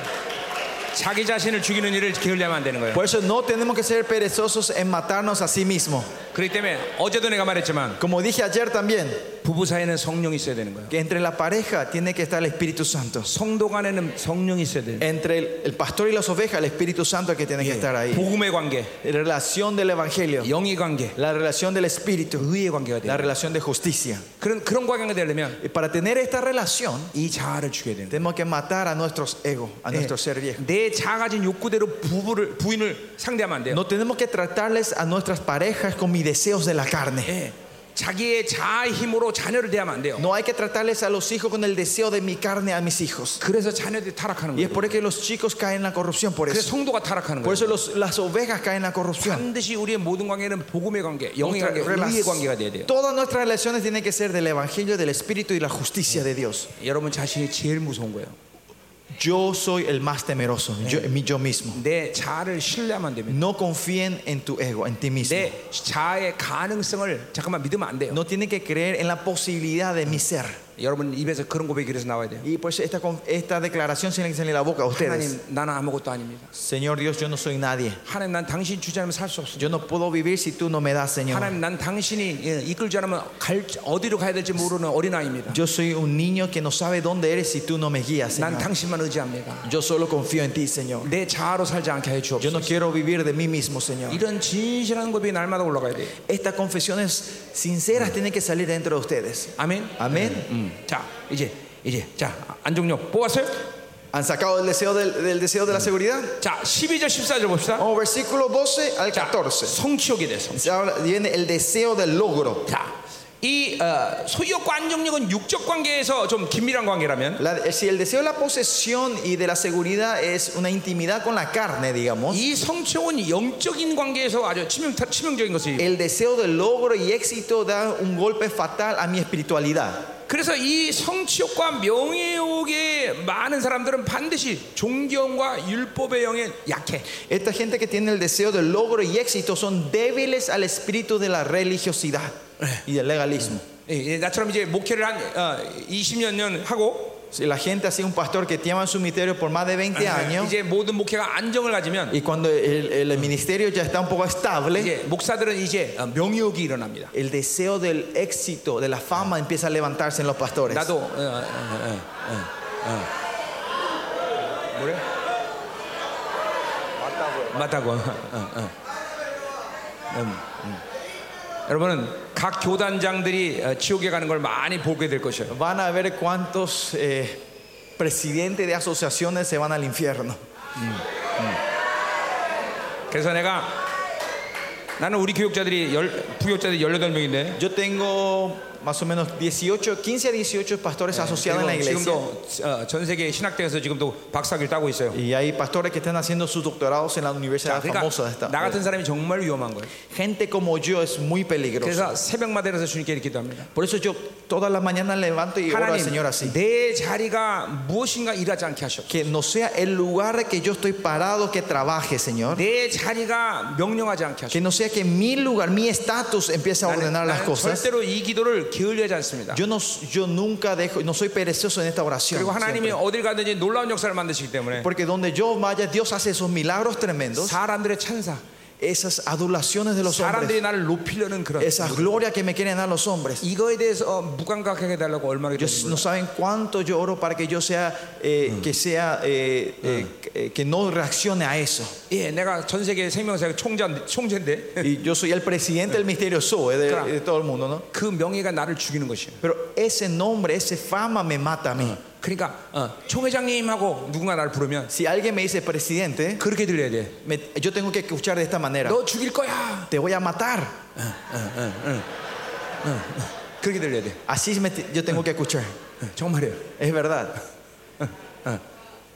자기 자신을 죽이는 일을 게을리하면 안 되는 거예요.
Por eso no tenemos que ser perezosos en matarnos a sí mismos.
그렇기 때문에 어제도 내가 말했지만
Como dije ayer también,
부부 사이에는 성령이 있어야 되는 거예요.
que entre la pareja tiene que estar el Espíritu Santo.
성도 간에는 성령이 있어야 돼요.
Entre el, el pastor y las ovejas, el Espíritu Santo es que tiene que estar ahí.
복음의 관계,
La relación del Evangelio,
영의 관계,
la relación del Espíritu,
의의 관계가 돼요.
la relación de justicia.
그런 그런 관계가 되려면
Y para tener esta relación,
이 자아를 죽여야 되는
tenemos que matar a nuestros egos, a nuestro ser
거예요.
viejo.
내 자아 가진 욕구대로 부부를 부인을 상대하면 안 돼요.
No tenemos que tratarles a nuestras parejas con mis deseos de la carne.
예. 자기의 자아의 힘으로 자녀를 대하면 안 돼요.
No hay que tratarles a los hijos con el deseo de mi carne a mis hijos.
그래서 자녀들이 타락하는
Y es
거예요.
por eso que los chicos caen en la corrupción, por
그래서
eso.
성도가 타락하는 거예요.
Por eso los- las ovejas caen en la corrupción.
반드시 우리의 모든 관계는 복음의 관계, 영의
Nuestra
관계, 의의 관계가 돼야 돼요.
relac- Todas nuestras relaciones tienen que ser del Evangelio, del Espíritu y la justicia de Dios.
여러분 자신이 제일 무서운 거예요.
Yo soy el más temeroso, yo, mi- yo mismo.
내 자아를 신뢰하면 안 됩니다.
No confíen en tu ego, en ti mismo.
내 자아의 가능성을 잠깐만 믿으면 안 돼요.
No tienen que creer en la posibilidad de mi ser.
여러분 입에서 그런 고백이 그래서 나와야 돼요.
Y por eso esta, con- esta declaración tiene que salir de la boca a ustedes.
하나님 나는 아무것도 아닙니다.
Señor Dios, yo no soy nadie.
하나님 난 당신 주지 않으면 살 수 없습니다.
Yo no puedo vivir si tú no me das, Señor.
하나님 난 당신이 예, 이끌지 않으면 갈 어디로 가야 될지 모르는 어린아이입니다.
Yo soy un niño que no sabe dónde eres si tú no me guías,
난
Señor.
당신만 의지합니다.
Yo solo confío en ti, Señor.
내 자아로 살지 않게 해
Yo
주옵소서.
no quiero vivir de mí mismo, Señor.
이런 진실한 고백이 날마다 올라가야 돼요.
Estas confesiones sinceras tienen que salir dentro de ustedes.
아멘.
Amén.
음. 자, 이제 이제 자, 안종용 뽑았어요? 뭐
¿Han sacado el deseo del, del deseo de la seguridad?
자, 12절 14절 봅시다.
Vamos, versículo 12 al
자,
14.
성취욕에 대해서.
Se habla- viene el deseo del logro.
자, 이 어, 소유욕과 안정력은 육적 관계에서 좀 긴밀한 관계라면
La- si el deseo de la posesión y de la seguridad es una intimidad con la carne, digamos,
이 성취욕은 영적인 관계에서 아주 치명 치명적인 것을
el deseo del logro y éxito da un golpe fatal a mi espiritualidad.
그래서 이 성취욕과 명예욕에 많은 사람들은 반드시 존경과 율법의 영에 약해.
Esta gente que tiene el deseo del logro y éxito son débiles al espíritu de la religiosidad y del legalismo.
예, 예, 나처럼 이제 목회를 한 어, 20년 년 하고
Si la gente así, un pastor que tiene en su ministerio por más de 20 años,
이제 모든 목회가 안정을 가지면
y cuando el, el ministerio ya está un poco estable,
이제 목사들은 이제 어, 명예욕이 일어납니다.
el deseo del éxito, de la fama, empieza a levantarse en los pastores.
나도 어, 어, 어, 어, 어, 어. 뭐래?
맞다고요.
맞다고. 어, 어. 음, 음. 여러분은 각 교단장들이 어, 지옥에 가는 걸 많이 보게 될 것이에요.
Van a ver cuántos eh, presidentes de asociaciones se van al infierno.
그래서 내가 나는 우리 교육자들이 열, 부교육자들이 18명인데
Yo tengo más o menos 18, 15 a 18 pastores asociados en la iglesia.
지금도 어, 전 세계 신학대에서 지금도 박사학위를 따고 있어요.
Y hay pastores que están haciendo sus doctorados en la universidad famosa de
그러니까
esta.
나 같은 사람이 정말 위험한 거예요.
Gente como yo es muy peligrosa.
그래서 새벽마다 일어서 주님께 이렇게 기도합니다.
Por eso yo todas las mañanas levanto y oro al Señor
하나님
así.
내 자리가 무엇인가 일하지 않게 하셨고
Que no sea el lugar que yo estoy parado que trabaje, Señor.
내 자리가 명령하지 않게 하셨고
Que no sea que mi lugar, mi estatus empiece a
나는,
ordenar las
나는
cosas.
절대로 이 기도를 게을리하지 않습니다.
Yo, no, yo nunca dejo, no soy perezoso en esta oración.
그리고 하나님이
siempre.
어딜 가든지 놀라운 역사를 만드시기 때문에
Porque donde yo vaya, Dios hace esos milagros tremendos,
사람들의 찬사,
esas adulaciones de los
사람들이
hombres,
나를 높이려는 그런
esas glorias que me quieren dar los hombres.
이거에 대해서 무감각하게 달라고 얼마나
Yo-
기도했는지
no saben cuánto yo oro para que yo sea, eh, que sea, eh, eh, que- que no reaccione a eso.
예, 내가 전 세계 생명사의 총자 총재인데
Y yo soy el presidente del misterio SOE de,
Claro.
de todo el mundo, ¿no?
그 명예가 나를 죽이는 것이에요.
Pero ese nombre, esa fama me mata a mí.
그러니까 어, 총회장님하고 누군가 나를 부르면
Si alguien me dice presidente,
그렇게 들려야 돼.
me- yo tengo que escuchar de esta manera.
너 죽일 거야.
Te voy a matar.
그렇게 들려야 돼.
Así me- yo tengo que escuchar.
예, 정말이에요.
Es verdad.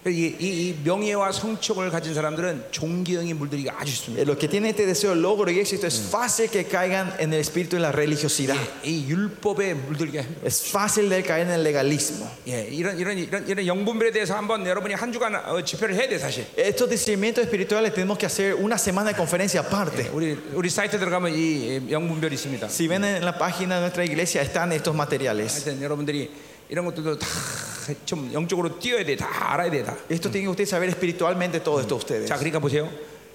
이, 이, 이 명예와 성취를 가진 사람들은 존경이 물들이기 아주 쉽습니다.
Eh, Los que tienen este deseo de logro y éxito es fácil que caigan en el espíritu de la religiosidad.
이 율법에 물들게 합니다.
Es fácil de caer en el legalismo.
예, 이런 이런 이런 이런 영분별에 대해서 한번 여러분이 한 주간 어, 집회를 해야 돼 사실.
Estos discernimientos espirituales tenemos que hacer una semana de conferencia aparte.
우리 우리 사이트 들어가면 이 영분별이 있습니다.
Si ven en la página de nuestra iglesia están estos materiales.
하여튼 여러분들이 이런 것들도 다 좀 영적으로 뛰어야 돼. 다 알아야 돼 다.
Esto tienen que ustedes saber espiritualmente todo esto ustedes.
자, 그러니까 보세요.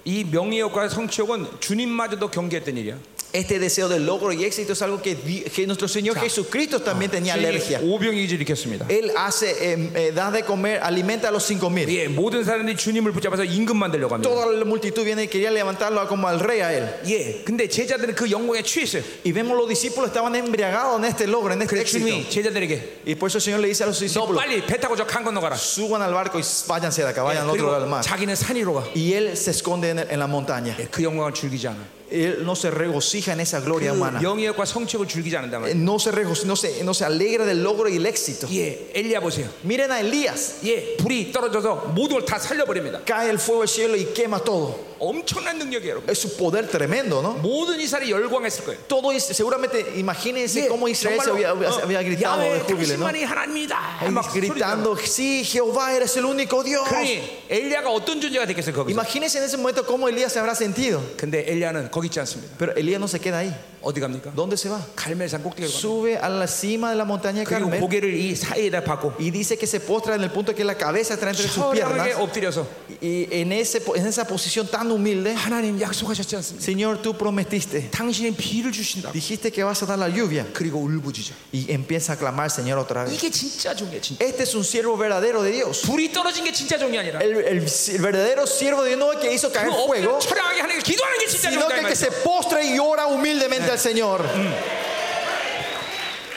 이 명예욕과 성취욕은 주님마저도 경계했던 일이야.
Este deseo del logro y éxito es algo que, di- que nuestro Señor Jesucristo también tenía alergia.
오병이지 일으켰습니다.
Él hace, eh, eh, da de comer, alimenta a los cinco mil.
예, 모든 사람들이 주님을 붙잡아서 임금 만들려고 합니다.
Toda la multitud viene y quería levantarlo como al rey a él.
예, 근데 제자들은 그 영광에 취했어요.
Y vemos los discípulos estaban embriagados en este logro, en este
그래
éxito.
주님이 제자들에게
Y por eso el Señor le dice a los
너
discípulos,
빨리 배 타고 저 강 건너가라.
suban al barco y váyanse de acá, vayan al otro lado del
그리고
mar.
자기는 산 위로 가.
Y él se esconde en, en la montaña.
예, 그 영광을 즐기지 않아.
Él no se regocija en esa gloria humana.
그 영예욕과 성취욕을 즐기지 않는단 말이야.
no se, rego- no, se, no se alegra del logro y el éxito.
예, 엘리야 보세요.
Miren a Elías,
예, 불이 떨어져서 모든 걸 다 살려버립니다.
cae el fuego del cielo y quema todo.
엄청난 능력이에요, 여러분.
Es su poder tremendo, ¿no?
모든 이스라엘이 열광했을 거예요.
Todo es- seguramente, imagínense
예,
cómo Israel se
정말로,
había, había-
어,
había gritado de
야외
júbilo, ¿no?
당신만이 하나님이다.
Ahí
막
gritando, sí, Jehová, eres el único Dios.
소리가. 그러니 엘리야가 어떤 존재가 됐겠어요 거기서.
Imagínense en ese momento cómo Elías se habrá sentido.
근데 엘리야는 거기 있지 않습니다.
Pero Elías no se queda ahí.
어디 갑니까?
¿Dónde se va?
갈멜산 꼭대기로 갑니다.
Sube a la cima de la montaña de
그리고
Carmel
고개를 이 사이에다 박고
y dice que se postra en el punto que la cabeza está entre sus piernas.
처량하게 엎드려서
Y en, ese, en esa posición tan humilde,
하나님 약속하셨지 않습니까?
Señor, tú prometiste,
당신의 비를 주신다고.
dijiste que vas a dar la lluvia.
그리고 울부짖어.
Y empieza a clamar, Señor, otra vez.
이게 진짜 종이야, 진짜.
Este es un siervo verdadero de Dios.
불이 떨어진 게 진짜 종이 아니라.
El, el- el verdadero siervo de Dios no es el que hizo caer
그 엎드려
fuego,
처량하게 하는 게 기도하는 게 진짜
sino que
종이다.
el
말
que se postra y ora
Eh.
humildemente al Señor.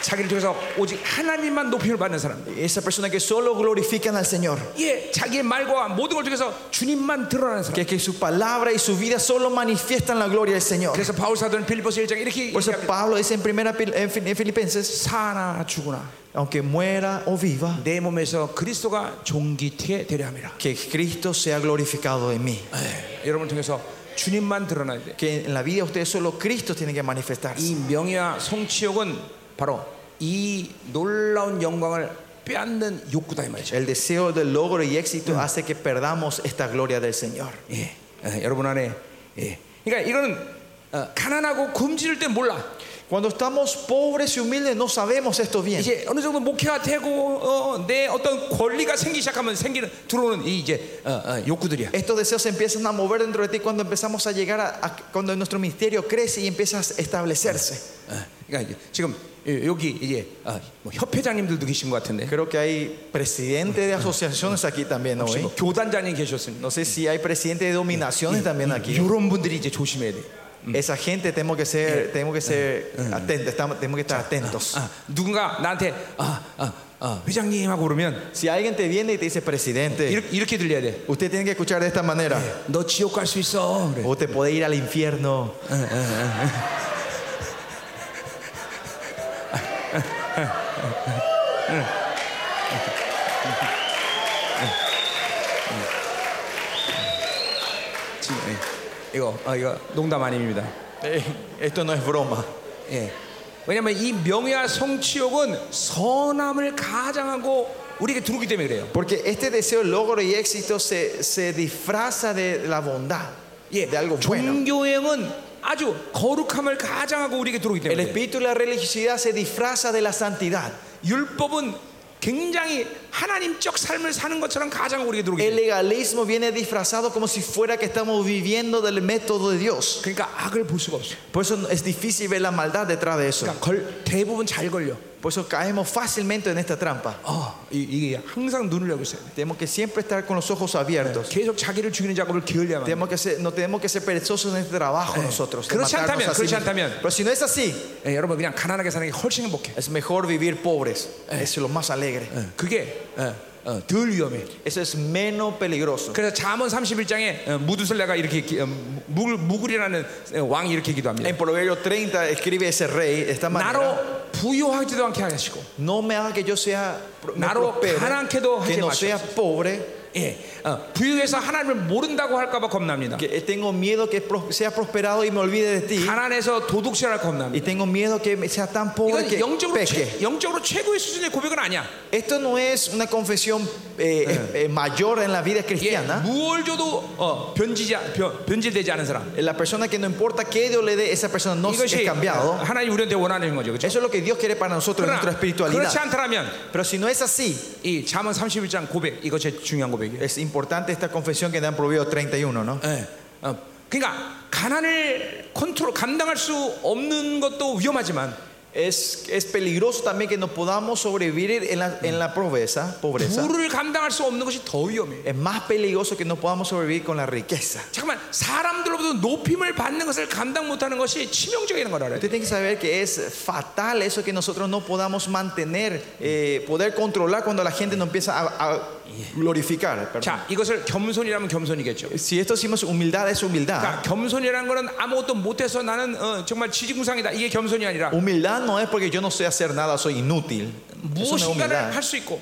자기를 통해서 오직 하나님만 높임을 받는 사람.
Esa persona que solo glorifican al Señor.
예, 자기의 말과 모든 걸 통해서 주님만 드러나는 사람.
Que, que su palabra y su vida solo manifiestan la gloria del Señor.
그래서 바울 사도는 빌리포스 1장에 이렇게
Por eso
얘기합니다.
Pablo dice en, primera, Fil- en Fil- en Filipenses,
사나 죽으나
aunque muera o viva,
내 몸에서 그리스도가 종기태 되려 함이라.
que Cristo sea glorificado en mí.
예, 여러분을 통해서 주님만 드러나야 돼.
Que en la vida de ustedes solo Cristo tiene que manifestarse.
이 명예와 성취욕은 바로 이 놀라운 영광을 빼앗는 욕구다 이 말이죠.
El deseo del logro y éxito hace que perdamos esta gloria del Señor.
예, 어, 여러분 안에 예. 그러니까 이거는 어, 가난하고 금지를 때 몰라.
Cuando estamos pobres y humildes no sabemos esto bien.
이제 어느 정도 목회가 되고 어, 내 어떤 권리가 생기 시작하면 생기는 들어오는 이 이제 어, 어, 욕구들이야.
Estos deseos se empiezan a mover dentro de ti cuando empezamos a llegar a, a- cuando nuestro ministerio crece y empieza a establecerse.
어, 그러니까 이제 지금 이- 여기 이제 어, 뭐 협회장님들도 계신 것 같은데
Creo que hay presidente de asociaciones aquí también
혹시
hoy.
뭐 교단장님 계셨습니다.
No sé si hay presidente de dominaciones también aquí.
이런 분들이 이제 조심해야 돼.
Esa gente tenemos que ser, tenemos que ser atentos, estamos- tenemos que estar atentos.
아, 누군가 나한테 아, 아, 아, 회장님 하고 그러면
Si alguien te viene y te dice presidente,
이렇게, 이렇게 들려야 돼.
usted tiene que escuchar de esta manera.
너 지옥 갈 수 있어. 그래.
O te puede ir al infierno.
지- 예. 이거 아, 이거 농담 아닙니다.
Eh, esto no es broma.
예. 왜냐면 이 명예와 성취욕은 선함을 가장하고 우리에게 들어오기 때문에 그래요.
Porque este deseo de logro y éxito se, se disfraza de la bondad,
예,
de algo bueno.
종교행은 아주 거룩함을 가장하고 우리에게 들어오기
El
때문에 그래요.
espíritu de la religiosidad se disfraza de la santidad.
율법은 굉장히 하나님적 삶을 사는 것처럼 가장하고 우리에게 들어오기
El
때문에
legalismo viene disfrazado como si fuera que estamos viviendo del método de Dios.
그러니까 악을 볼 수가 없어.
Por eso es difícil ver la maldad detrás de eso.
그러니까 걸, 대부분 잘 걸려.
Por eso caemos fácilmente en esta trampa.
어, 이, 이게 항상 눈을 열고 있어야 돼.
Tenemos que siempre estar con los ojos abiertos.
계속 자기를 죽이는 작업을 게을려야만. 돼.
Tenemos que ser- no tenemos que ser perezosos en este trabajo nosotros. de
그렇지
matarnos
않다면,
a sí
그렇지
mismos.
않다면.
Pero si no es así,
예, 여러분 그냥 가난하게 사는 게 훨씬 행복해.
es mejor vivir pobres. Es lo más alegre.
예, 그게 예, 어, 덜 위험해.
Eso es menos peligroso.
그래서 잠언 31장에 무두슬레가 이렇게 기- 어, 무글 무글이라는 어, 왕이 이렇게 기도합니다.
En Proverbios 30 escribe ese rey de esta manera.
나로 부유하지도 않게 하시고
No me haga que yo sea pro- me
Naro
prospere,
가난케도 하지
que no sea pobre,
예, 어, 부유해서 하나님을 모른다고 할까봐 겁납니다.
que tengo miedo que pro- sea prosperado y me olvide de ti,
가난해서 도둑질할
y
겁납니다.
tengo miedo que me- sea tan pobre
이건
que
영적으로
peque.
최, 영적으로 최고의 수준의 고백은 아니야.
Esto no es una confesión eh, eh, eh, mayor en la vida
예,
cristiana.
무얼 줘도 어, 변지지 않- 변, 변질되지 않은 사람.
La persona que no importa qué Dios le dé, esa persona no es
이것이
cambiado.
하나님 우리한테 원하는 거죠. 그렇죠?
Eso es lo que Dios quiere para nosotros en
그러나 그렇지
nuestra espiritualidad.
않다면
Pero si no es así,
이 잠언 31장 고백 이것이 중요한 고백이에요.
es importante esta confesión que dan Proverbios 31, ¿no?
예. 어, 그러니까 가난을 컨트롤 감당할 수 없는 것도 위험하지만
Es, es peligroso también que no podamos sobrevivir en la, en la pobreza, pobreza.
부를 감당할 수 없는 것이 더 위험해요.
Es más peligroso que no podamos sobrevivir con la riqueza.
잠깐만 사람들로부터 높임을 받는 것을 감당 못하는 것이 치명적인 걸 알아야 돼.
Usted tiene que saber que es fatal eso que nosotros no podamos mantener, eh, poder controlar cuando la gente nos empieza a, a glorificar. perdón.
자, 이것을 겸손이라면 겸손이겠죠.
Si esto decimos humildad es humildad.
그러니까 겸손이라는 거는 아무것도 못해서 나는 어, 정말 지지구상이다. 이게 겸손이 아니라
Humildad no es porque yo no sé hacer nada, soy inútil. Eso no es
무엇인가를
humildad.
할 수 있고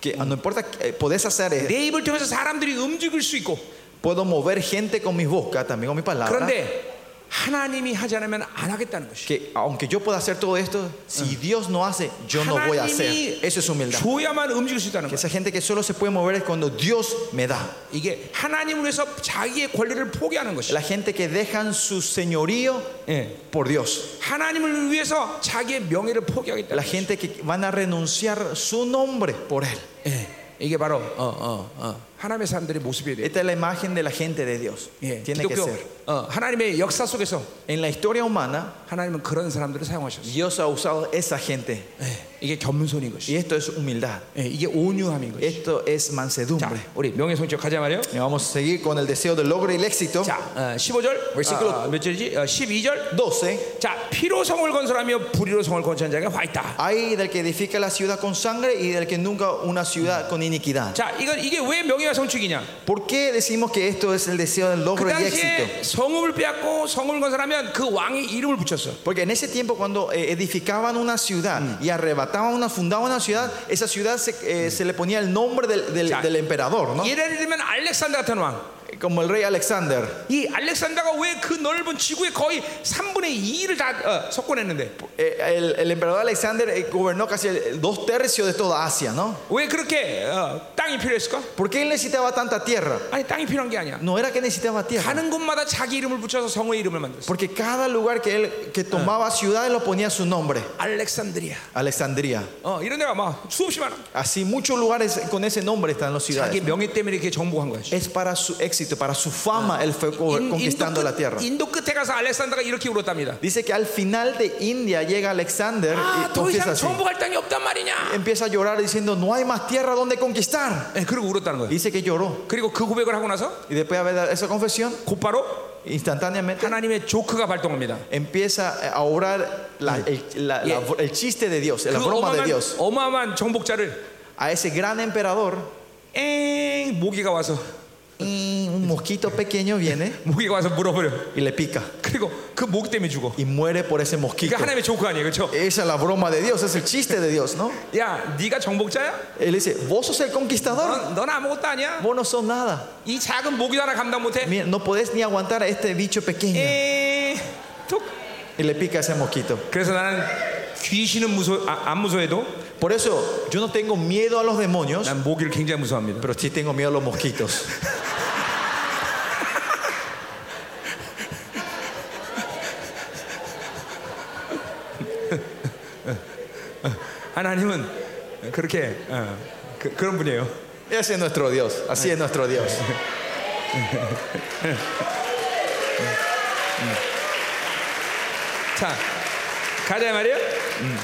Que, no importa, eh, podés hacer, eh,
내 입을 통해서 사람들이 움직일 수 있고
puedo mover gente con mis bocas, también con mis palabras.
그런데 하나님이 하지 않으면 안 하겠다는 것이.
que aunque yo pueda hacer todo esto, si Dios no hace, yo no voy a hacer.
하나님이
Eso es humildad.
줘야만 움직일 수 있다는
Que
거예요.
esa gente que solo se puede mover es cuando Dios me da.
이게 하나님을 위해서 자기의 권리를 포기하는 것이.
La gente que dejan su señorío
예.
por Dios.
하나님을 위해서 자기의 명예를 포기하겠다.
La gente que van a renunciar su nombre por Él.
예. 이게 바로 어, 어, 어. 하나님의 사람들의 모습이 돼요.
Esta es la imagen de la gente de Dios.
예.
Tiene que
기독교
ser.
어, 하나님의 역사 속에서
En la historia humana,
하나님은 그런 사람들을 사용하셨어요.
Dios ha usado esa gente.
예. 이게 겸손인 것이.
Y esto es humildad.
예. 이게 온유함인 것이.
Esto es
자,
mansedumbre.
우리 명예 성취 가자 말이요.
Y vamos a seguir con el deseo del logro y el éxito.
자, 어, 15절.
Versículo-
아, 아, 몇 절이지? 어, 12절.
12.
자, 피로 성을 건설하며 불의로 성을 건축한 자가 화 있다.
Hay del que edifica la ciudad con sangre y del que nunca una ciudad con iniquidad.
자, 이건 이게 왜 명예와 성취이냐?
¿Por qué decimos que esto es el deseo del
그
logro y éxito?
당시에 성읍을 빼앗고 성읍을 건설하면 그 왕의 이름을 붙였어.
Porque en ese tiempo cuando eh, edificaban una ciudad y arrebataban una, fundaban una ciudad, esa ciudad se, eh, se le ponía el nombre del, del-
Ya.
del emperador, ¿no?
예를 들면 알렉산더 같은 왕.
como el rey Alexander.
이 알렉산더가 왜 그 넓은 지구의 거의 3분의 2를 다 어, 석권했는데
Eh, El, el emperador Alexander eh, gobernó casi el- dos tercios de toda Asia, ¿no?
왜 그렇게 어, 땅이 필요했을까?
¿Por qué él necesitaba tanta tierra?
아니 땅이 필요한 게 아니야.
No era que necesitaba tierra.
가는 곳마다 자기 이름을 붙여서 성의 이름을 만들었어.
Porque cada lugar que él que tomaba ciudades lo ponía su nombre,
알렉산드리아.
Alexandría.
어, 이런 데가 막 수없이 많아.
Así muchos lugares con ese nombre están las
자기
ciudades.
명예 때문에 이렇게 정복한 거야.
Es para su éxito, para su fama, él fue co-
인-
conquistando la tierra.
끝, 인도 끝에 가서 알렉산더가 이렇게 울었답니다.
Dice que al final de India llega Alexander
아,
y
더 이상
confiesa así.
정복할 땅이 없단 말이냐.
Empieza a llorar diciendo, no hay más tierra donde conquistar.
예, 그리고 울었다는 거예요.
Dice que lloró.
그리고 그 고백을 하고 나서
Y después de haber dado esa confesión,
곧바로
instantáneamente
하나님의 조크가 발동합니다.
empieza a obrar la- el, la- la- el chiste de Dios, la
그
broma de
어마어마한,
Dios.
어마어마한 정복자를
A ese gran emperador,
엥 모기가 와서
y un mosquito pequeño viene
모기가 와서 물어버려.
y le pica.
그리고 그 모기 때문에 죽어.
Y muere por ese mosquito.
그러니까 하나님의 조크 아니에요, 그렇죠?
Esa es la broma de Dios, es el chiste de Dios, ¿no?
야, 네가 정복자야?
Él dice, vos sos el conquistador,
넌, 넌 아무것도 아니야.
vos no sos nada.
이 작은 모기도 하나 감당 못해.
Mira, no podés ni aguantar a este bicho pequeño.
에, 톡.
Y le pica ese mosquito.
그래서 나는 귀신은 무서 아, 안 무서해도
Por eso yo no tengo miedo a los demonios,
난 모기를 굉장히 무서워합니다.
pero sí tengo miedo a los mosquitos.
하나님은 그렇게 어, 그, 그런 분이에요.
Ese es nuestro Dios, así es nuestro Dios.
자, 가자 말이에요. 음.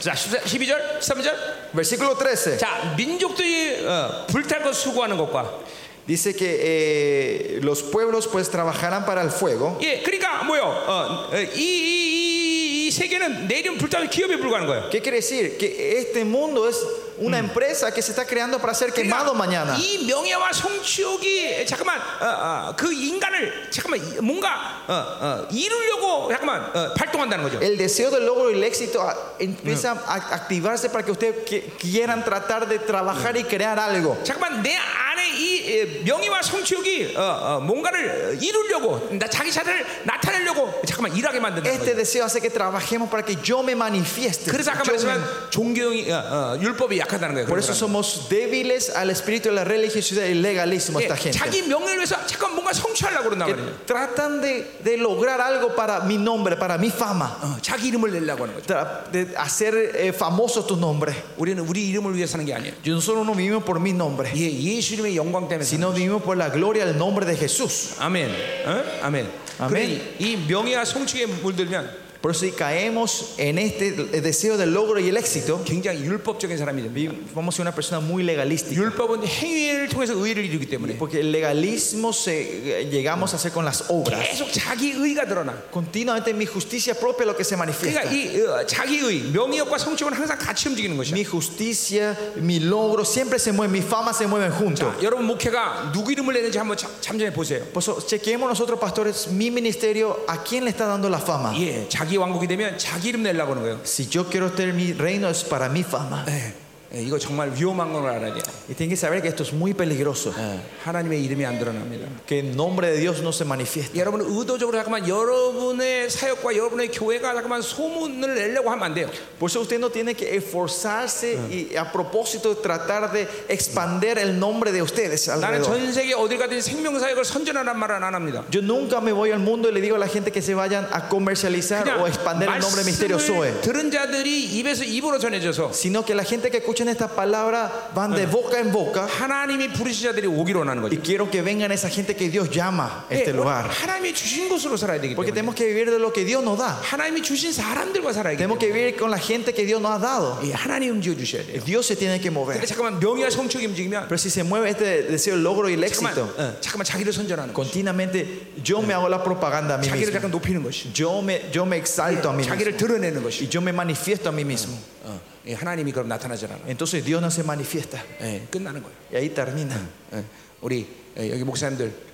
자, 12절, 13절.
Versículo 13.
자, 민족들이 어, 불탈 것 수고하는 것과
Dice que eh, los pueblos pues trabajarán para el fuego.
예, 그러니까 뭐요? 어, 어, 이, 이, 이, 이 세계는 내일은 불타는 기업에 불과한 거예요.
¿Qué quiere decir? Que este mundo es una empresa que se está creando para ser quemado mañana.
그러니까 이 명예와 성취욕이 잠깐만 어, 어, 그 인간을 잠깐만 이- 뭔가 어, 어, 이루려고 잠깐만 어, 발동한다는 거죠.
El deseo del logro y el éxito a- empieza a activarse para que ustedes qui- quieran tratar de trabajar y crear algo.
잠깐만 내 안에 이 에, 명예와 성취욕이 어, 어, 뭔가를 어, 이루려고 나 자기 자를 나타내려고 잠깐만 일하게 만든다는
Este
거예요.
deseo hace que trabajemos para que yo me manifieste.
그래서 아까
Yo me-
말씀한 종교형이 어, 어, 율법이 약하다는 거예요.
Por eso somos débiles al espíritu de la religiosidad y el legalismo esta
예,
gente.
자기 명예를 위해서 잠깐 뭔가 성취하려고 그런단 말이에요.
Tratan de, de lograr algo para mi nombre, para mi fama.
어, 자기 이름을 내려고 하는 거죠.
Tra- de hacer eh, famoso tu nombre.
우리는 우리 이름을 위해 사는 게 아니에요.
Yo nosotros no vivimos por mi nombre,
예, 예수님의 영광 때문에. 사는
sino vivimos por la gloria del nombre de Jesús.
거예요. 아멘. 어? 아멘.
아멘.
그래, 이- 이 명예와 성취에 물들면
Por eso si caemos en este deseo del logro y el éxito,
굉장히 율법적인 사람이 됩니다.
vi- vamos a ser una persona muy legalística.
율법은 행위를 통해서 의를 이루기 때문에
Porque el legalismo se, eh, llegamos a hacer con las obras.
계속 za기 의가 드러나.
Continuamente mi justicia propia es lo que se manifiesta.
그러니까 이 어, 자기의 명예욕과 성취욕은 항상 같이 움직이는 것이야.
Mi justicia, mi logro, siempre se mueven, mi fama se mueven juntos.
여러분 목회가 누구 이름을 내는지 한번 참- 잠잠해 보세요.
Por eso, chequeemos nosotros, pastores, mi ministerio, ¿a quién le está dando la fama?
예, 자기 왕국이 되면 자기 이름 내려고 하는 거예요.
Si yo quiero tener mi reino, es para mi fama.
예, 예, 이거 정말 위험한 걸 알아야 돼요.
Y tienen que saber que esto es muy peligroso,
예, 하나님의 이름이 안 드러납니다.
que el nombre de Dios no se manifiesta.
여러분 의도적으로 잠깐만 여러분의 사역과 여러분의 교회가 잠깐만 소문을 내려고 하면 안 돼요.
Por eso usted no tiene que esforzarse y a propósito tratar de expander el nombre de ustedes
나는
alrededor.
전 세계 어딜 가든 생명 사역을 선전하란 말은 안 합니다.
Yo nunca me voy al mundo y le digo a la gente que se vayan a comercializar
어,
o a expander el nombre de Misterio Zoe.
말씀을 들은 자들이 입에서 입으로 전해져서
sino que la gente que escuchen esta palabra van de boca en boca
하나님이 부르신 자들이 오기로 원하는
y
거죠.
quiero que vengan esa gente que Dios llama a este
예,
lugar.
하나님이 주신 곳으로 살아야 되기
Porque
때문에
tenemos que vivir de lo que Dios nos da.
하나님이 주신 사람들과 살아야 되기 때문에
Tenemos que vivir con la gente que Dios nos ha dado.
예, 하나님 움직여 주셔야 돼요.
Dios se tiene que
근데
mover.
잠깐만 명예와 성적이 움직이면
Pero si se mueve este deseo, el logro y el
잠깐만,
éxito,
어, 잠깐만 자기를 선전하는 거,
continuamente yo me hago la propaganda a mí
자기를
mismo.
잠깐 높이는 것이,
Yo me, yo me exalto a mí mismo.
자기를 드러내는
Y
것이.
yo me manifiesto a mí mismo.
어, 예, 하나님이 그럼 나타나지 않아.
Entonces Dios no se manifiesta.
예, 끝나는 거예요.
Y ahí termina.
예, 우리 예, 여기 목사님들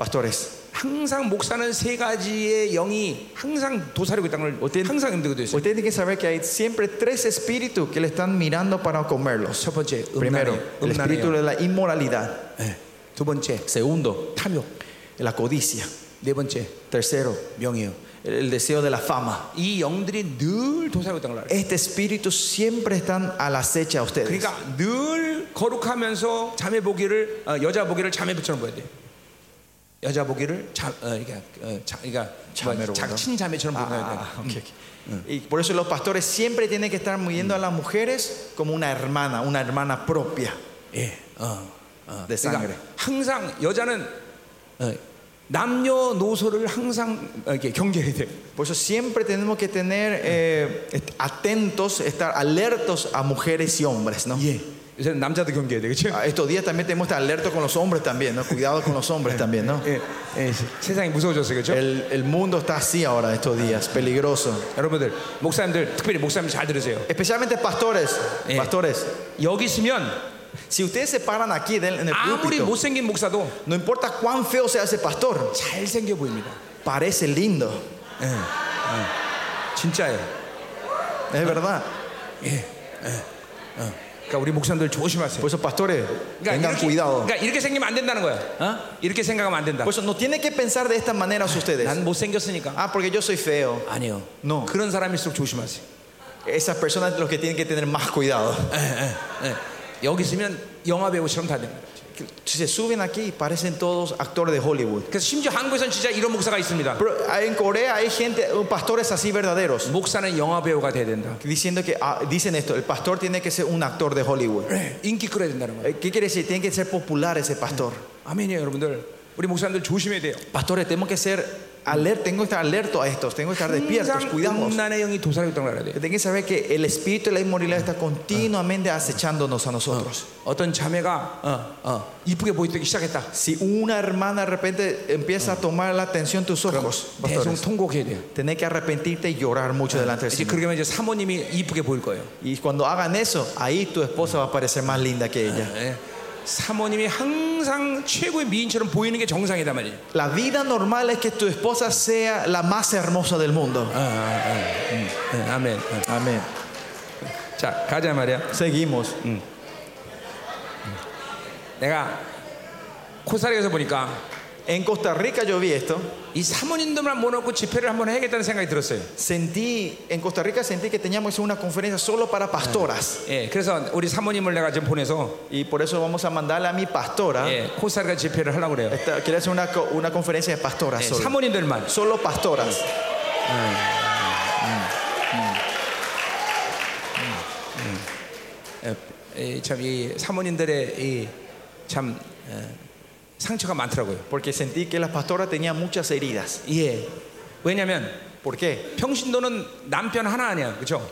Pastores,
항상 목사는 세 가지의 영이 항상 도사리고 있다는 걸
어떤-
항상 힘들게 있어요.
ustedes tienen que saber que hay siempre tres espíritus que le están mirando para comerlos.
첫 번째
Primero,
음란의
el
음란의
espíritu
영,
de la inmoralidad.
두 번째
Segundo,
탐욕.
la codicia.
네 번째
Tercero,
명예요.
el deseo de la fama.
이 영들이 늘 도사하고 있다는 걸 알아요.
Este espíritu siempre están al acecho a ustedes.
그러니까 늘 거룩하면서 자매 보기를 어, 여자 보기를 자매처럼 보여야 돼. 여자 보기를 자, 어, 그러니까, 어, 자, 그러니까
자매로 본다?
작친 자매처럼
Ah,
보여야 돼.
ah, ah, ok, ok. Y por eso los pastores siempre tienen que estar viendo a las mujeres como una hermana, una hermana propia.
예, 어, 어.
내 네, 쌍그레.
항상 여자는 어, 남녀 노소를 항상 어, 이렇게 경계해야 돼.
Por eso siempre tenemos que tener eh, est- atentos, estar alertos a mujeres y hombres, ¿no?
예. 요새 는 남자도 경계해야 돼, 그렇죠?
Ah, Estos días también tenemos que estar alertos con los hombres también, ¿no? Cuidado con los hombres también, ¿no?
예, 예, 세상이 무서워졌어요, 그렇죠?
El, el mundo está así ahora estos días, peligroso.
여러분들 목사님들 특별히 목사님 잘 들으세요.
Especialmente pastores,
Eh.
pastores.
여기 있으면
Si ustedes se paran aquí del- en el
아무리
púlpito,
못생긴 목사도
no importa cuán feo sea ese pastor,
잘 생겨 보입니다.
parece lindo,
진짜예요.
es verdad.
그러니까 우리 목사님들 조심하세요.
Por eso pastores,
그러니까
tengan
이렇게,
cuidado.
그러니까 이렇게 생기면 안 된다는 거야. 어? 이렇게 생각하면 안 된다.
Por eso no tienen que pensar de esta manera ustedes.
난 못생겼으니까.
Ah, porque yo soy feo.
아니요.
No.
그런 사람일수록 조심하세요.
Esas personas los que tienen que tener más cuidado.
예. 여기 있으면 영화 배우처럼 다 됩니다.
Si se suben aquí, parecen todos actores de Hollywood.
그래서 심지어 한국에선 진짜 이런 목사가 있습니다.
Pero en Corea hay gente, pastores así verdaderos,
목사는 영화 배우가 돼야 된다.
diciendo que ah, dicen esto, el pastor tiene que ser un actor de Hollywood.
인기 끌어야 된다는 거예요.
Eh, ¿Qué quiere decir? Tiene que ser popular ese pastor.
아멘이에요, 여러분들. 우리 목사님들 조심해야 돼요.
Pastores, tenemos que ser alertos, tengo que estar alertos a estos, tengo que estar despiertos,
항상
cuidamos.
음란의 영이 도사리고 있다는 걸 알아야 돼요.
Tienen que saber que el espíritu de la inmoralidad está continuamente acechándonos a nosotros.
어떤 자매가 어, 어, 이쁘게 보이기 시작했다.
Si una hermana de repente empieza a tomar la atención tus ojos,
대성
pastores,
통곡해야 돼요.
tenés que arrepentirte y llorar mucho delante del
이제
Señor.
그렇게 하면 이제 사모님이 이쁘게 보일 거예요.
Y cuando hagan eso, ahí tu esposa va a parecer más linda que ella.
예. 사모님이 항상 최고의 미인처럼 보이는 게 정상이다 말이에요.
La vida normal es que tu esposa sea la más hermosa del mundo.
아, 아, 아, 음, 네, 아멘. 어.
Amén.
자 가자 말이야.
Seguimos.
내가 코스타리카에서 보니까
En Costa Rica yo vi esto.
이 사모님들만 모아놓고 집회를 한번 해야겠다는 생각이 들었어요.
Sentí, en Costa Rica sentí que teníamos una conferencia solo para pastoras.
예, 그래서 우리 사모님을 내가 지금 보내서
Y por eso vamos a mandarle a mi pastora.
예, 코스타리카 집회를 하려고 그래요.
Esta- quiere hacer una, co- una conferencia de pastoras
예,
solo.
사모님들만.
Solo pastoras.
예, 참이 사모님들의 이참 예, 상처가 많더라고요.
Porque sentí que las pastoras tenían muchas heridas.
예. 왜냐면
¿Por qué?
평신도는 남편 하나 아니야, 그렇죠?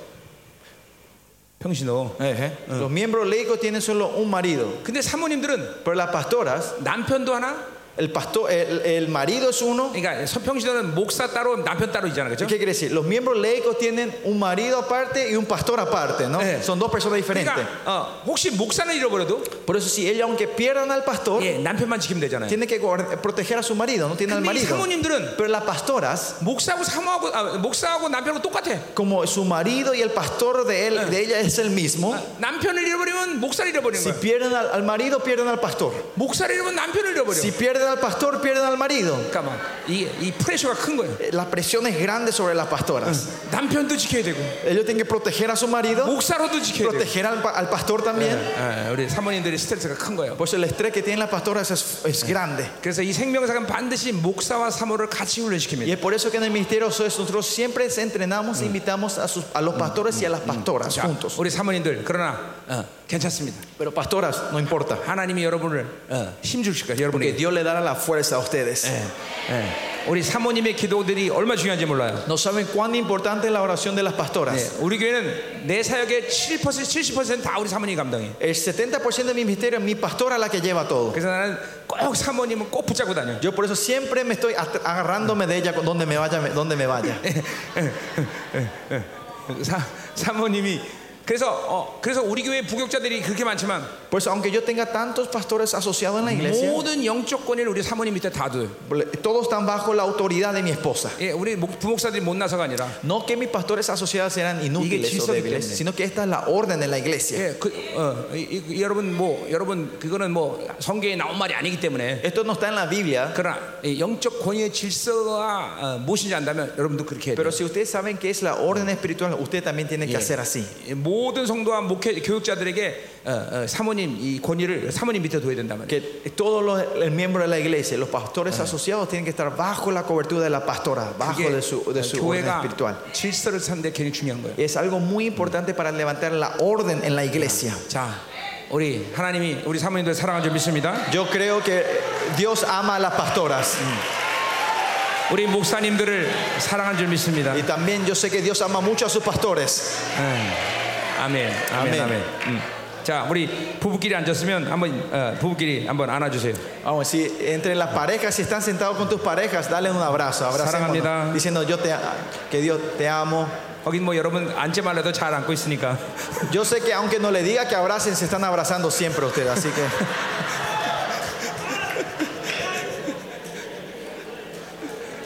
평신도. 예,
Los miembros laicos tienen solo un marido.
근데 사모님들은
Pero las pastoras,
남편도 하나.
el, pastor, el, el marido es uno.
그러니까 서평신도는 목사 따로 남편 따로 있잖아,
¿Qué
그렇죠?
quiere decir? Los miembros laicos tienen un marido aparte y un pastor aparte, ¿no?
Eh.
Son dos personas diferentes.
그러니까 어, 혹시 목사는 잃어버려도
Por eso, si ella, aunque pierdan al pastor,
예, 남편만 지키면 되잖아요.
tiene que guard- proteger a su marido, no tiene al
근데 이
marido.
사모님들은
Pero las pastoras,
목사하고 사모하고 아, 목사하고 남편하고 똑같아.
como su marido y el pastor de, él, de ella es el mismo,
남편을 잃어버리면 목사를 잃어버리는
si
거야.
pierden al, al marido, pierden al pastor.
목사를 잃으면 남편을 잃어버려.
Si pierden al pastor, pierden al marido.
잠깐만. 이게 이 프레셔가 큰 거예요.
Eh, La presión es grande sobre las pastoras.
Eh. 남편도 지켜야 되고
Ellos tienen que proteger a su marido,
목사로도 지켜야 되고.
proteger al, pa- al pastor también.
아, 우리 사모님들의 스트레스가 큰 거예요.
Por eso Pues el estrés que tienen las pastoras es, es grande.
그래서 이 생명사는 반드시 목사와 사모를 같이 훈련시킵니다.
Y es por eso que en el ministerio SOS nosotros siempre entrenamos e invitamos a, sus, a los pastores y a las pastoras
자,
juntos.
우리 사모님들 그러나 어, 괜찮습니다.
Pero pastoras, no importa.
하나님이 여러분을 어, 힘 주실 거예요.
Que
여러분에게.
Dios le dará la fuerza a ustedes.
예. 우리 사모님의 기도들이 얼마나 중요한지 몰라요.
No saben cuán importante es la oración de las
예,
pastoras.
우리 교회는 내 사역의 7% 70%다 우리 사모님이 감당해.
El 70% de mi ministerio es mi pastora la que lleva todo.
그래서 나는 꼭 사모님은 꼭 붙잡고 다녀.
Yo por eso siempre me estoy at- agarrándome de ella con- donde me vaya, me- donde me vaya.
사, 사모님이 그래서 어, 그래서 우리 교회 부격자들이 그렇게 많지만
Por eso, Pues aunque yo tenga tantos pastores asociados en la iglesia,
모든 영적 권위를 우리 사모님 밑에 다 둬요.
todos están bajo la autoridad de mi esposa.
예, 우리 목- 부목사들이 못 나서가 아니라
No que mis pastores asociados eran
Ige
inútiles o
질서기
débiles,
때문에.
sino que esta es la orden en la iglesia.
예, 그, 어, 이, 이, 여러분 뭐 여러분 그거는 뭐 성경에 나온 말이 아니기 때문에
Esto no está en la Biblia,
그러나 이 영적 권위의 질서가 어, 무엇인지 안다면 여러분도 그렇게 해야 돼요.
pero si ustedes saben que es la orden espiritual, ustedes también tienen que
Yeah.
hacer así.
이 예, 모든 성도와 목회 교육자들에게 어, 어, 사모님 이 권위를 사모님 밑에 둬야 된다 말이에요.
Que todos los el miembros de la iglesia, los pastores asociados, tienen que estar bajo la cobertura de la pastora, bajo
그게
de su, de su orden
교회가
espiritual.
질서를 찾는데 굉장히 중요한 거예요.
Es algo muy importante para levantar la orden en la iglesia.
자, 우리 하나님이 우리 사모님들 사랑한 줄 믿습니다.
Yo creo que Dios ama a las pastoras
우리 목사님들을 사랑한 줄 믿습니다.
y también yo sé que Dios ama mucho a sus pastores.
음. 아멘, 아멘,
아멘.
아멘. 음. 자, 우리 부부끼리 앉았으면 한번 어, 부부끼리 한번 안아주세요.
Vamos, si entre las parejas, si están sentados con tus parejas, dale un abrazo,
Sarang합니다.
abracémonos, diciendo yo te, a- que Dios te amo.
거긴 뭐 여러분 앉지 말라도 잘 앉고 있으니까. *laughs*
Yo sé que aunque no le diga que abracen, se están abrazando siempre ustedes, así que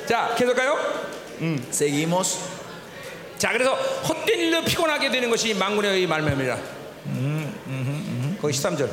자, 계속 가요.
seguimos.
자, 그래서 헛된 일로 피곤하게 되는 것이 망군의 말매입니다. 음, 거기 13절.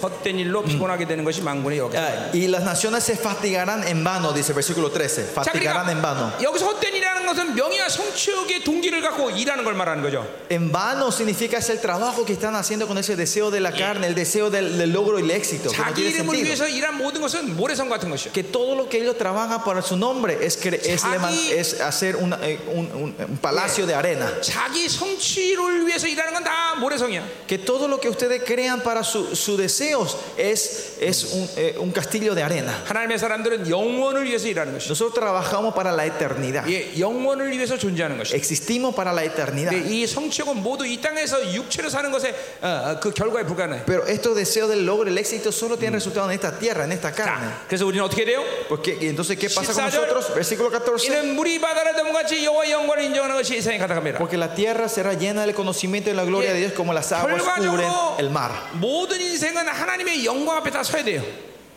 헛된 일로 피곤하게 되는 것이 망군의 역.
Ah, Y las naciones se fatigarán en vano, dice el versículo 13,
자,
fatigarán en vano.
그러니까 여기서 헛된 일이라는 것은 명예와 성취욕의 동기를 갖고 일하는 걸 말하는 거죠.
En vano significa es el trabajo que están haciendo con ese deseo de la carne, el deseo del, del logro y el éxito. Que no
자기
tiene
이름을
sentido.
위해서 일한 모든 것은 모래성 같은 것이요.
que todo lo que ellos trabajan para su nombre es, cre- es,
Chagi-
levan- es hacer una- eh, un, un- un palacio de arena.
자기 성취를 위해서 일하는 건 다 모래성이야.
Que todo lo que ustedes crean para sus deseos es, es un, eh, un castillo de arena.
하나님의 사람들은 영원을 위해서 일하는 것이죠.
Nosotros trabajamos para la eternidad.
예, 영원을 위해서 존재하는 것이죠.
Existimos para la eternidad.
근데 이 성취욕은 모두 이 땅에서 육체로 사는 것의 어, 어, 그 결과에 불과해.
Pero estos deseos del logro, el éxito, solo tienen resultado en esta tierra, en esta carne.
자, 그래서 우리는 어떻게 돼요?
Porque, y entonces, ¿qué pasa con
14?
nosotros? Versículo 14.
이는 물이 바다를 넘같이 여호와의 영광을 인정하는 것이 이 세상에 가득합니다.
Porque la tierra será llena del conocimiento de la gloria de Dios como las aguas cubren el mar.
결과적으로 모든 인생은 하나님의 영광 앞에 다 서야 돼요.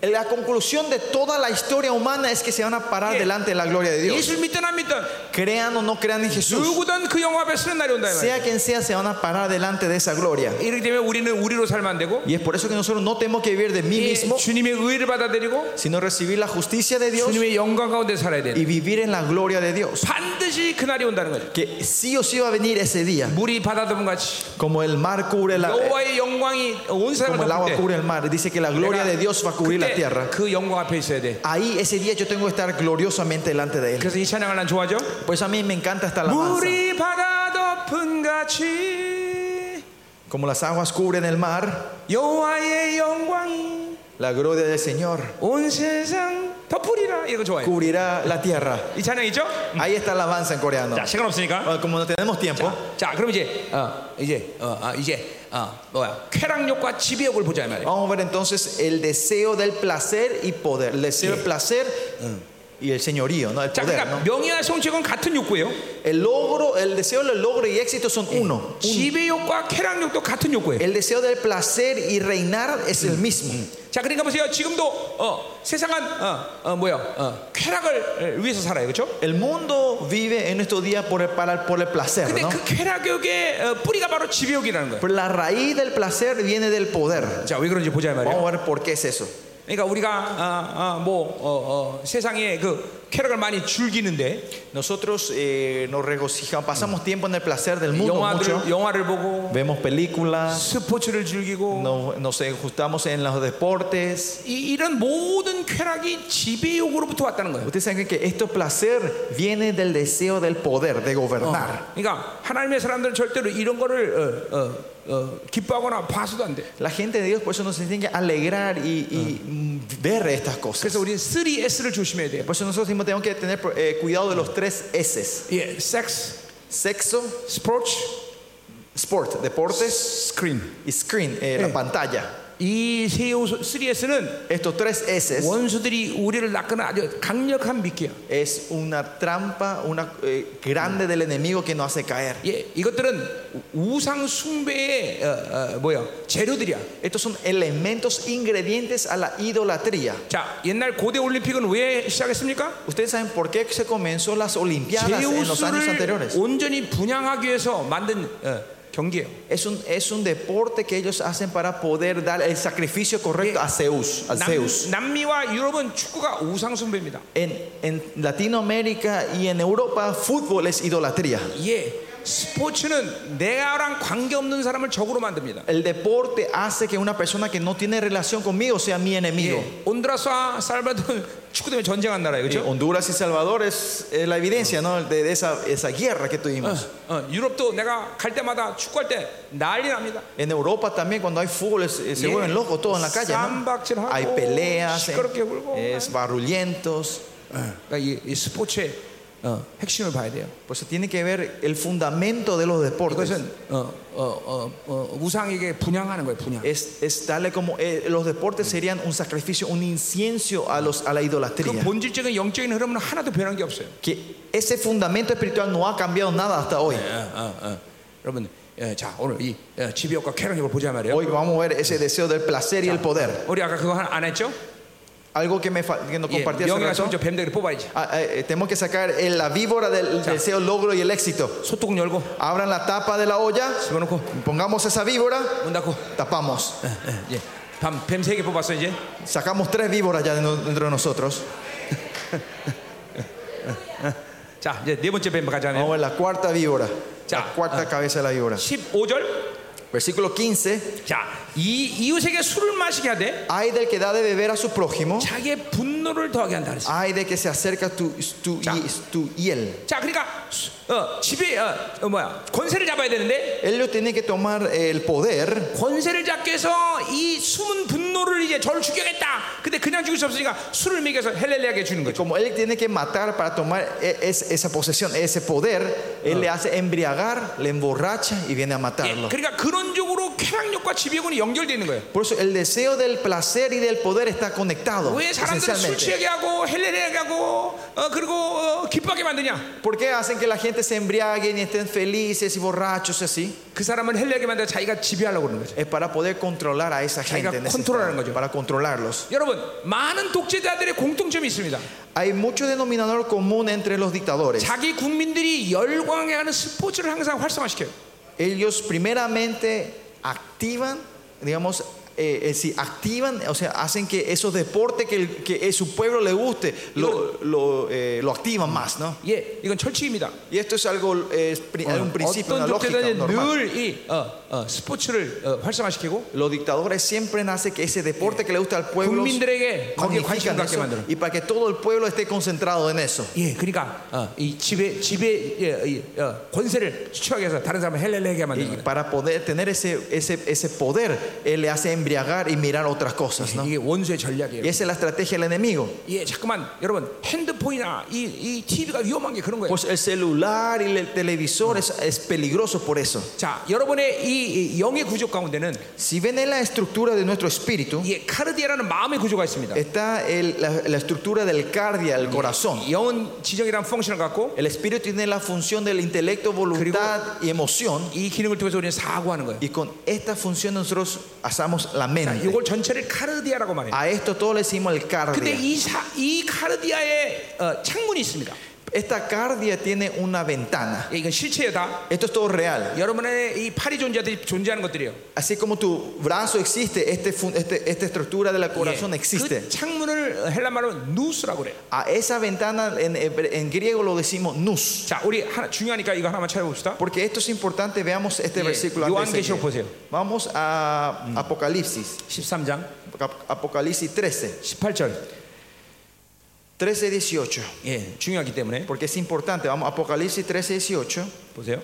La conclusión de toda la historia humana es que se van a parar
Yeah.
delante de la gloria de Dios.
예수를 믿든 안 믿든
Crean o no crean en Jesús,
누구든 그 영광 앞에 서는 날이 온다 이 말이에요.
sea quien sea, se van a parar delante de esa gloria.
이렇기 때문에 우리는 우리로 살면 안 되고
Y es por eso que nosotros no tenemos que vivir de mí
이
mismo,
주님의 의를 받아들이고
sino recibir la justicia de Dios
주님의 영광 가운데 살아야 돼.
y vivir en la gloria de Dios.
반드시 그날이 온다는 거죠.
Que sí o sí va a venir ese día,
물이 바다듬 같이
como el mar cubre la eh,
여호와의 영광이 온 세상을
como el agua
덮을
cubre el mar, dice que la gloria de Dios va a cubrir la
때
tierra.
그때 그 영광 앞에 있어야 돼.
Ahí ese día yo tengo que estar gloriosamente delante de él.
그래서 이 찬양을 난 좋아하죠.
Por eso a mí me encanta esta alabanza.
물이 바다 덮은 같이
Como las aguas cubren el mar,
여호와의 영광이
la gloria del Señor
온 세상 덮으리라. 이거 좋아요.
cubrirá la tierra.
이 찬양이죠?
Ahí está la alabanza en coreano.
자, 시간 없으니까.
Bueno, Como no tenemos tiempo,
자, 그럼 이제 어, 이제 어, 아, 이제 어, 뭐야? 쾌락욕과 지배욕을 보자 이 말이에요.
vamos a ver entonces el deseo del placer y poder. El deseo del placer y el señorío, ¿no? El
자,
poder,
그러니까
¿no?
명예와 성취욕은 같은 욕구예요.
El logro, el deseo del logro y éxito son uno.
지배욕과 쾌락욕도 같은 욕구예요.
El deseo del placer y reinar es el mismo.
자 그러니까 보세요 지금도 어, 세상은 어, 어, 뭐야 어, 쾌락을 어, 위해서 살아요 그렇죠?
El mundo vive en estos días por el, para- por el placer,
근데
¿no?
그 쾌락욕의 어, 뿌리가 바로 지배욕이라는 거예요.
Pero la raíz del placer viene del poder.
자 왜 그런지 보자 이 말이에요.
Vamos a ver por qué es eso.
그러니까 우리가 어, 어, 뭐 어, 어, 세상에 그 쾌락을 많이 즐기는데
Nosotros eh, nos regocijamos, pasamos tiempo en el placer del mundo mucho.
영화들 영화를 보고
Vemos películas,
스포츠를 즐기고
nos, nos ajustamos en los deportes.
이, 이런 모든 쾌락이 지배욕으로부터 왔다는 거예요.
Ustedes saben que este placer viene del deseo del poder, de
Oh.
gobernar.
그러니까 하나님의 사람들은 절대로 이런 거를 어, 어, 어, 기뻐하거나 봐서도 안 돼.
La gente de Dios por eso nos tiene que alegrar y, y, mm, ver estas cosas.
그래서 우리는 3S를 조심해야 돼요.
Por eso nosotros mismos tenemos que tener eh, cuidado de los tres S.
예, 섹스,
Sexo,
스포츠,
sport, deportes
스크린.
y screen, eh, la
Eh.
pantalla.
이세 요소 3S는
Estos tres S
원수들이 우리를 낚는 아주 강력한 미끼야.
es una trampa una, eh, grande del enemigo que nos hace caer.
예, 이것들은 우상 숭배의 어, 어, 뭐야 재료들이야.
Estos son elementos ingredientes a la idolatría.
자, 옛날 고대 올림픽은 왜 시작했습니까?
Ustedes saben por qué se comenzó las Olimpiadas en los años
제우스를
anteriores.
온전히 분양하기 위해서 만든 어, 경기예요.
Es un, es un deporte que ellos hacen para poder dar el sacrificio correcto a Zeus.
아,
A Zeus.
남, 미와 유럽은 축구가 우상 숭배입니다.
En, en Latinoamérica y en Europa, fútbol es idolatría.
예, 스포츠는 내가랑 관계 없는 사람을 적으로 만듭니다.
El deporte hace que una persona que no tiene relación conmigo sea mi enemigo.
예, 온드라스와 살바도르 축구 때문에 전쟁한 나라예요,
Sí,
그렇죠?
Honduras y Salvador es, es la evidencia ¿no? de, de esa, esa guerra que tuvimos.
어, 유럽도 내가 갈 때마다 축구할 때 난리 납니다.
En Europa también cuando hay fútbol es- eh, se
Yeah.
vuelven locos todos en la calle. ¿no?
Sambak질하고,
Hay peleas, eh,
시끄럽게 굴고.
es barullentos.
그러니까 이, 이 스포츠의 어, 핵심을 봐야 돼요.
Por eso Pues tiene que ver el fundamento de los deportes.
이것은 어, 어, 어, 어, 우상에게 분양하는 거예요, 분양.
Es, es darle como eh, los deportes serían un sacrificio, un incienso a, los, a la
그
idolatría.
본질적인 영적인 흐름은 하나도 변한 게 없어요.
Que ese fundamento espiritual no ha cambiado nada hasta hoy.
어, 어, 어. 여러분, 예, 자 오늘 이 예, 집요과 쾌락력을 보자 말이에요.
Hoy vamos a ver ese deseo del placer y el poder.
우리 아까 그거 하나 안 했죠?
Algo que, me, fa- que no
예,
compartí hace
영예가
rato.
성적 뱀대를 뽑아야지.
Ah, eh, tenemos que sacar el- la víbora del
Ya.
deseo, logro y el éxito.
소뚜껑 열고
Abran la tapa de la olla,
집어넣고
pongamos esa víbora,
문 닫고
tapamos.
예, 밤뱀세 개 뽑았어 이제.
Sacamos tres víboras ya de no- dentro de nosotros.
자 이제 네 번째 뱀
Vamos
가자네요.
a ver la cuarta víbora,
Ya. Ah.
la cuarta cabeza de la víbora.
15절.
Versículo 15.
자, 이 이웃에게 술을 마시게 하되
Hay del que da de beber a su prójimo,
자기의 분노를 더하게 한다 그랬어.
hay de que se acerca tu, tu,
Ya.
y- tu hiel.
자, 그러니까 어, 집에 어, 어, 뭐야 권세를 잡아야 되는데
Ellos tienen que tomar eh, el poder.
권세를 잡기 위해서 이 숨은 분노를 이제 절 죽여겠다. 근데 그냥 죽일 수 없으니까 술을 먹여서 헬렐레하게 주는 거죠.
Como él tiene que matar para tomar e- es- esa posesión, ese poder, él
Ah.
le hace embriagar, le emborracha y viene a
예,
matarlo.
그러니까 근원적으로 쾌락력과 지배군이 연결되어 있는 거예요.
Por eso el deseo del placer y del poder está conectado.
왜 사람들을 술
esencialmente.
취하게 하고 헬렐레하게 하고 어, 그리고 어, 기뻐하게 만드냐?
¿Por qué hacen que la gente se embriague y estén felices y borrachos y así?
그 사람은 헬렐레하게 만들어 자기가 지배하려고 그러는 거죠.
Es para poder controlar a esa
Caiga
gente, en ese
control하는
estado,
거죠.
para controlarlos.
여러분, 많은 독재자들의 공통점이 있습니다.
Hay mucho denominador común entre los dictadores.
자기 국민들이 열광해하는 스포츠를 항상 활성화시켜요.
Ellos primeramente activan, digamos, eh, eh, sí, activan, o sea, hacen que esos deportes que, el- que eh, su pueblo le guste, lo, lo, eh, lo activan más, ¿no?
예, 이건 철칙입니다.
Y esto es algo, eh, pri- un principio, una
어떤
lógica
독재자는
normal.
늘이 어, 어, 스포츠를 어, 활성화시키고
Los dictadores siempre nace que ese deporte que le gusta al pueblo
국민들에게 거기에 관심
magnifican
갖게
eso
만들어.
y para que todo el pueblo esté concentrado en eso.
예, 그러니까 어, 이 집에 집에 예, 이, 어, 권세를 수취하게 해서 다른 사람을 헬렐레하게
Y
만드는 거예요.
para poder tener ese, ese, ese poder, él le hace embriagar y mirar otras cosas. ¿no?
이게 원수의
Y
전략이에요.
esa es la estrategia del enemigo.
예, 잠깐만 여러분 핸드폰이나 이, 이 TV가 위험한 게 그런 거예요.
Pues el celular y el televisor es, es peligroso por eso.
자, 여러분의 이, 이 영의 구조 가운데는
Si ven en la estructura de nuestro espíritu,
이 카르디아라는 마음의 구조가 있습니다.
está el- la, la estructura del cardia, el corazón.
영은 지정이라는 펑션을 갖고
El espíritu tiene la función del intelecto, voluntad y emoción.
이 기능을 통해서 우리는 사고하는 거예요.
Y con esta función nosotros hacemos la mente.
이걸 전체를 카르디아라고 말해요.
A esto todo le decimos el
근데
cardia.
이, 사, 이 카르디아의 어, 창문이 있습니다.
Esta cardia tiene una ventana.
예, 이건 실체예요 다.
Esto es todo real.
여러분의 이 팔이 존재하듯이 존재하는 것들이에요.
Así como tu brazo existe, este, fun- este- esta estructura del
예,
corazón existe.
그 창문을 헬라 말로 누스라고 그래요.
A esa ventana en, hebre- en griego lo decimos nous.
자, 우리 하나 중요하니까 이거 하나만 찾아봅시다.
Porque esto es importante, veamos este
Yeah.
versículo. antes de
Yohangeseo 보세요.
seguir. Vamos a Apocalipsis,
13장
Cap- Apocalipsis 13,
18절.
13, 18.
예, 중요하기 때문에
Porque es importante, vamos, Apocalipsis 13, 18.
보세요.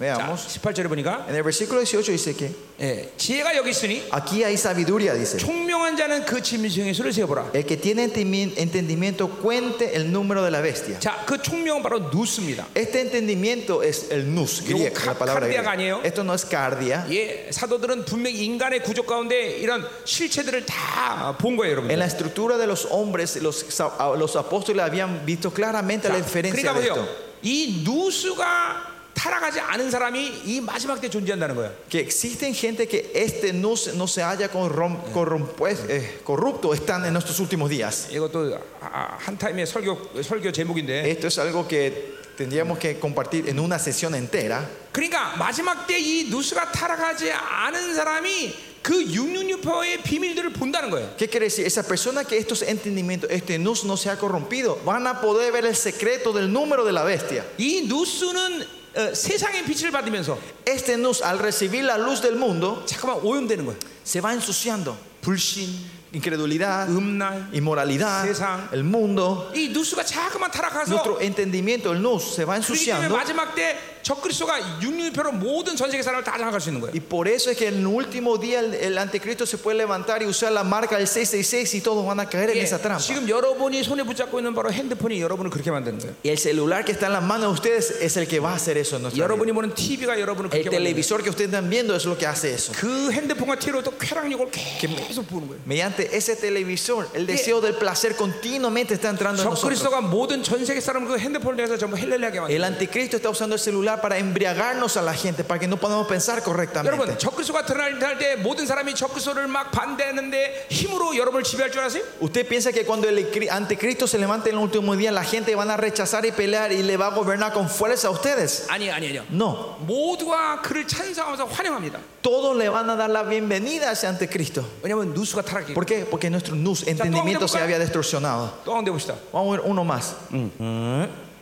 자,
Veamos.
18절에 보니까
En el versículo 18 dice que
예, 지혜가 여기 있으니
aquí hay sabiduría, dice.
총명한 자는 그 짐승의 수를 세어보라.
El que tiene entimi- entendimiento cuente el número de la bestia.
자, 그 총명은 바로 누스입니다.
Este entendimiento es el nous, griego,
ca-
la palabra
cardiac
griega.
아니에요?
Esto no es cardia.
예, 사도들은 분명히 인간의 구조 가운데 이런 실체들을 다 본 거예요, 여러분.
En la estructura de los hombres, los, sa- a- los apóstoles habían visto claramente la diferencia
그러니까
de
보세요.
esto.
이 누스가 타락하지 않은 사람이 이 마지막 때 존재한다는 거예요.
Que existen gente que este nous no se haya corrom- corrompue- eh, corrupto, están en nuestros últimos días.
이것도 아, 한 타임의 설교 설교 제목인데.
Esto es algo que tendríamos que compartir en una sesión entera.
그러니까 마지막 때 이 누스가 타락하지 않은 사람이 그 666%의 비밀들을 본다는 거예요.
¿Qué quiere decir? Esa persona que estos entendimientos, este nous no se ha corrompido, van a poder ver el secreto del número de la bestia.
이 누스는 어, 세상의 빛을 받으면서
Este nous, al recibir la luz del mundo,
잠깐만 오염되는 거예요.
se va ensuciando.
불신,
Incredulidad,
음란.
inmoralidad,
Sesam.
el mundo.
이 누스가 자꾸만 타락해서
Nuestro entendimiento, el nous, se va
그렇기 때문에
ensuciando.
마지막 때 적그리스도가 666%로 모든 전 세계 사람을 다 장악할 수 있는 거예요.
Y por eso es que en el último día el, el anticristo se puede levantar y usar la marca del 666 y todos van a caer en
예,
esa trampa.
지금 여러분이 손에 붙잡고 있는 바로 핸드폰이 여러분을 그렇게 만드는 거예요.
Y el celular que está en las manos de ustedes es el que va a hacer eso en nuestra vida.
여러분이 보는 TV가 여러분을
El
그렇게 만드는 거예요.
televisor que ustedes están viendo es lo que hace eso.
그 핸드폰과 TV로 또 쾌락욕을 계속 보는 거예요.
Mediante ese televisor, el deseo del placer continuamente está
예.
entrando en nosotros.
적그리스도가 모든 전 세계 사람 그 핸드폰을 통해서 전부 헬렐레하게 만드는
El anticristo está usando el celular para embriagarnos a la gente, para que no podamos
거예요.
pensar
여러분,
correctamente.
적그리스도가 드러날 때 모든 사람이 적그리스도를 막 반대하는데 힘으로 여러분을 지배할 줄 아세요?
¿Usted piensa que cuando el cri- anticristo se levante en el último día, la gente van a rechazar y pelear y le va a gobernar con fuerza a ustedes?
아니, 아니, 아니요.
No.
모두가 그를 찬성하면서 환영합니다.
Todos le van a dar la bienvenida a ese anticristo.
왜냐면 누수가 타락해.
¿Por qué? Porque nuestro nus, entendimiento se había distorsionado.
또 한번 봅시다.
Vamos a ver uno más.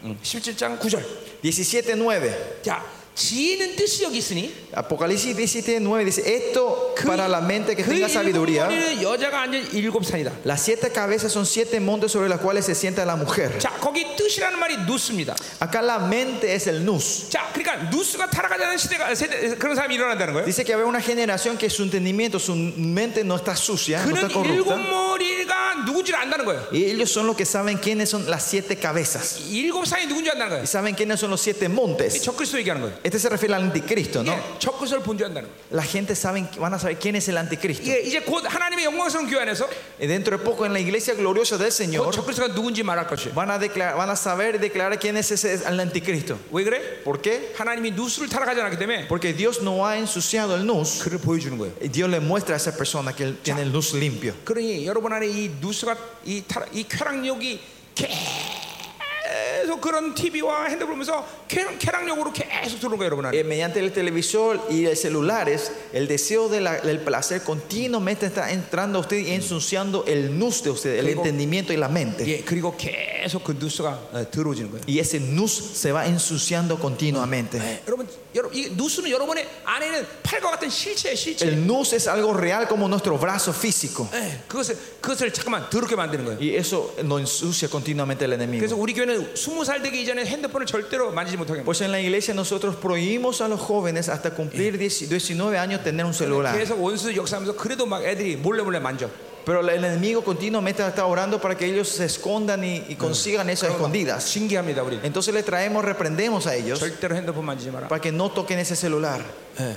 음. 17장 9절.
17.9.
자, 지혜는 뜻이 여기 있으니
Apocalipsis 17.9 dice, esto para la mente que
그
tenga
일곱
sabiduría.
머리는 여자가 앉은 일곱 산이다.
Las siete cabezas son siete montes sobre las cuales se sienta la mujer.
자, 거기 뜻이라는 말이 누스입니다.
Acá la mente es el nus.
자, 그러니까 누스가 타락하자는 시대가 세대, 그런 사람이 일어난다는 거예요.
Dice que había una generación que su entendimiento, su mente no está sucia, no
그는
está
일곱
corrupta.
머리가 누군지를 안다는 거예요.
Y ellos son los que saben quiénes son las siete cabezas.
일곱 산이 누군지 안다는 거예요.
Y saben quiénes son los siete montes.
적그리스도 얘기하는 거예요.
Este se refiere al anticristo, ¿no?
예, 적그리스도를 본줄 안다는 거예요.
La gente saben, van a saber quién es el anticristo.
예, 이제 곧 하나님의 영광스러운 교회 안에서
Y dentro de poco en la iglesia gloriosa del
곧
Señor
적그리스도가 누군지 말할 것이에요.
van a, declarar, van a saber y declarar quién es ese el anticristo.
왜 그래?
¿Por qué?
하나님이 누스를 타락하지 않았기 때문에
Porque Dios no ha ensuciado el nus.
그를 보여주는 거예요.
Y Dios le muestra a esa persona que él tiene el nus limpio.
그러니 여러분 안에 이 누스가 이, 타락, 이 쾌락욕이 계속 그런 TV와 핸드폰 보면서 쾌락, 쾌락욕으로 계속 들어오는 거예요, 여러분 안에.
Eh, mediante el televisor y los celulares, el deseo de la- del placer continuamente está entrando a usted y ensuciando el nus de usted, el
Luego-
entendimiento y la mente.
예, 그리고 계속 그 누스가 어, 들어오지는 거예요.
Y ese nus se va ensuciando continuamente.
여러분, 여러분 이 누스는 여러분의 안에는 팔과 같은 실체예요, 실체.
El nus es algo real como nuestro brazo físico.
예, 그것을 그것을 잠깐만 더럽게 만드는 거예요.
Y eso nos ensucia continuamente el
그래서
enemigo.
우리 교회는 스무 살 되기 이전에 핸드폰을 절대로 만지지 못하게 합니다.
Pues en la iglesia nosotros prohibimos a los jóvenes hasta cumplir 10 19 años tener un celular.
계속 원수 역사하면서 그래도 막 애들이 몰래 몰래 만져.
Pero el enemigo continuamente está orando para que ellos se escondan y, y consigan eso a escondidas.
신기합니다, 우리.
Entonces le traemos, reprendemos a ellos
절대로 핸드폰 만지지 마라.
para que no toquen ese celular.
예,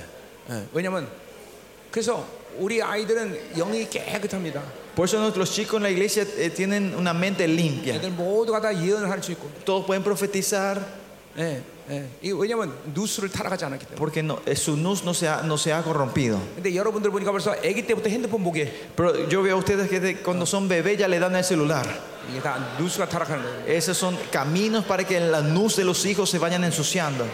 왜냐면 그래서 우리 아이들은 영이 깨끗합니다.
Por eso nuestros chicos en la iglesia eh, tienen una mente limpia.
애들 모두가 다 예언을 할 수 있고.
Todos pueden profetizar
예, 예. 이 왜냐면 누스를 타락하지 않았기 때문에.
porque no, eh, su nus no se ha, no se ha corrompido.
근데 여러분들 보니까 벌써 아기 때부터 핸드폰 보게
Pero yo veo a ustedes que de- cuando son bebés ya le dan el celular.
이게 다 누스가 타락하는 거예요.
Esos son caminos para que la luz de los hijos se vayan ensuciando.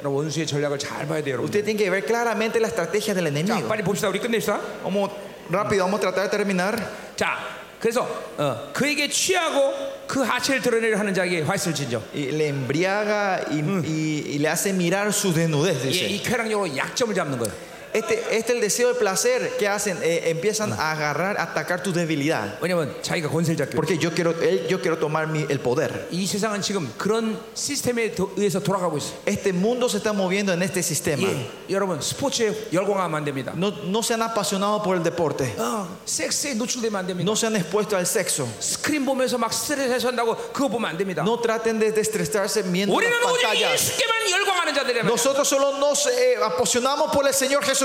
그럼 원수의 전략을 잘 봐야 돼요, 여러분.
Usted tiene que ver claramente la estrategia del
자,
enemigo.
빨리 봅시다. 우리 끝냅시다.
Vamos rápido, vamos a tratar de terminar.
자, 그래서 어, 그에게 취하고 그 하체를 드러내려 하는 자에게 화있을 진저.
Y le embriaga Mm. y, y- y le hace mirar su desnudez,
예, 이
dice.
쾌락력으로 약점을 잡는 거예요.
este, este el deseo de placer que hacen, eh, empiezan a agarrar, a atacar tu debilidad.
왜냐면 자기가 권세를 잡고
Porque yo quiero, él- yo quiero tomar mi- el poder.
이 세상은 지금 그런 시스템에 도- 의해서 돌아가고 있어. 요
Este mundo se está moviendo en este sistema.
예, 여러분 스포츠에 열광하면 안 됩니다.
No, no se han apasionado por el deporte.
어, 섹스에 노출되면 안 됩니다.
No se han expuesto al sexo.
스크린 보면서 막 스트레스 산다고 그거 보면 안 됩니다.
No traten de desestresarse viendo las
우리는 오직
pantallas.
예수께만 열광하는 자들이라면
Nosotros solo nos eh, apasionamos por el Señor Jesucristo.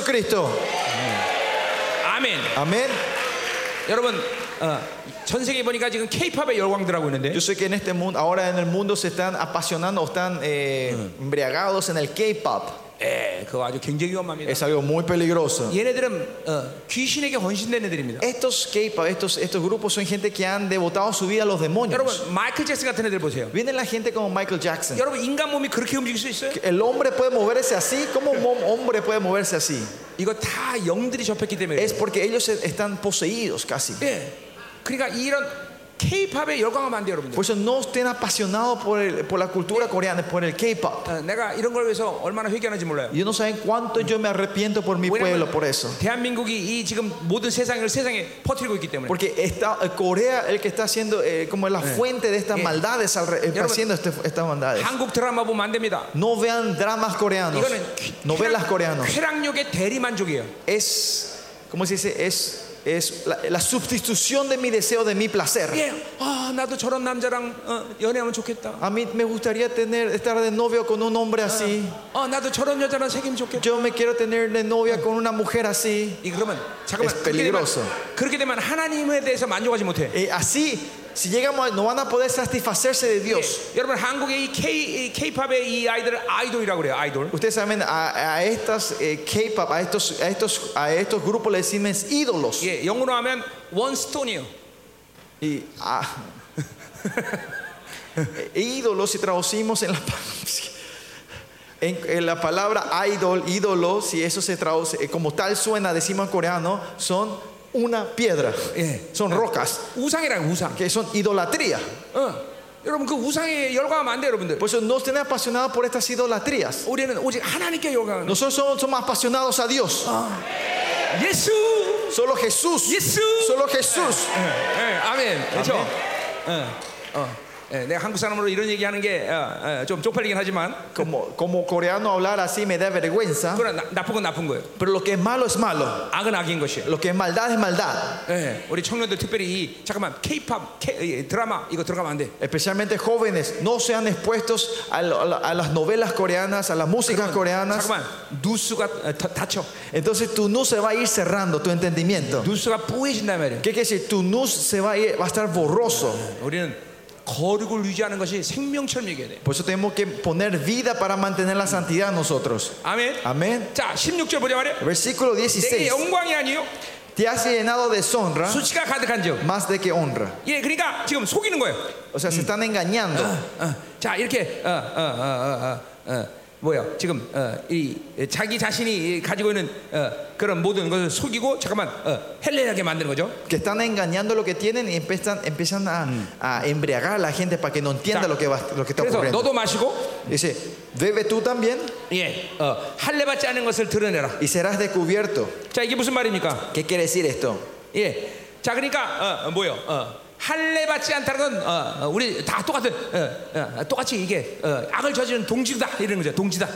아멘.
Amén.
여러분 어, 전 세계 보니까 지금 케이팝에 열광들 하고 있는데
Yo sé que en este mundo, ahora en el mundo se están apasionando o están eh, embriagados en el K-pop.
에, 예, 그거 아주 굉장히 위험합니다.
Es algo muy peligroso.
얘네들은 어, 귀신에게 헌신된 애들입니다.
Estos K-pop, estos, estos grupos son gente que han devotado su vida a los
네.
demonios.
여러분 마이클 잭슨 같은 애들 보세요.
Vienen la gente como Michael Jackson.
여러분 인간 몸이 그렇게 움직일 수 있어요?
El hombre puede moverse así como un hom- hombre puede moverse así.
이거 다 영들이 접했기 때문에.
Es
그래요.
porque ellos e- están poseídos casi.
예. 그러니까 이런 K-팝에 열광하면 안 돼요, 여러분들.
Por eso no estén apasionados por, el- por la cultura coreana, por el K-pop.
어, 내가 이런 걸 위해서 얼마나 회개하는지 몰라요.
Yo no saben cuánto yo me arrepiento por mi pueblo, por eso.
대한민국이 이 지금 모든 세상을 세상에 퍼뜨리고 있기 때문에.
Porque está, eh, Corea el que está haciendo eh, como la fuente de estas maldades, al re- eh,
Yo no-
haciendo este- estas maldades.
한국 드라마 보면 안 됩니다.
No vean dramas coreanos,
이거는 쾌-
novelas
쾌락-
coreanas.
쾌락욕의 대리만족이에요.
es, ¿cómo se dice? Es, es la, la sustitución de mi deseo, de mi placer.
예. 아, 나도 저런 남자랑 어, 연애하면 좋겠다.
A mí me gustaría tener, estar de novio con un hombre así.
어, 나도 저런 여자랑 사귀면 좋겠다.
Yo me quiero tener de novia con una mujer así.
이 그러면 잠깐만
Es
그렇게 되면,
peligroso.
그렇게 되면 하나님에 대해서 만족하지 못해.
Eh, así, si llegamos, a- no van a poder satisfacerse de Dios.
예, 여러분 한국의 이 K K-팝의 이 아이들을 아이돌이라고 그래요. 아이돌.
Ustedes saben, a, a estas eh, K-pop, a estos, a, estos, a estos grupos le decimos ídolos.
예, 영어로 하면 원스톤이에요.
Y, ah, *laughs* eh, ídolos, si traducimos en la, *laughs* pa- en, en la palabra idol, ídolo, si eso se traduce eh, como tal suena, decimos en coreano, son una piedra,
Eh.
son rocas,
우상이라고 우상.
que son idolatría.
어. 여러분 그 우상에 열광하면 안 돼요, 여러분들.
Por eso no estén apasionados por estas idolatrías.
우리는 오직 하나님께 열광하는 거.
Nosotros somos, somos apasionados a Dios.
예수.
Solo Jesús.
예수.
Solo Jesús.
예, 아멘. 그렇죠? 예. 어. 예, 내가 한국 사람으로 이런 얘기하는 게 어, 좀 쪽팔리긴 하지만
Como, como coreano hablar así me da vergüenza.
그건 나- 나쁜 건 나쁜 거예요.
Pero lo que es malo es malo.
악은 악인 것이에요.
Lo que es maldad es maldad.
예, 우리 청년들 특별히 이, 잠깐만 K-팝, K- 예, 드라마 이거 들어가면 안 돼.
Especialmente jóvenes, no sean expuestos a, lo- a la- a las novelas coreanas, a las músicas coreanas.
잠깐만 누수가 어, 다- 닫혀.
Entonces tu nus se va a ir cerrando, tu entendimiento.
누수가 뿌얘진단 말이에요.
¿Qué quiere decir? Tu nus se va a, ir- va a estar borroso.
우리는 거룩을 유지하는 것이 생명철미게 돼.
Por eso tenemos que poner vida para mantener la santidad nosotros.
아멘.
Amén.
자, 16절 보자 말이야.
Versículo
내게
16.
영광이 아니요
Te has llenado de deshonra
수치가 가득한즉.
más de que honra.
예, 그러니까 지금 속이는 거예요.
O sea, se están engañando.
어, 자, 이렇게 어, 어, 어, 어, 어, 어, 뭐야? 지금 어, 이 예, 자기 자신이 가지고 있는 어, 그런 모든 것을 속이고 잠깐만 어, 헬레하게 만드는 거죠.
Que están engañando lo que tienen y empiezan, empiezan a, a embriagar a la gente para que no entienda lo que, va- lo que está
그래서
ocurriendo.
너도 마시고
Dice, bebe tú también
예, 어, 할례받지 않은 것을 드러내라.
y serás descubierto.
자, 이게 무슨 말입니까?
¿Qué quiere decir esto?
예. 자, 그러니까 어, 어, 뭐요? 어, 할례 받지 않다는 건 어, 어, 우리 다 똑같은 어, 어, 똑같이 이게 어, 악을 저지른 동지다 이런 거죠. 동지다.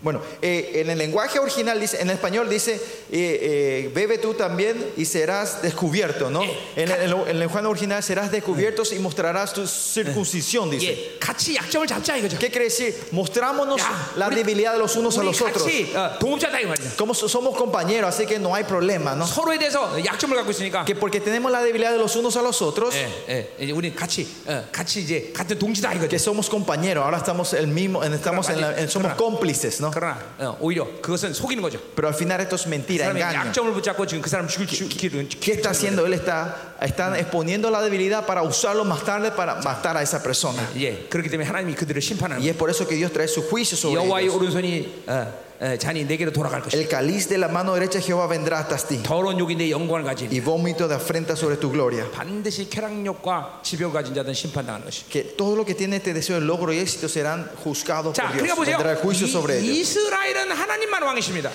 Bueno, eh, en el lenguaje original, dice, en el español dice, eh, eh, bebe tú también y serás descubierto, ¿no?
Eh,
En el, en lo- en el lenguaje original serás descubierto y mostrarás tu circuncisión, dice.
예. 같이 약점을 잡자 이거죠.
¿Qué quiere decir? Mostrámonos
Ya,
la
uri-
debilidad de los unos a
우리
los otros.
같이 어, 동업자다 이 말이야.
Como so- somos compañeros, así que no hay problema, ¿no?
서로에 대해서 약점을 갖고 있으니까
Que porque tenemos la debilidad de los unos a los otros,
예, 예, 이제 우리 같이 어, 같이 이제 같은 동지다
que
이거죠.
somos compañeros, ahora estamos el mismo, en- estamos en la- en- somos cómplices, ¿no?
그러나 어, 오히려 그것은 속이는 거죠.
Pero al final esto es mentira,
사람의
engaño.
약점을 붙잡고 지금 그 사람 죽일 죽- 죽이는
¿Qué está haciendo? Él está, está exponiendo la debilidad para usarlo más tarde para matar a esa persona.
예. 그렇기 때문에 하나님이 그들을 심판하는
Y es por eso que Dios trae su juicio sobre
여호와의
ellos.
오른손이 어, 어, 잔이 내게로 돌아갈 것이다.
El cáliz de la mano derecha de Jehová vendrá hasta ti
더러운 욕이 내 영광을 가지니
y vómito de afrenta sobre tu gloria.
반드시 쾌락욕과 지배를 가진 자들은 심판당하는 것이.
Que todo lo que tiene este deseo de logro y éxito serán juzgados
자, 그러니까
por Dios.
보세요.
Vendrá el juicio sobre
이,
ellos.
이스라엘은 하나님만 왕이십니다.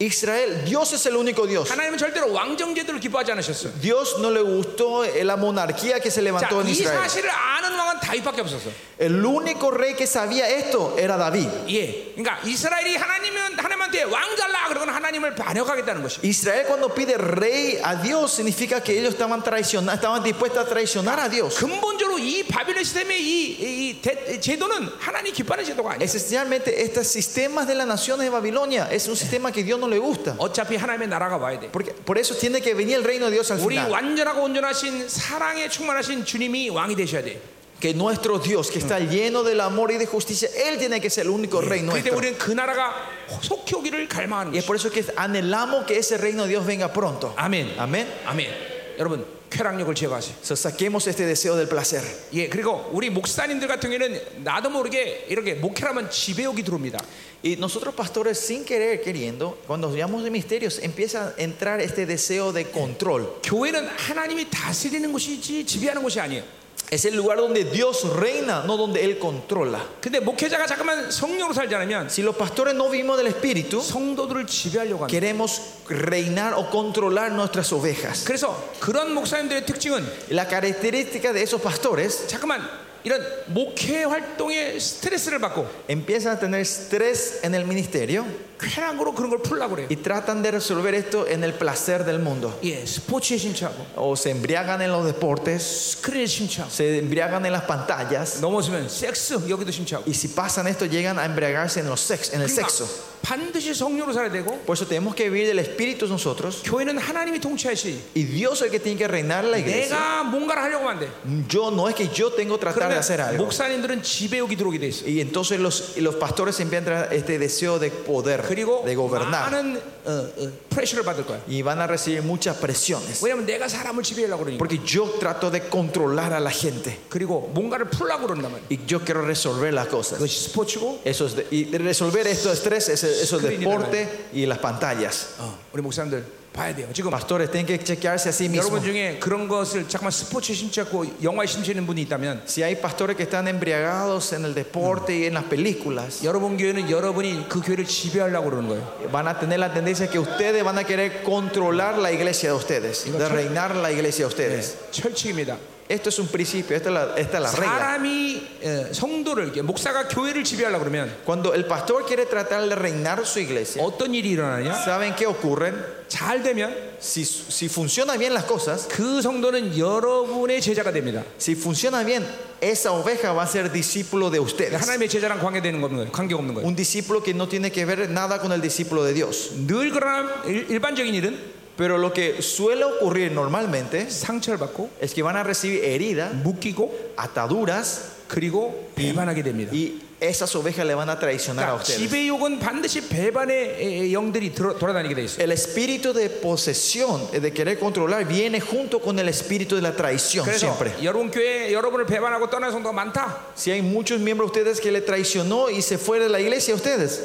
Israel, Dios es el único Dios.
하나님은 절대로 왕정제도를 기뻐하지 않으셨어요.
Dios no le gustó la monarquía que se
자,
levantó en
이
Israel.
사실을 아는 왕은 다윗밖에 없었어.
El único rey que sabía esto era David.
예. 그러니까 이스라엘이 하나님은 하나님한테 왕 잘라 그러건 하나님을 반역하겠다는 것이.
Israel cuando pide rey a Dios significa que ellos estaban traicionados, estaban dispuestos a traicionar a Dios.
근본적으로 이 바빌론 시스템의 이, 이, 이 대- 제도는 하나님 기뻐하는 제도가 아니에요.
Esencialmente, estos sistemas de las naciones de Babilonia es un sistema que Dios no le gusta.
어차피 하나님의 나라가 와야 돼.
Porque, por eso tiene que venir el reino de Dios al
우리
final.
완전하고 온전하신 사랑에 충만하신 주님이 왕이 되셔야 돼.
Que nuestro Dios, que está lleno del amor y de justicia, Él tiene que ser el único rey
그때
nuestro.
우리는 그 나라가 속히 오기를 갈망하는
Y es
것이.
por eso que anhelamos que ese reino de Dios venga pronto.
예. 아멘.
Amén.
아멘. 여러분 쾌락력을 제거하세요.
So, saquemos este deseo del placer.
예, 그리고 우리 목사님들 같은 경우에는 나도 모르게 이렇게 목회하면 지배욕이 들어옵니다.
Y nosotros pastores, sin querer, queriendo, cuando hablamos de misterios, empieza a entrar este deseo de control.
교회는 하나님이 다스리는 곳이지 지배하는 곳이 아니에요.
Es el lugar donde Dios reina, no donde Él controla.
근데 목회자가 잠깐만 성령으로 살지 않으면
Si los pastores no vivimos del Espíritu,
성도들을 지배하려고 합니다.
queremos reinar o controlar nuestras ovejas.
그래서 그런 목사님들의 특징은
La característica de esos pastores
잠깐만 이런 목회 활동에 스트레스를 받고
empiezan a tener estrés en el ministerio
쾌락으로 그런 걸 풀려고 그래요.
y tratan de resolver esto en el placer del mundo.
예, 스포츠에 심취하고
O se embriagan en los deportes,
스크린에 심취하고
se embriagan en las pantallas
넘어서면 섹스 여기도 심취하고
y si pasan esto llegan a embriagarse en, los sex- en el
그러니까
sexo.
반드시 성령으로 살아야 되고
Por eso tenemos que vivir del Espíritu nosotros
교회는 하나님이 통치하시
y Dios es el que tiene que reinar la iglesia.
내가 뭔가를 하려고 하면 안 돼.
Yo no es que yo tengo que tratar de
그러면
hacer algo.
목사님들은 지배욕이 들어오게 돼 있어.
Y entonces los, los pastores siempre entran este deseo de poder,
그리고
de gobernar.
많은 어, 어, 프레셔를 받을 거야.
Y van a recibir muchas presiones.
왜냐면 내가 사람을 지배하려고 그러니까.
Porque yo trato de controlar a la gente.
그리고 뭔가를 풀려고 그런단 말이야.
Y yo quiero resolver las cosas.
그것이 스포츠고
Eso es de- y de resolver estos estrés, ese- esos deportes y las pantallas.
어, 우리 목사님들 봐야 돼요. 지금
Pastores, tienen que chequearse a sí
여러분
mismos.
중에 그런 것을 잠깐만 스포츠에 심취하고 영화에 심취하는 분이 있다면
Si hay pastores que están embriagados en el deporte y en las películas,
여러분 교회는 여러분이 그 교회를 지배하려고 그러는 거예요.
van a tener la tendencia que ustedes van a querer controlar la iglesia de ustedes, de reinar la iglesia de ustedes.
철칙입니다.
Esto es un principio, esta es la, esta es la regla.
사람이 예, 성도를 이렇게 목사가 교회를 지배하려고 그러면
Cuando el pastor quiere tratar de reinar su iglesia,
어떤 일이 일어나냐?
¿saben qué ocurre?
잘 되면
Si, si funcionan bien las cosas,
그 성도는 여러분의 제자가 됩니다.
si funciona bien, esa oveja va a ser discípulo de ustedes.
하나님의 제자랑 관계되는 거 없는 거예요. 관계 없는 거예요.
Un discípulo que no tiene que ver nada con el discípulo de Dios.
늘 그러나 일- 일반적인 일은
Pero lo que suele ocurrir normalmente
상처를 받고
es que van a recibir heridas,
묶이고
ataduras,
그리고 배반하게 됩니다.
y esas ovejas le van a traicionar a
그러니까
ustedes.
지배욕은 반드시 배반의 에, 에, 영들이 들어- 돌아다니게 돼 있어요.
El espíritu de posesión, eh, de querer controlar, viene junto con el espíritu de la traición
그래서
siempre.
여러분 교회 여러분을 배반하고 떠난 성도가 많다.
Si hay muchos miembros de ustedes que le traicionó y se fue de la iglesia a ustedes.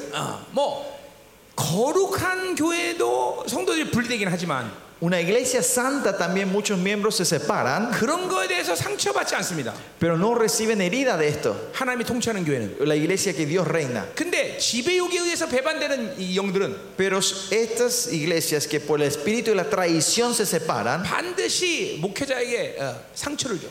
뭐 거룩한 교회도 성도들이 분리되긴 하지만
Una iglesia santa también muchos miembros se separan,
그런 거에 대해서 상처받지 않습니다.
pero no reciben herida de esto.
하나님이 통치하는 교회는.
La iglesia que Dios reina.
근데 지배욕에 의해서 배반되는 이 영들은
Pero estas iglesias que por el espíritu de la traición se separan,
반드시 목회자에게 어, 상처를 줘.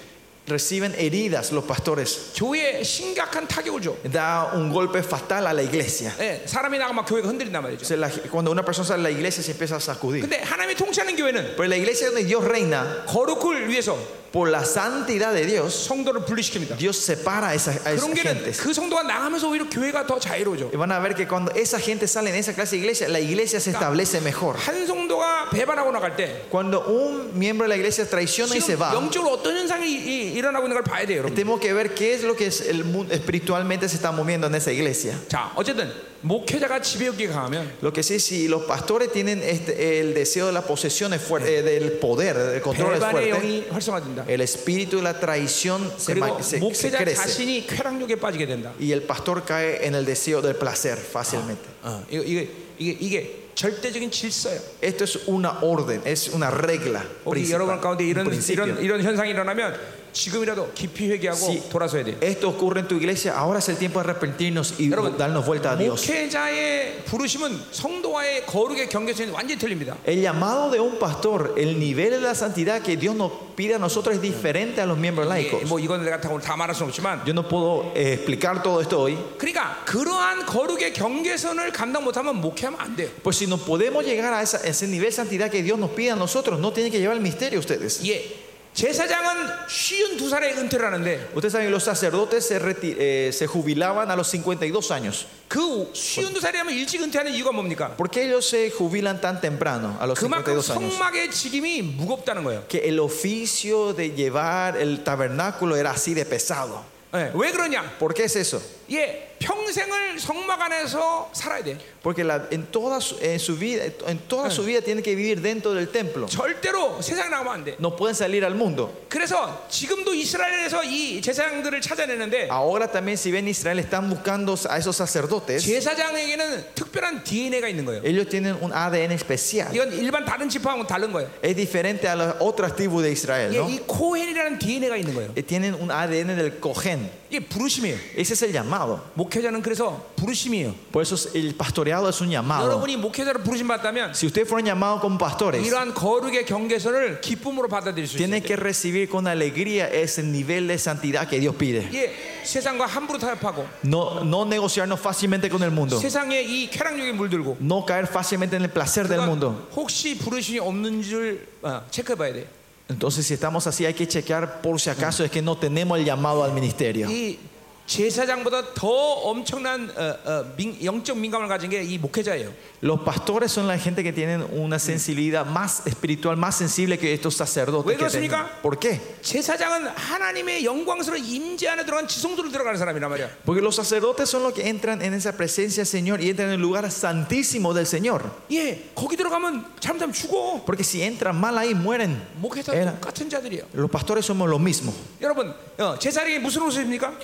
reciben heridas los pastores.
교회에 심각한 타격을 줘.
Da un golpe fatal a la iglesia.
예, 사람이 나가면 교회가 흔들린단
O
말이죠.
sea, la- cuando una persona sale de la iglesia se empieza a sacudir.
근데 하나님이 통치하는 교회는
Pero la iglesia donde Dios reina,
거룩을 위해서
por la santidad de Dios,
성도를 분리시킵니다.
Dios separa a esas, a esas
그런 교회는
gentes.
그 성도가 나가면서 오히려 교회가 더 자유로워져.
Y van a ver que cuando esa gente sale en esa clase de iglesia, la iglesia se establece mejor.
한 성도가 배반하고 나갈 때
Cuando un miembro de la iglesia traiciona y se
지금
va,
영적으로 어떤 현상이 이- 일어나고 있는 걸 봐야 돼요, 여러분.
tenemos que ver qué es lo que es el mundo espiritualmente se está moviendo en esa iglesia.
자, 어쨌든 목회자가 지배욕이 강하면
Lo que sí, si los pastores tienen este- el deseo de la posesión es fuerte, eh, del poder, del control es
배반의
fuerte,
영이 활성화된다.
el espíritu de la traición se,
그리고
ma- se- se
목회자
crece
자신이 쾌락욕에 빠지게 된다.
y el pastor cae en el deseo del placer fácilmente.
어, 이거, 이게, 이게, 이게 절대적인 질서예요.
Esto es una orden, es una regla.
우리
principal,
여러분 가운데
un
이런,
principio.
이런, 이런 현상이 일어나면 지금이라도 깊이 회개하고
Si
돌아서야 돼.
esto ocurre en tu iglesia, ahora es el tiempo de arrepentirnos y
여러분,
darnos vuelta a Dios.
목회자의 부르심은 성도와의 거룩의 경계선이 완전히 틀립니다.
El llamado de un pastor, el nivel de la santidad que Dios nos pide a nosotros es diferente a los miembros
예,
laicos.
뭐 이건 내가 다 오늘 다 말할 수는 없지만
Yo no puedo eh, explicar todo esto hoy.
그러니까 그러한 거룩의 경계선을 감당 못하면 목회하면 안 돼요.
Pues si no podemos llegar a esa- ese nivel de santidad que Dios nos pide a nosotros, no tienen que llevar el misterio ustedes.
예. 제사장은 52살에 은퇴를 하는데
Ustedes saben, los sacerdotes se, reti- eh, se jubilaban a los 52 años.
그 52살이라면 일찍 은퇴하는 이유가 뭡니까?
¿Por qué ellos se jubilan tan temprano, a los
그만큼
52 años?
성막의 직임이 무겁다는 거예요.
Que el oficio de llevar el tabernáculo era así de pesado.
예. 왜 그러냐?
¿Por qué es eso?
예. 평생을 성막 안에서 살아야 돼.
Porque la- en, toda su, en su vida, en toda su vida tienen que vivir dentro del templo.
절대로 세상에 나가면 안 돼.
No pueden salir al mundo.
그래서 지금도 이스라엘에서 이 제사장들을 찾아내는데
Ahora también, si ven Israel, están buscando a esos sacerdotes.
제사장에게는 특별한 DNA가 있는 거예요.
Ellos tienen un ADN especial.
이건 일반 다른 지파하고 다른 거예요.
es diferente a las otras tribus de Israel,
예,
¿no?
이 코헨이라는 DNA가 있는 거예요.
Eh, Tienen un ADN del cohen.
이게 부르심이에요.
Ese es el llamado.
목회자는 그래서 부르심이에요.
Por eso es- el pastoreado es un llamado.
여러분이 목회자로 부르심 받다면
Si ustedes fueron llamados como pastores,
이러한 거룩의 경계선을 기쁨으로 받아들일 수 있어요.
tienen que recibir con alegría ese nivel de santidad que Dios pide.
예, 세상과 함부로 타협하고
No, no negociarnos fácilmente con el mundo.
세상에 이 쾌락욕에 물들고
No caer fácilmente en el placer del
그건
mundo.
혹시 부르심이 없는 줄 어, 체크해봐야 돼.
Entonces, si estamos así, hay que chequear por si acaso es que no tenemos el llamado al ministerio.
이 제사장보다 더 엄청난 어, 어, 민- 영적 민감을 가진 게 이 목회자예요.
Los pastores son la gente que tienen una sensibilidad más espiritual, más sensible que estos sacerdotes.
¿Ven
que
los
tienen.
significa?
¿Por qué?
제사장은 하나님의 영광스러운 임재 안에 들어간 지성소로 들어가는 사람이란 말이야.
Porque los sacerdotes son los que entran en esa presencia del Señor y entran en el lugar santísimo del Señor.
예, 거기 들어가면 잘못하면 죽어.
Porque si entran mal ahí, mueren.
목회자
Era.
똑같은 자들이에요.
Los pastores somos lo mismo.
여러분, 어, 제사장이 무슨 옷을 입니까?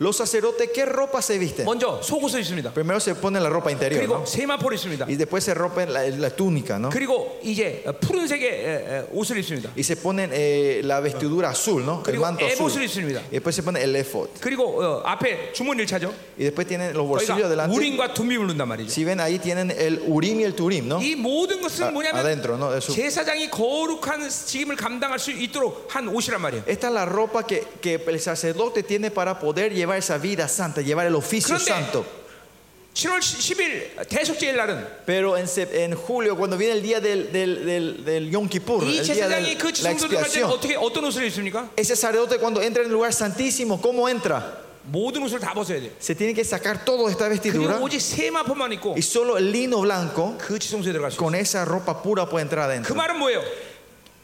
Los sacerdotes, ¿qué ropa se visten?
먼저 속옷을 입습니다.
Primero se pone la ropa interior
그리고
¿no?
세마포를 입습니다.
y después se rompe la, la túnica, ¿no?
그리고 이제 푸른색의 에, 에, 옷을 입습니다.
Y se ponen eh, la vestidura azul, ¿no? El
그리고
manto
에봇을
azul.
입습니다.
Y después se pone el efod.
그리고 어, 앞에 주머니를 차죠.
Y después tienen los bolsillos
그러니까
adelante.
우린과 둠이 부른단 말이죠.
Si ven ahí tienen el urim y el turim, ¿no?
이 모든
A-
것은 뭐냐면
adentro, ¿no? De su-
제사장이 거룩한 직임을 감당할 수 있도록 한 옷이란 말이에요.
Esta es la ropa que, que el sacerdote tiene para poder llevar esa vida santa, llevar el oficio
그런데-
santo.
7월 10일 대속죄일 날은
Pero en, sep- en julio, cuando viene el día del, del, del, del Yom Kippur,
이
el día
제사장이
de
그
la
지성소 들어갈 때는
expiación,
어떻게 어떤 옷을 입습니까?
ese sacerdote cuando entra en el lugar santísimo, ¿cómo entra?
모든 옷을 다 벗어야 돼요.
Se tiene que sacar toda esta vestidura
그리고 오직 세마포만 입고
y solo el lino blanco,
그 지성소에 들어갈 수 있어요.
con esa ropa pura, puede entrar
그
adentro.
말은 뭐예요?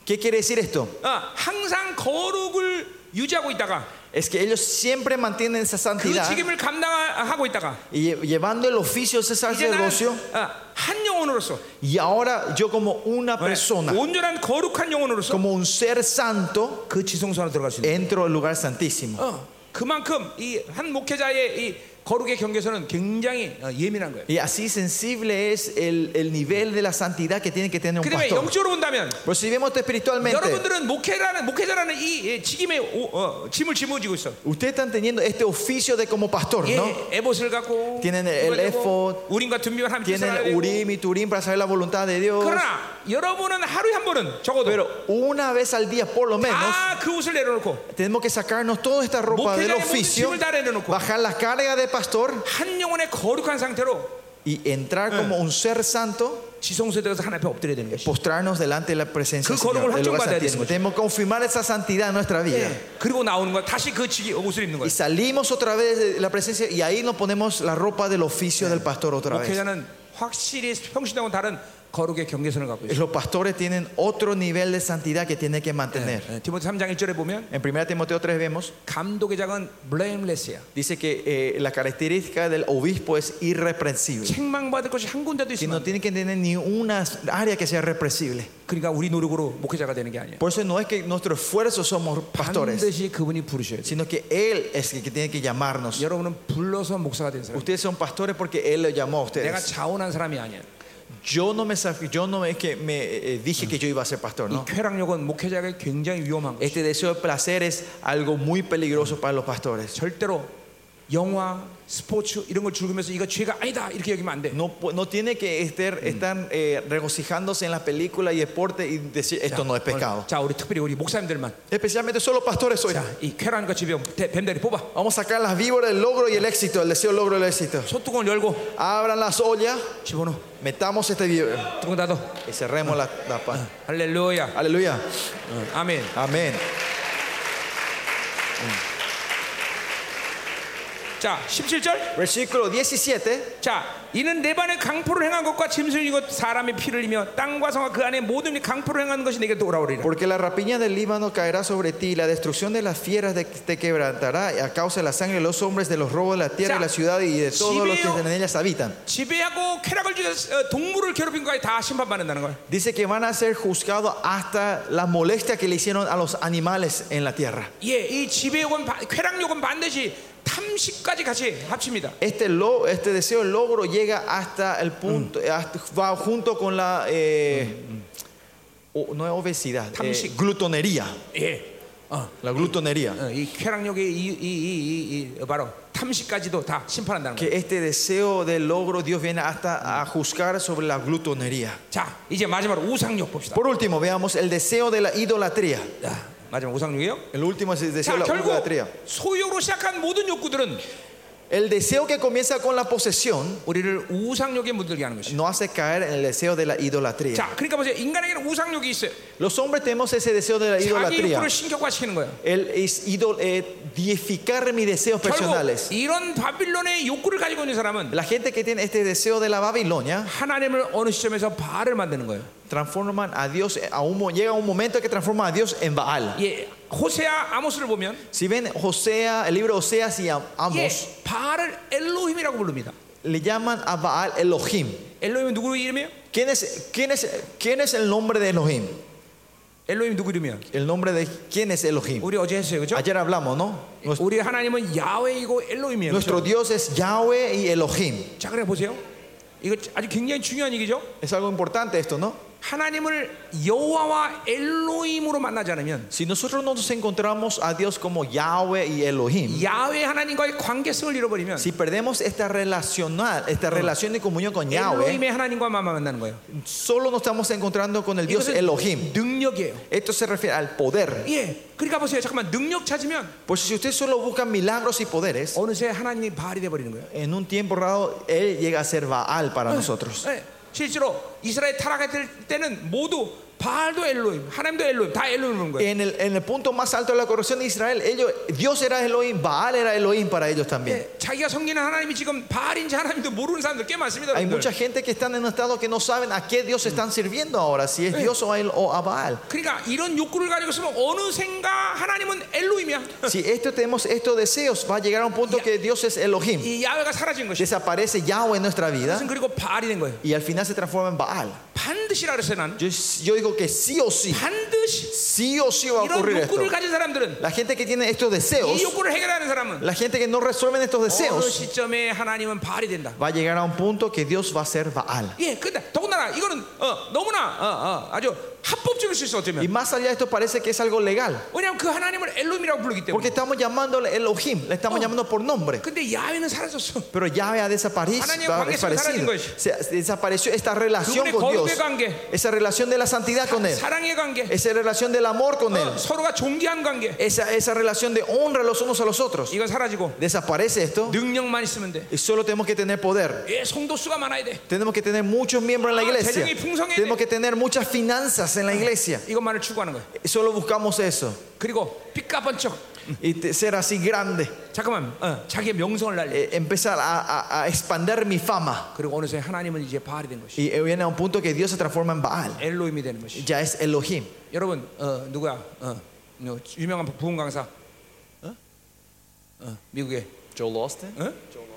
¿Qué quiere decir esto?
아, 항상 거룩을 유지하고 있다가
Es que ellos siempre mantienen esa
그
santidad
책임을 감당하고 있다가
y lle- llevando el oficio de ese
이제 나는
sacerdocio.
아, 한 영혼으로서 네,
Y ahora yo, como una persona,
온전한 거룩한 영혼으로서
como un ser santo,
그 지성소 안에 들어갈 수 있는
entro al lugar santísimo.
어, 그만큼 이 한 목회자의 이 거룩의 경계선은 굉장히 어, 예민한 거예요
Y así sensible es el, el nivel de la santidad que tiene que tener un
그 다음에
pastor.
영적으로 본다면
Pero si vemos esto espiritualmente,
여러분들은 목회라는, 목회자라는 이 예, 직임의 오- 어, 짐을 짊어지고 있어
ustedes están teniendo este oficio de como pastor,
예,
¿no?
에봇을 갖고
Tienen el
이걸 들고
ephod,
우림과 둠비와 함께 살아야
Tienen
되고
urim y turim para saber la voluntad de Dios.
그러나 여러분은 하루에 한 번은 적어도
Pero una vez al día, por lo menos,
아 그 옷을 내려놓고
tenemos que sacarnos toda esta ropa del
목회자의 모든
oficio,
짐을 다 내려놓고.
bajar la carga de pastor
한 영혼의 거룩한 상태로
y entrar como un ser santo,
지성소에 들어가서 하나님 앞에 엎드려야 되는 것이
postrarnos delante de la presencia del
그 거룩을
Señor, del lugar
확증받아야 되는
santísimo.
거죠.
Tenemos que confirmar esa santidad en nuestra vida.
예. 그리고 나오는 거야 다시 그 직이 옷을 입는 거야
Y salimos otra vez de la presencia y ahí nos ponemos la ropa del oficio del pastor otra vez.
목회자는 확실히 평신하고 다른 거룩의 경계선을 갖고 있어요
Los pastores tienen otro nivel de santidad que tienen que mantener.
예, 디모데 3장 1절에 보면
En 1 Timoteo 3 vemos,
감독의 작은 blameless야
dice que eh, la característica del obispo es irreprensible.
책망받을 것이 한 군데도
Que
있으면
no
안 돼.
tiene que tener ni una área que sea represible.
그러니까 우리 노력으로 목회자가 되는 게 아니에요
Por eso no es que nuestro esfuerzo somos pastores,
반드시 그분이 부르셔야 돼요
sino que Él es el que tiene que llamarnos.
여러분은 불러서 목사가 된 사람
Ustedes son pastores porque Él lo llamó a
내가
ustedes.
자원한 사람이 아니에요
yo no me saf- yo no es que me eh, dije que yo iba a ser pastor,
이
¿no?
쾌락욕은 목회자에게 굉장히 위험한 것이
Este deseo de placer es algo muy peligroso para los pastores.
절대로 영화, 스포츠 이런 걸 즐기면서 이거 죄가 아니다 이렇게 여기면 안 돼.
No, pu- no tiene que estar están, eh, regocijándose en las películas y deporte y decir esto no es pescado.
자, 우리 특별히 우리 목사님들만
Especialmente solo pastores hoy.
자, 이 쾌락과 지병 대- 뱀다리 뽑아.
Vamos a sacar las víboras del logro y el éxito, el deseo del logro y el éxito.
소뚜껑을 열고
Abran las ollas,
집어넣어.
metamos este víbora
뚜껑 닫아.
y cerremos la tapa.
할렐루야.
Aleluya.
아멘.
Amén.
자, 17절.
Versículo 17.
자, 이는 내반의 강포를 행한 것과 짐승이 것 사람의 피를 흘리며 땅과 성과 그 안에 모든 이 강포를 행한 것이 내게 돌아오리라.
Porque la rapiña del Líbano caerá sobre ti, y la destrucción de las fieras de- te quebrantará a causa de la sangre de los hombres, de los robos de la tierra y la ciudad y de todos los que en ellas habitan.
지배하고 쾌락을 죽여서 어, 동물을 괴롭힌 것까지 다 심판받는다는 거야.
Dice que van a ser juzgados hasta la molestia que le hicieron a los animales en la tierra.
예, 이 지배욕은 바- 쾌락욕은 반드시 탐식까지 같이 합칩니다.
Este, lo- este deseo del logro llega hasta el punto, hasta- va junto con la, eh, o- no es obesidad, eh,
Tamshi.
glutonería.
예. 어,
La glutonería.
어, 이 쾌락욕의 이, 이, 이, 이, 이 바로 탐식까지도 다 심판한다는 거예요.
Que este deseo del logro Dios viene hasta a juzgar sobre la glutonería.
자, 이제 마지막으로 우상욕 봅시다.
Por último, veamos el deseo de la idolatría.
자, 마지막 우상욕이요.
El último es el deseo
자,
de la
결국
idolatría.
소욕으로 시작한 모든 욕구들은
El deseo que comienza con la posesión
우리를 우상욕에 물들게 하는 것이죠.
no hace caer en el deseo de la idolatría.
자, 그러니까 보세요. 인간에게는 우상욕이 있어요.
Los hombres tenemos ese deseo de la
자기
idolatría.
욕구를 신격화시키는 거예요.
El es idol- eh, deificar mis deseos personales.
결국 이런 바빌론의 욕구를 가지고 있는 사람은
La gente que tiene este deseo de la Babilonia
하나님을 어느 시점에서 바알을 만드는 거예요.
transforman a Dios a un mo- llega un momento que transforma a Dios en Baal.
예, 호세아 아모스를 보면
Si ven Josea, el libro de Oseas y Am-
예,
Amos
바알을 엘로힘이라고 부릅니다.
le llaman a Baal Elohim.
엘로힘은 누구 이름이에요?
¿Quién es, quién es, quién es el nombre de Elohim?
엘로힘 누구 이름이에요?
El nombre de quién es Elohim.
우리 어제 했어요, 그렇죠?
Ayer hablamos, ¿no? Nues-
우리 하나님은 야훼이고 엘로힘이에요.
Nuestro
그렇죠?
Dios es Yahweh y Elohim.
자, 그래 보세요. 이거 아주 굉장히 중요한 얘기죠.
Es algo importante esto, ¿no?
하나님을 여호와와 엘로힘으로 만나지 않으면
Si nosotros no nos encontramos a Dios como Yahweh y Elohim,
야훼 하나님과의 관계성을 잃어버리면
si perdemos esta, relacional, esta relación y comunión con Yahweh,
엘로힘의 하나님과만 만나는 거예요.
solo nos estamos encontrando con el Dios
이것은
Elohim.
능력이에요.
Esto se refiere al poder.
예, 그러니까 보세요. 잠깐만 능력 찾으면
Pues si usted solo busca milagros y poderes,
어느새 ha나님이 바알이 돼 버리는 거예요.
en un tiempo raro, Él llega a ser Baal para nosotros.
예, 실제로 이스라엘 타락했을 때는 모두 바알도 엘로힘, 하나님도 엘로힘, 다 엘로힘을 부른 거예요.
En el, en el punto más alto de la corrupción de Israel, ellos, Dios era Elohim, Baal era Elohim para ellos también.
예, 자기가 섬기는 하나님이 지금 바알인지 하나님도 모르는 사람들 꽤 많습니다.
Hay
여러분들.
mucha gente que están en un estado que no saben a qué Dios están sirviendo ahora, si es Dios o a, él, o a Baal.
그러니까 이런 욕구를 가지고 있으면 어느샌가 하나님은 엘로힘이야. *laughs*
Si esto tenemos estos deseos, va a llegar a un punto que Dios es Elohim.
이 야훼가 사라진 것이.
Desaparece Yahweh en nuestra vida
그것은 그리고 바알이 된 거예요.
y al final se transforma en Baal.
반드시라 그랬어요, 나는.
Yo, yo digo que sí o sí,
반드시
sí o sí va a
이런
ocurrir esto.
욕구를 가진 사람들은
La gente que tiene estos
이
deseos,
욕구를 해결하는 사람은
la gente que no resuelven estos
어느
deseos,
시점에 하나님은 바알이 된다.
va a llegar a un punto que Dios va a ser Baal.
예, 근데 더군다나 이거는 어, 너무나 어, 어, 아주 합법적일 수 있어
Y
어쩌면.
más allá de esto parece que es algo legal.
왜냐하면 그 하나님을 엘로힘이라고 부르기
Porque
때문에.
estamos llamándole Elohim, le estamos
Oh.
llamando por nombre.
근데 야훼는 사라졌어.
Pero Yahweh ha desaparecido.
하나님의
ha
관계에서
desaparecido.
사라진 것이.
Se- se desapareció esta relación
그분의
con Dios.
거룩의 관계,
Esa relación de la santidad con Él.
사랑의 관계,
Esa relación del amor con Él.
어, 서로가 존귀한 관계.
Esa, esa relación de honra los unos a los otros.
이건 사라지고
Desaparece esto.
능력만 있으면 돼.
Y solo tenemos que tener poder.
예, 성도 수가 많아야 돼.
Tenemos que tener muchos miembros en la
Ah,
iglesia.
재정이 풍성해야
Tenemos que tener muchas finanzas en la iglesia.
이것만을 추구하는 거야.
Y Solo buscamos eso.
그리고 삐까번쩍
Y te- ser así grande.
잠깐만 어, 자기의 명성을 날려.
Eh, empezar a, a- a expandir mi fama.
그리고 어느새 하나님은 이제 바알이 된 것이.
Y eh, viene a un punto que Dios se transforma en Baal.
엘로힘이 되는 것이.
Ya es Elohim.
여러분 어, 누구야? 어, 너 유명한 부흥 강사. 어? 어, 미국의.
Joel Austin?
어?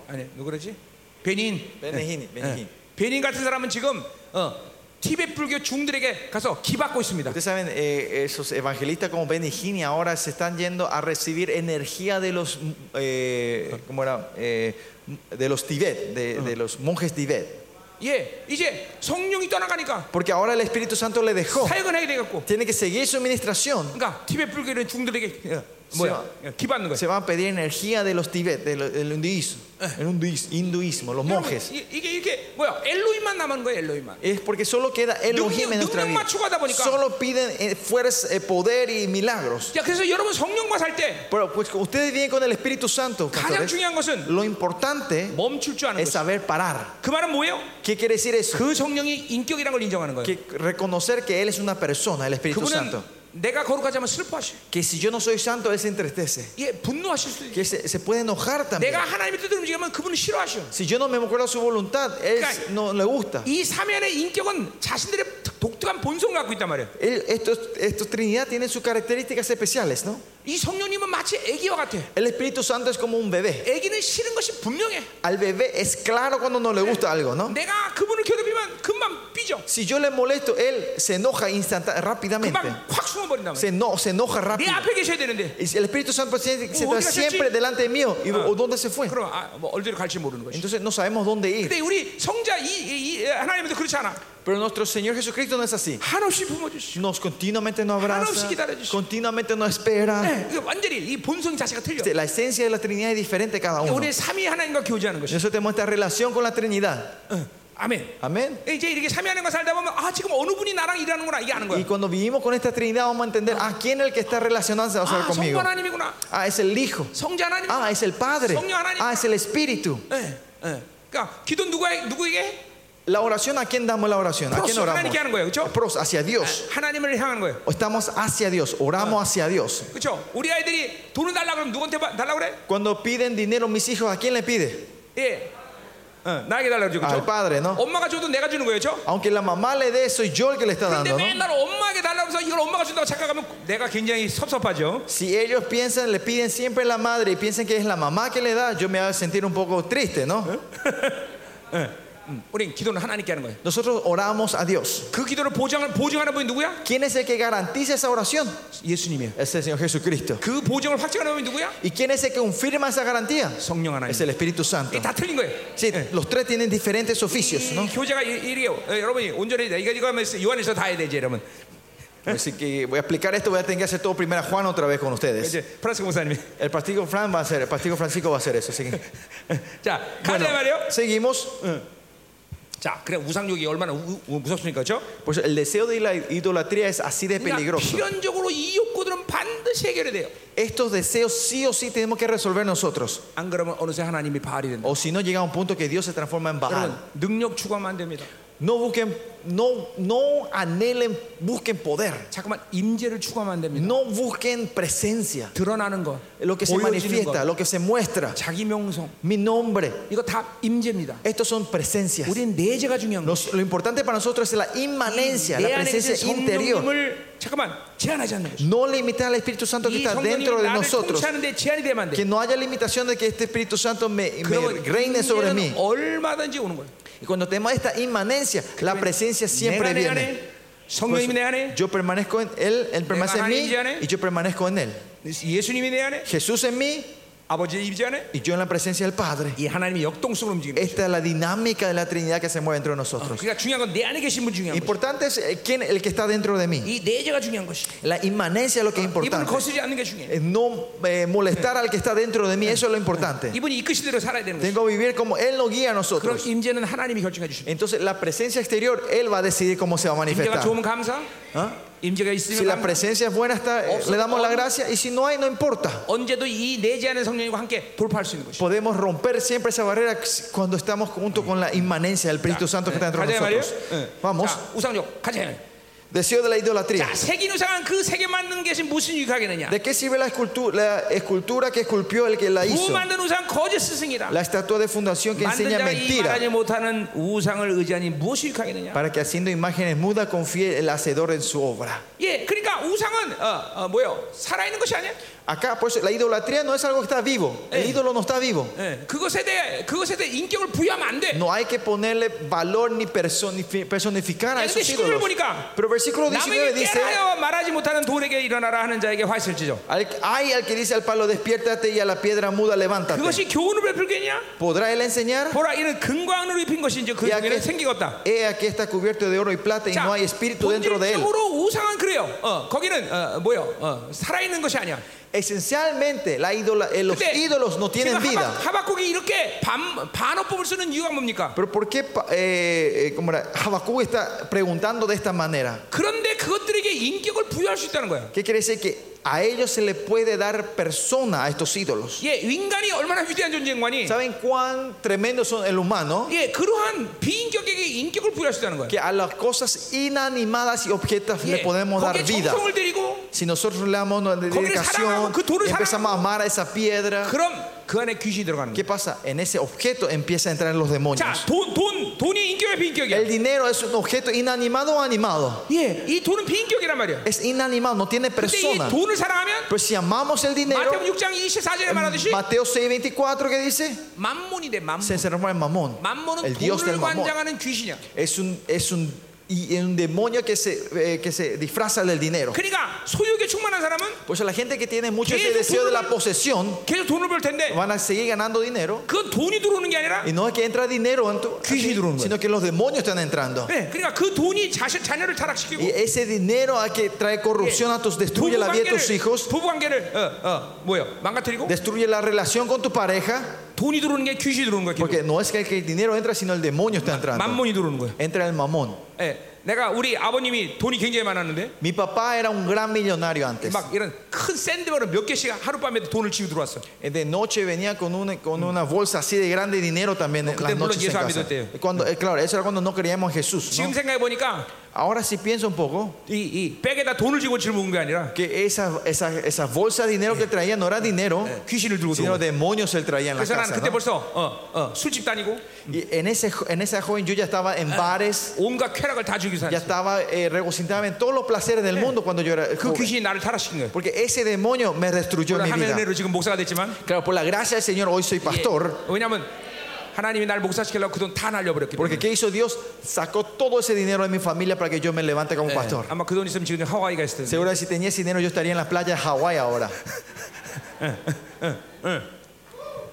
아니 누구랬지? 베닌.
Benihini,
예,
Benihini.
예. 베닌 같은 사람은 지금 어, 티벳 불교 중들에게 가서 기받고 있습니다.
Ustedes saben, eh, esos evangelistas como Benihini ahora se están yendo a recibir energía de los, mm, eh, ¿cómo era? Eh, de los Tibet, de, de los monjes Tibet.
예, 이제 성령이 떠나가니까
Porque ahora el Espíritu Santo le dejó.
사역은 하게 돼갖고,
Tiene que seguir su administración.
그러니까 티벳 불교는 중들에게 어, 뭐야
세-
어, 기받는 거예요.
Se va a pedir energía de los tibet, de lo- del hinduismo, el hinduis- hinduismo, los
여러분,
monjes.
이- 이게 이렇게 뭐야 엘로임만 남은 거예요, 엘로임만.
Es porque solo queda Elohim en nuestra vida.
능력만 추구하다 보니까.
Solo piden eh, fuerza, eh, poder y milagros.
자, 그래서 여러분 성령과 살 때
Pero pues ustedes vienen con el Espíritu Santo.
가장
pastores.
중요한 것은
Lo importante
멈출 줄 아는
es
거예요.
saber parar.
그 말은 뭐예요?
¿Qué quiere decir eso?
그 성령이 인격이라는 걸 인정하는 거예요.
Que reconocer que Él es una persona, el Espíritu
그분은
Santo.
내가 거룩하지 않으면 슬퍼하셔.
Que si yo no soy santo, Él se entristece.
예, 분노하실 수도 있고.
Que se, se puede enojar también.
내가 하나님의 뜻대로 움직이면 그분은 싫어하셔.
Si yo no me acuerdo a su voluntad, Él
Claro.
no le gusta.
이 사면의 인격은 자신들의 독특한 본성을 갖고 있단 말이에요.
Él- estos, estos Trinidad tienen sus características especiales, ¿no?
이 성령님은 마치 애기와 같아.
El Espíritu Santo es como un bebé.
애기는 싫은 것이 분명해.
Al bebé es claro cuando no le gusta algo, ¿no?
내가 그분을 괴롭히면 금방 삐져.
Si yo le molesto, él se enoja instantá- rápidamente.
금방 확 숨어버린단
Se,
말이야.
eno- se enoja
내
rápido.
앞에 계셔야 되는데.
Y si el Espíritu Santo se se
Oh, ¿dónde
está siempre
갔지?
delante mío. ¿Y ¿o dónde se fue?
그럼 아, 뭐 어디로 갈지 모르는 거지.
Entonces no sabemos dónde ir.
근데 우리 성자 이, 이, 이 하나님도 그렇지 않아.
Pero nuestro Señor Jesucristo no es así.
한없이 부모주시.
Nos continuamente nos abraza,
Han없이 기다려주시고.
continuamente nos espera. Este,
네, 이거 완전히 이 본성 자체가 틀려.
La esencia de la Trinidad es diferente cada uno.
오늘 삼위 하나님과 교제하는 것이.
Eso te muestra relación con la Trinidad.
어, 아멘.
Amén.
이제 이렇게 삼위 하나님과 살다 보면 아 지금 어느 분이 나랑 일하는구나 이게 아는 거야.
Y cuando vivimos con esta Trinidad vamos a entender a quién es el que está relacionándose a
아
ser
성부
conmigo.
하나님이구나.
Ah, es el Hijo.
성자 하나님.
Ah, es el Padre. Ah, es el Espíritu.
예, 예. 그러니까 기도 누가 누구에게?
La oración, ¿a quién damos la oración? ¿A quién
Pros, Ah.
oramos?
하나님께 하는 거예요, 그렇죠?
Pros, hacia Dios.
하나님을 향하는 거예요.
O estamos hacia Dios, oramos hacia Dios.
그렇죠? 우리 아이들이 돈을 달라 그러면 누구한테 바- 달라 그래?
Cuando piden dinero mis hijos, ¿a quién le pide?
예. 어, 나에게 달라 그러죠.
Al
그렇죠?
padre, ¿no?
엄마가 줘도 내가 주는 거예요. 그렇죠?
Aunque la mamá le dé, soy yo el que le está
근데
dando, ¿no?
맨날 엄마에게 달라고 해서 이걸 엄마가 준다고 착각하면 내가 굉장히 섭섭하죠.
Si ellos piensan, le piden siempre a la madre y piensan que es la mamá que le da, yo me voy a sentir un poco triste, ¿no?
우린 기도는 하나님께 하는 거예요.
Nosotros oramos a Dios.
그 기도를 보장을 보증하는 분이 누구야?
¿Quién es el que garantiza esa oración?
예수님이에요.
Es el Señor Jesucristo.
그 보증을 확증하는 분이 누구야?
¿Y quién es el que confirma esa garantía?
성령 하나님.
Es el Espíritu Santo.
이게 다 틀린 거예요.
Sí, los tres tienen diferentes oficios, ¿no?
이 교제가 이- 이래요. 예, 여러분이 온전히 이거 이거 하면 요한에서 다 해야 되지, 여러분.
Así que voy a explicar esto, voy a tener que hacer todo primera Juan otra vez con ustedes.
이제 프란스 공사님이 *laughs*
El partido Fran va a hacer, el partido Francisco va a hacer eso. así que-
자 가자
Bueno,
말이요.
seguimos.
자 그래 우상욕이 얼마나 우, 우- 무섭습니까, 그렇죠?
Pues el deseo de la idolatría es así de
그러니까
peligroso.
필연적으로 이 욕구들은 반드시 해결이 돼요.
Estos deseos sí o sí tenemos que resolver nosotros.
안 그러면 어느새 하나님이 바알이 된다.
O si no llega a un punto que Dios se transforma
아.
en Baal.
여러분 능력 추구하면 안 됩니다.
No busquen, no, no anhelen, busquen poder.
자꾸만 임재를 추구하면 안 됩니다.
No busquen presencia.
드러나는 것,
Lo que se
보여지는
manifiesta,
것,
lo que se muestra.
자기 명성
Mi nombre.
이거 다 임재입니다.
Estos son presencias.
우리는 내재가 중요한 거.
Nos- lo importante para nosotros es la inmanencia,
내
la
안에 계신
presencia interior.
성령님을 잠깐만 제한하지 않는 것.
No limitar al Espíritu Santo que
이
está
성령님이
dentro de
나를
nosotros.
통치하는데 제한이 되면 안
Que
돼.
no haya limitación de que este Espíritu Santo me, me
그러면 그
reine sobre mí.
임재는 얼마든지 오는 거예요.
Y cuando tenemos esta inmanencia, la presencia siempre
내가 내
viene.
안에
Por
성령님이 내 안에
eso, Yo permanezco en Él, Él permanece en mí y yo permanezco en Él.
예수님이 내 안에
Jesús en mí
아버지의 입지 안에
y yo en la presencia del Padre.
이 하나님이 역동성으로 움직이는 거예요.
Esta es la dinámica de la Trinidad que se mueve dentro de nosotros.
그러니까 중요한 건 내 안에 계신 분 중요한 거예요.
Importante es eh, quién, el que está dentro de mí.
이 내재가 중요한 것이.
La inmanencia es lo que es
이분을
importante.
거스르지 않는 게 중요해.
Eh, No eh, molestar al que está dentro de mí, eso es lo importante.
이분이 이끄신 대로 살아야 되는 거예요.
Tengo que vivir como Él nos guía a
그럼
nosotros.
임재는 하나님이 결정해 주십니다.
Entonces la presencia exterior, Él va a decidir cómo se va a
임재가
manifestar.
좋으면 감사.
¿Ah?
임재가
Si
있으면
la
감사.
presencia es buena, está, eh, le damos la gracia. Y si no hay, no importa.
언제도 이 내재 안의 성령님과 함께 돌파할 수 있는 것이.
Podemos romper siempre esa barrera cuando estamos junto con la inmanencia del Espíritu Santo que está dentro de
가자 말이에요.
nosotros.
예.
Vamos.
자, 우상욕 가자.
Deseo de la idolatría.
자, 새긴 우상은 그 세계 만든 계신 무슨 유익하겠느냐?
¿De qué sirve la escultura, la escultura que esculpió el que la
부
hizo?
만든 우상 거짓 스승이라.
La estatua de fundación que
만든
enseña
자가 이
mentira.
말하지 못하는 우상을 의지하니 무엇이 유익하겠느냐?
Para que haciendo imágenes mudas confíe el hacedor en su obra.
예, 그러니까 그러니까 우상은 어, 어, 뭐요? 살아있는 것이 아니야.
Acá, por eso, la idolatría no es algo que está vivo. El
Eh.
ídolo no está vivo.
예, 그것에 대해 그것에 대해 인격을 부여하면 안 돼.
No hay que ponerle valor ni personifi- personificar a
근데
esos
19절
ídolos.
보니까
Pero versículo 19
남에게
dice:
깨라하여 말하지 못하는 돌에게 일어나라 하는 자에게 화실지죠.
al- Hay al que dice al palo, despiértate y a la piedra muda, levántate.
그것이 교훈을 베풀겠냐?
¿Podrá él enseñar?
보라 이는 금광으로 입힌 것인지 그
Y
중에는
aquí,
생기가 없다.
he aquí está cubierto de oro y plata y
자,
no hay espíritu dentro de él.
본질적으로 우상은 그래요. 어, 거기는 어, 뭐요? 어, 살아있는 것이 아니야.
Esencialmente, la ídola- eh, los
근데
ídolos no
지금
tienen vida.
하박, 하박국이 이렇게 반, 반어법을 쓰는 이유가 뭡니까?
Pero ¿por qué pa- eh, eh, cómo era? Habacuc está preguntando de esta manera?
그런데 그것들에게 인격을 부여할 수 있다는 거야.
¿Qué quiere decir? Que a ellos se le puede dar persona a estos ídolos.
예, 인간이 얼마나 위대한 존재인 거니?
¿Saben cuán tremendo son el humano?
예, 그러한 비인격에게 인격을 부여할 수 있다는 거야.
Que a las cosas inanimadas y objetos
예,
le podemos dar
거기에
vida.
정성을 들이고
Si nosotros le damos una
사랑하고
dedicación,
그 돌을
empezamos a amar a esa piedra,
그럼 그 안에 귀신이 들어가는
¿qué
거야.
pasa? En ese objeto empiezan a entrar los
자,
demonios.
돈, 돈, 돈이 인격이야, 비인격이야.
El dinero es un objeto inanimado o animado.
예, 이 돈은 비인격이란 말이야.
Es inanimado, no tiene
근데 이
persona.
돈을 사랑하면
Pero si amamos el dinero,
네, 마태복음 6장 24절에 말하듯이
Mateo 6:24 que dice,
만몬이 돼, 만몬.
se encerró en Mamón.
만몬은
El dios del
돈을
Mamón.
관장하는 귀신이야.
Es un, es un, y es un demonio que se, eh, que se disfraza del dinero.
그러니까 소유욕에 충만한 사람은
Por eso la gente que tiene mucho ese
Jesús
deseo de la
tuvo-
posesión
계속 돈을 벌 텐데
van a seguir ganando dinero.
그 돈이 들어오는 게 아니라
Y no es que entra dinero, en tu-
귀신이 들어오는 거야.
sino que los demonios están entrando.
네, 그러니까 그 돈이 자식 자녀를 타락시키고
Y ese dinero a que trae corrupción a tus, destruye
부부
la vida de
관계를
tus hijos,
부부 관계를 어, 어, 뭐요 망가뜨리고
destruye la relación con tu pareja,
돈이 들어오는 게 귀신이 들어오는 거야. 결국.
porque no es que el dinero entra, sino el demonio está entrando.
만몬이 들어오는 거야.
Entra el mamón.
예, 내가 우리 아버님이 돈이 굉장히 많았는데
Mi papá era un gran millonario antes.
막 이런 큰 샌드백을 몇 개씩 하룻밤에 돈을 치고 들어왔어.
Eh, De noche venía con una, con una bolsa así de grande dinero también en
que
las
tembló
noches
y
en
eso
casa.
ha habido teo.
Cuando, eh, claro, eso era cuando no creíamos en Jesús. ¿no?
지금 생각해 보니까
Ahora sí pienso un poco
이, 이 백에다 돈을 쥐고 짊어온 게 아니라
que esa, esa, esa bolsa de dinero que traía no era dinero,
귀신을 들고 들어온
sino
거야.
demonios él traía en la
그래서 난
casa.
그때
¿no?
벌써 어, 어, 술집 다니고
Y en, ese, jo- en esa joven yo ya estaba en
Ah.
bares,
온갖 쾌락을 다 즐기고
ya
살았어.
estaba eh, regocijaba en todos los placeres
Eh.
del mundo cuando yo era
그
joven.
귀신이 나를 타락시킨 거예요.
Porque ese demonio me destruyó mi
하나님
vida.
은혜로 지금 목사가 됐지만
Claro, por la gracia del Señor hoy soy pastor.
왜냐하면 하나님이 날 목사시키려고 그 돈 다 날려버렸기 때문에
Porque ¿qué hizo Dios? Sacó todo ese dinero de mi familia para que yo me levante
Eh.
como pastor.
아마 그 돈 있으면 지금 하와이가 있을 텐데
Seguro que si tenía ese dinero yo estaría en las playas de Hawái ahora.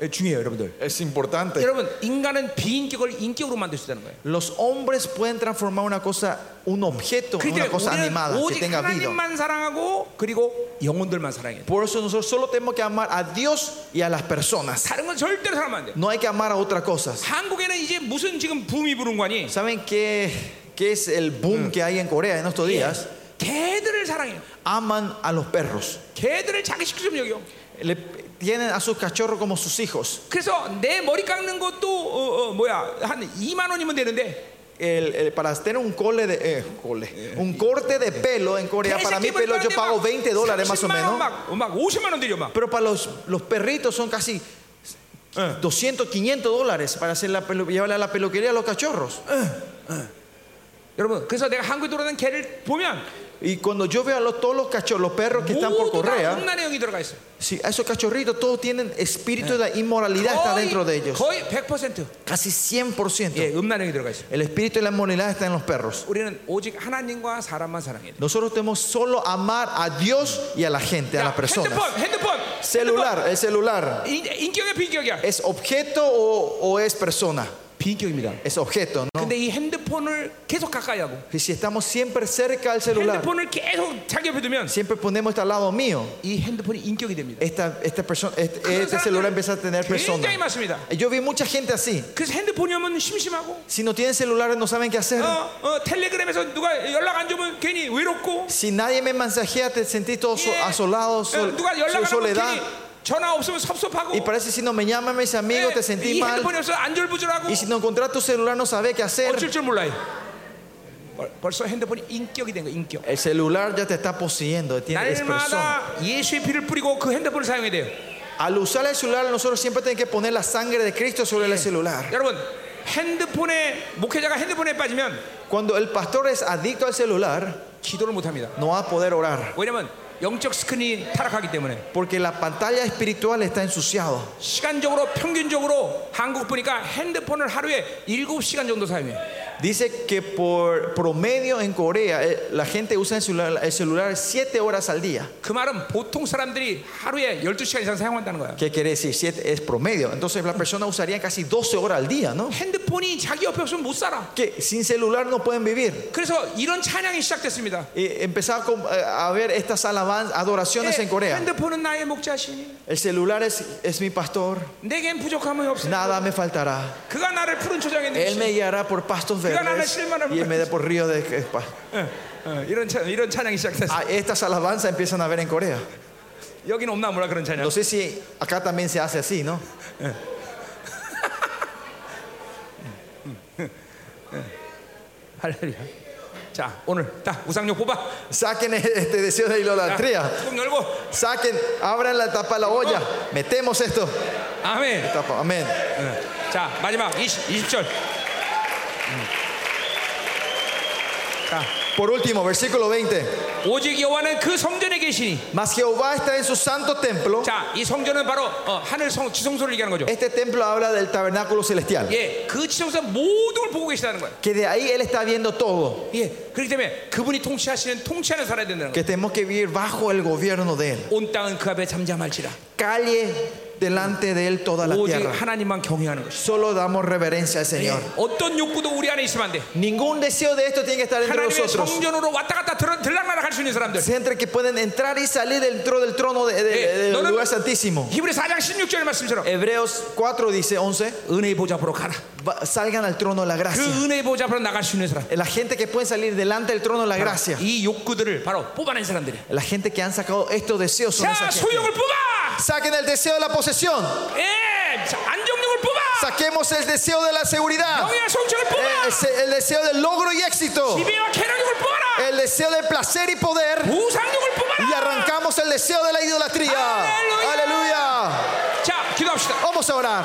예, 중요해요 여러분들
Es importante.
여러분 인간은 비인격을 인격으로 만들 수 있다는 거예요
Los hombres pueden transformar una cosa, un objeto, en
그렇기
una
때문에
cosa
우리는
animada que
어, 오직
tenga vida.
하나님만 사랑하고 그리고 영혼들만 사랑해야 돼
Por eso nosotros solo tenemos que amar a Dios y a las personas.
다른 건 절대로 사랑하면 안 돼.
No hay que amar a otras cosas.
한국에는 이제 무슨 지금 붐이 부른 거니?
¿Saben qué, qué es el boom que hay en Corea en estos días?
개들을 사랑해요.
Aman a los perros.
개들을 자기식처럼 여겨.
Le- tienen a sus cachorros como sus hijos.
그래서 내 머리 깎는 것도 어, 어, 뭐야 한 2만 원이면 되는데
El- el- para tener un cole de eh, cole, un corte de pelo en Corea para mi pelo yo pago 20 dólares más o menos
막, 막 50만 원 들여 막.
pero para los, los perritos son casi 200 500 dólares para hacer la pelu- llevarle a la peluquería a los cachorros
여러분 그래서 내가 한국에 돌아다니는 개를 보면
y cuando yo veo a los, todos los cachorros los perros que están por
모두 다
Corea
음란의 영이 들어가 있어
sí, a esos cachorritos todos tienen espíritu de la inmoralidad está
거의,
dentro de ellos
거의 100%
casi
예,
100%
음란의 영이 들어가 있어
el espíritu de la inmoralidad está en los perros
우리는 오직 하나님과 사람만 사랑해야 돼
nosotros tenemos solo amar a Dios y a la gente a
야,
las personas
핸드폰 핸드폰
celular el celular
핸드폰. 인, 인격의 비인격이야
¿Es objeto o, o es persona?
비인격입니다
Es objeto, ¿no?
근데 이 핸드폰을 계속 가까이 하고
Y si estamos siempre cerca del celular,
핸드폰을 계속 자기 옆에 두면
siempre ponemos esto al lado mío,
이 핸드폰이 인격이 됩니다
esta, esta persona, este,
그런
este celular
사람들이
empieza a tener
굉장히
persona.
많습니다
Yo vi mucha gente así.
그래서 핸드폰이 오면 심심하고
Si no tienen celulares no saben qué hacer.
어, 어, 텔레그램에서 누가 연락 안 주면 괜히 외롭고
Si nadie me mensajea, te sentís todo so-
예,
asolado,
어,
sol-
누가 연락 안
su
하면
soledad.
괜히 전화 없으면 섭섭하고
Y parece si no me llaman mis amigos, te
예,
sentís
이
mal.
핸드폰이 없어 안절부절하고
Y si no encontrás tu celular, no sabes qué hacer.
어쩔 줄 몰라요. 벌- 벌써 핸드폰이 인격이 된 거 인격.
El celular ya te está poseyendo, tiene- es persona.
날마다 예수의 피를 뿌리고 그 핸드폰을 사용해야 돼요.
Al usar el celular, nosotros siempre tenemos que poner la sangre de Cristo sobre el celular.
여러분 핸드폰에 목회자가 핸드폰에 빠지면
Cuando el pastor es adicto al celular,
기도를 못 합니다.
no va a poder orar,
왜냐면 영적 스크린이 타락하기 때문에
porque la pantalla espiritual está ensuciada.
시간적으로 평균적으로 한국 보니까 핸드폰을 하루에 7시간 정도 사용해요.
Dice que por promedio en Corea eh, la gente usa el celular, el celular 7 horas al día.
그 말은 보통 사람들이 하루에 12시간 이상 사용한다는 거야.
¿Qué quiere decir? 7 es promedio. Entonces la persona usaría casi 12 horas al día, ¿no?
핸드폰이 자기 옆에 없으면 못 살아.
Que sin celular no pueden vivir.
그래서 이런 찬양이 시작됐습니다.
Y empezar con- eh, a ver estas alabanzas, adoraciones en
예,
Corea.
핸드폰은 나의 목자시.
El celular es, es mi pastor,
내겐 부족함이 없어.
nada me faltará.
그가 나를 푸른 초장에
Él me
내리시.
guiará por pastos verdes y él me da por ríos de... eh, pa-
어, 이런 찬 이런 찬양이 시작됐어.
Ah, estas alabanzas empiezan a ver en Corea.
여기는 없나 몰라 그런 찬양.
No sé si acá también se hace así, ¿no?
할렐루야. 자 오늘 딱 우상료 뽑아.
Saquen este deseo de
자,
idolatría.
조금 열고.
Saquen, abran la tapa de la olla. Metemos esto.
아멘.
Tapa, Amén.
예. 자 마지막 20, 20절. 음. 자
Por último, versículo 20.
오직 여호와는 그 성전에 계시니.
Mas Jehová está en su santo templo.
자이 성전은 바로 어, 하늘 성 지성소를 얘기하는 거죠.
Este templo habla del tabernáculo celestial.
예, 그 지성소 모든 걸 보고 계시다는 거예요.
Que de ahí Él está viendo todo.
예, 그렇기 때문에 그분이 통치하시는 통치하는 살아야 된다는 거예요.
Que tenemos que vivir bajo el gobierno de Él.
온 땅은 그 앞에 잠잠할지라.
Calle delante de Él toda la
오직
tierra.
하나님만 경외하는 것이.
Solo damos reverencia al
예,
Señor.
어떤 욕구도 우리 안에 있으면 안 돼.
Ningún deseo de esto tiene que estar entre
하나님의
nosotros.
성전으로 왔다 갔다 들어- 들락날락 할수 있는 사람들.
Entre que pueden entrar y salir dentro del trono de- de-
Eh,
del
no, no, no.
lugar santísimo.
히브리 4장 16절의 말씀처럼
Hebreos 4 dice 11,
은혜의 보좌 앞으로 가라.
va- salgan al trono de la
그
gracia.
은혜의 보좌 앞으로 나갈 수 있는 사람.
La gente que puede salir delante del trono de la gracia.
이 욕구들을 바로 뽑아낸 사람들이.
La gente que han sacado estos deseos son
자,
esa gente.
소욕을 뽑아.
Saquen el deseo de la posesión.
예, 자, 안정력을 뽑아.
Saquemos el deseo de la seguridad.
영의 성취를
Eh,
뽑아.
ese- El, deseo del logro y éxito.
지배와 계략력을 뽑아라.
El deseo del placer y poder.
우상력을
Y
뽑아라.
arrancamos el deseo de la idolatría.
Aleluya.
Aleluya.
자, 기도합시다.
Vamos a orar.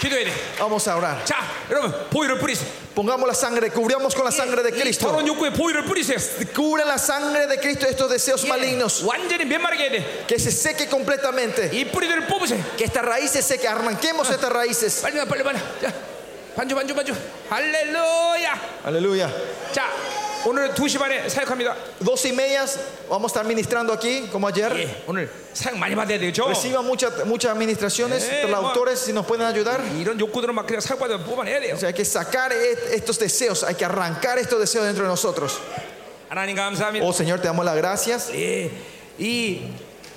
기도해야 돼.
Vamos a orar.
자, 여러분 보혈을 뿌리세요.
Pongamos la sangre. Cubramos con la sangre de
이
Cristo.
더러운 욕구에 보혈을 뿌리세요. 예,
Cubre la sangre de Cristo estos deseos malignos.
완전히 메마르게 해야 돼.
Que se seque completamente.
이 뿌리들을 뽑으세요.
Que estas raíces se seque. Arranquemos estas raíces.
빨리 나 빨리 빨리. 자, 반주 반주 반주. 할렐루야.
Aleluya.
자, 오늘 2시 반에 사역합니다.
Dos y medias. Vamos a estar ministrando aquí, como ayer.
예, 오늘 사역 많이 받아야 되겠죠?
Reciban muchas muchas administraciones,
Eh,
traductores, si nos pueden ayudar.
이런 욕구들은 막 그냥 사역 받아 뽑아내야 돼요.
O sea, hay que sacar et- estos deseos. Hay que arrancar estos deseos dentro de nosotros.
하나님 감사합니다.
Oh Señor, te damos las gracias.
예, 이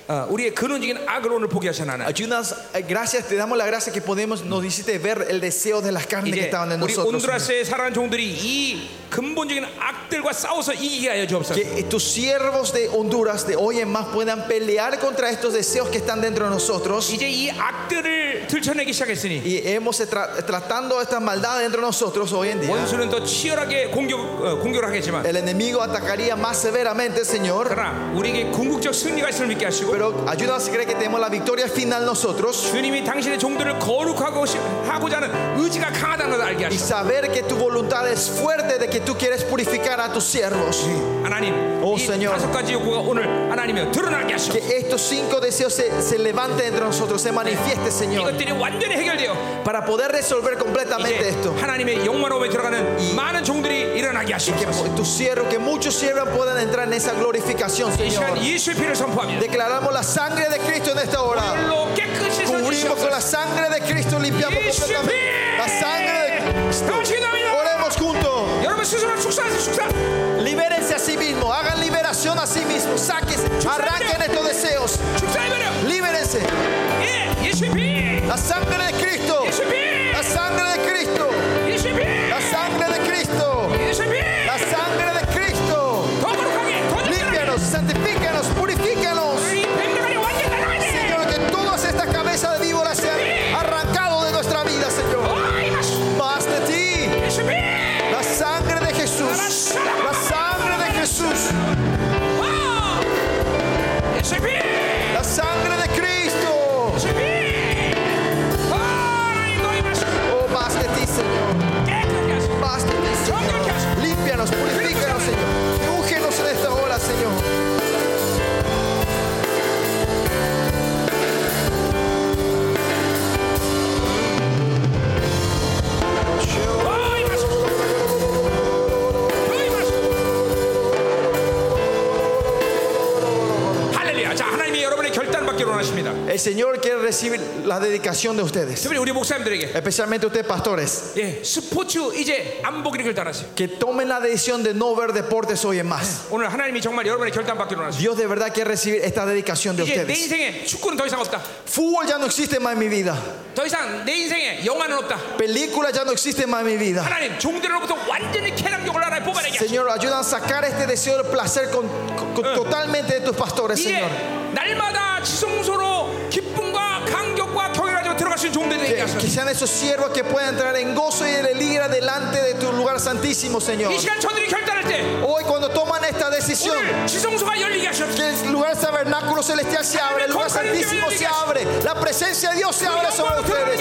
어, 우리의 근원적인 악을 오늘 포기하신 하나님.
Ayudas, eh, gracias, te damos las gracias que podemos, nos hiciste ver el deseo de las carnes que
이제
estaban en
우리
nosotros. Señor.
온두라스의 사랑하는 종들이 이 근본적인 악들과 싸워서 이기게 하여 주옵소서.
Que tus siervos de Honduras de hoy en más puedan pelear contra estos deseos que están dentro de nosotros.
이제 이 악들을 들춰내기 시작했으니
Y hemos tra- tratando estas maldades dentro de nosotros hoy en día.
원수는 더 치열하게 공격 어, 공격을 하겠지만
El enemigo atacaría más severamente, Señor.
그러나 우리에게 궁극적 승리가 있음을 믿게 하시고
Pero ayúdanos a creer que tenemos la victoria final nosotros.
주님이 당신의 종들을 거룩하고 시- 하고자 하는 의지가 강하다는 것을 알게 하시고
Y saber que tu voluntad es fuerte, de que tú quieres purificar a tus siervos.
하나님
오,
이
세뇨.
다섯 가지 요구가 오늘 하나님이여 드러나게 하시고
Que estos cinco deseos se, se levanten entre nosotros, se manifieste, Señor.
이것들이 완전히 해결되어
Para poder resolver completamente
이제
esto.
하나님의 영광로움에 들어가는 많은 네, 종들이 일어나게 뭐
Que
하시옵소서
tus siervos, que muchos siervos puedan entrar en esa glorificación,
이
Señor.
시간 예수의 피를 선포합니다
Declaramos la sangre de Cristo en esta hora.
로 깨끗이
Cubrimos con
씻으시옵소서
la sangre de Cristo, limpiamos
예수의 피
completamente. La sangre de Cristo.
다시 기도합니다
Oremos juntos.
여러분 스스로 축사하세요 축사
Libérense a sí mismos, hagan liberación a sí mismos, saquen, arranquen estos deseos,
축사해버려
libérense.
예, 예수의 피
La sangre de Cristo,
예수의
la
피
sangre de Cristo,
예수의
la
피
sangre de Cristo,
예수의 피
la sangre de Cristo.
더 거룩하게 더 정결하게
Límpianos, santifícanos, purifícanos.
이 뱀나가리 완전 날아가야 돼
Señor, que todas estas cabezas de víboras sean arrancado de nuestra vida, Señor.
어이 마시
Más de ti,
예수의 피
la sangre de Jesús, la sangre de Jesús,
어! 예수의 피
la sangre de Cristo.
예수의 피 어!
Oh,
받기를 원하십니다.
El Señor quiere recibir la dedicación de ustedes,
특별히 우리 목사님들에게
especialmente ustedes pastores,
예, 스포츠 이제 안 보기를 따라하세요.
que tomen la decisión de no ver deportes hoy en más.
오늘 하나님이 정말 여러분의 결단 받기를 원하십니다.
Dios de verdad quiere recibir esta dedicación de
이제 내
ustedes.
인생에 축구는 더 이상 없다.
Fútbol ya no existe más en mi vida.
더 이상 내 인생에 영화는 없다.
Película ya no existe más en mi vida.
하나님 종들로부터 완전히 쾌락욕을 하나 뽑아내게. 하시고
Señor, ayuda a sacar este deseo del placer con- con- totalmente de tus pastores,
이제
Señor.
날마다 지성소로 기쁨과 감격과 경외하며 들어갈 수 있는 종들이 되게
Que,
하소서.
que sean esos siervos que puedan entrar en gozo y alegría delante de tu lugar santísimo, Señor.
이 시간 저들이 결단할 때
Hoy cuando toman esta decisión,
오늘 지성소가 열리게 하시옵소서.
que el lugar tabernáculo celestial se abre, el lugar santísimo se abre, la presencia de Dios se abre sobre ustedes.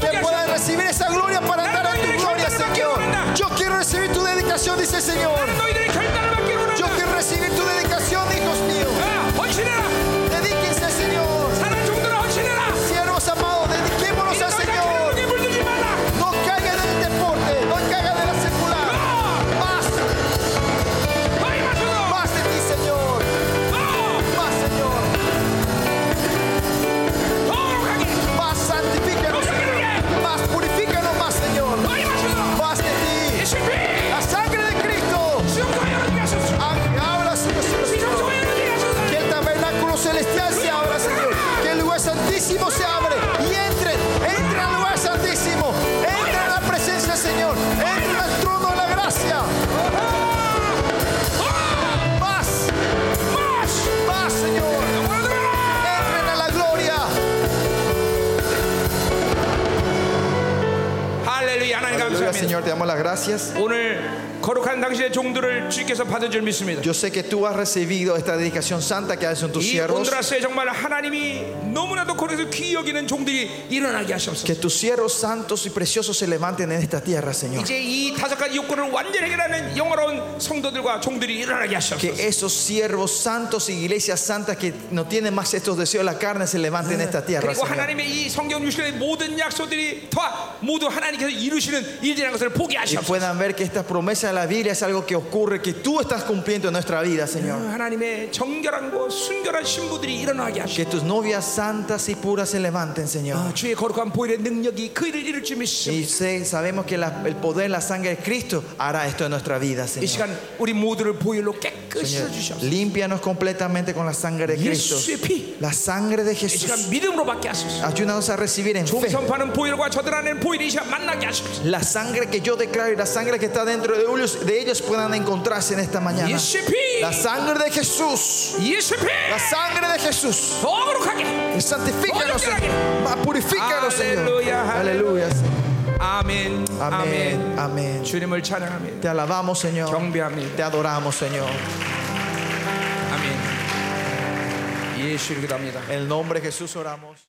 Que puedan recibir esa gloria para entrar en tu gloria, Señor. Yo quiero recibir tu dedicación, dice el Señor.
너희들의 결단을 받기를
Yo
원한다.
quiero recibir tu dedicación, hijos míos.
야, 헌신해라.
Dedíquense, Señor.
사랑 종들아 헌신해라.
Siervos amados, dediquémonos al Señor.
너희가 물들지 말라.
No caigan del deporte, no caigan de la secular. Más,
너희 마셔도.
más de ti, Señor.
더,
Más, Señor.
더 거룩하게.
Más santifícanos, Señor. Más purifícanos, más, Señor.
너희 마셔도.
Más de ti.
예수님.
La sangre de Cristo.
지성소가 열리게 하소서.
Habla, Señor, Señor, Señor.
지성소가 열리게 하소서.
Que el tabernáculo celestial se abra, Señor. Que el lugar santísimo se abre. Y entren, entren al lugar santísimo. Entren a la presencia, Señor. Entren al trono de la gracia. Paz, paz, Señor. Entren a la gloria.
할렐루야 하나님
Gloria,
감사합니다.
Señor, te damos las gracias.
오늘 거룩한 당신의 종들을 주께서 받은 줄 믿습니다.
Yo sé que tú has recibido esta dedicación santa que haces en tus
이
siervos.
온드라스에 정말 하나님이 너무나도 거룩해서 귀히 여기는 종들이 일어나게 하시옵소서.
Que tus siervos santos y preciosos se levanten en esta tierra, Señor.
이제 이 다섯 가지 요건을 완전히 해결하는 영어로운 성도들과 종들이 일어나게 하시옵소서.
Que esos siervos santos y iglesias santas que no tienen más estos deseos de la carne se levanten en esta tierra,
그리고
Señor.
하나님의 이 성경 유실의 모든 약속들이 다 모두 하나님께서 이루시는 일이라는 것을 보게
Que
하시옵소서.
puedan ver que esta promesa de la Biblia es algo que ocurre, que tú estás cumpliendo en nuestra vida, Señor.
하나님의 정결한고 순결한 신부들이 일어나게 하시옵소서. 아,
Que tus novias santas y puras se levanten, Señor.
주의 거룩한 보혈의 능력이 그 일을 이룰 줄 믿습니다.
Y sé- sabemos que la- el poder, la sangre de Cristo hará esto en nuestra vida,
이
Señor.
시간 우리 모두를 보혈로 깨끗이
Señor,
씻어주시옵소서.
Límpianos completamente con la sangre de Cristo.
예수의 피.
La sangre de
이 시간
Jesús.
믿음으로 받게 하소서.
Ayúdanos a recibir en fe.
종선파는 보혈과 저들 안에는 보혈이 이 시간 만나게 하소서.
La sangre que yo declaro y la sangre que está dentro de ellos, de ellos puedan encontrarse en esta mañana.
예수의 피.
La sangre de Jesús.
예수의 피.
La sangre de Jesús.
더 거룩하게.
Y Santifícanos, Señor. Purifícanos, Señor.
Aleluya.
Aleluya. Señor.
아멘. 아멘.
Amén. Amén.
주님을 찬양합니다.
Te alabamos, Señor.
경배합니다.
Te adoramos, Señor.
아멘. 예수 이름으로 합니다.
En el nombre de Jesús oramos.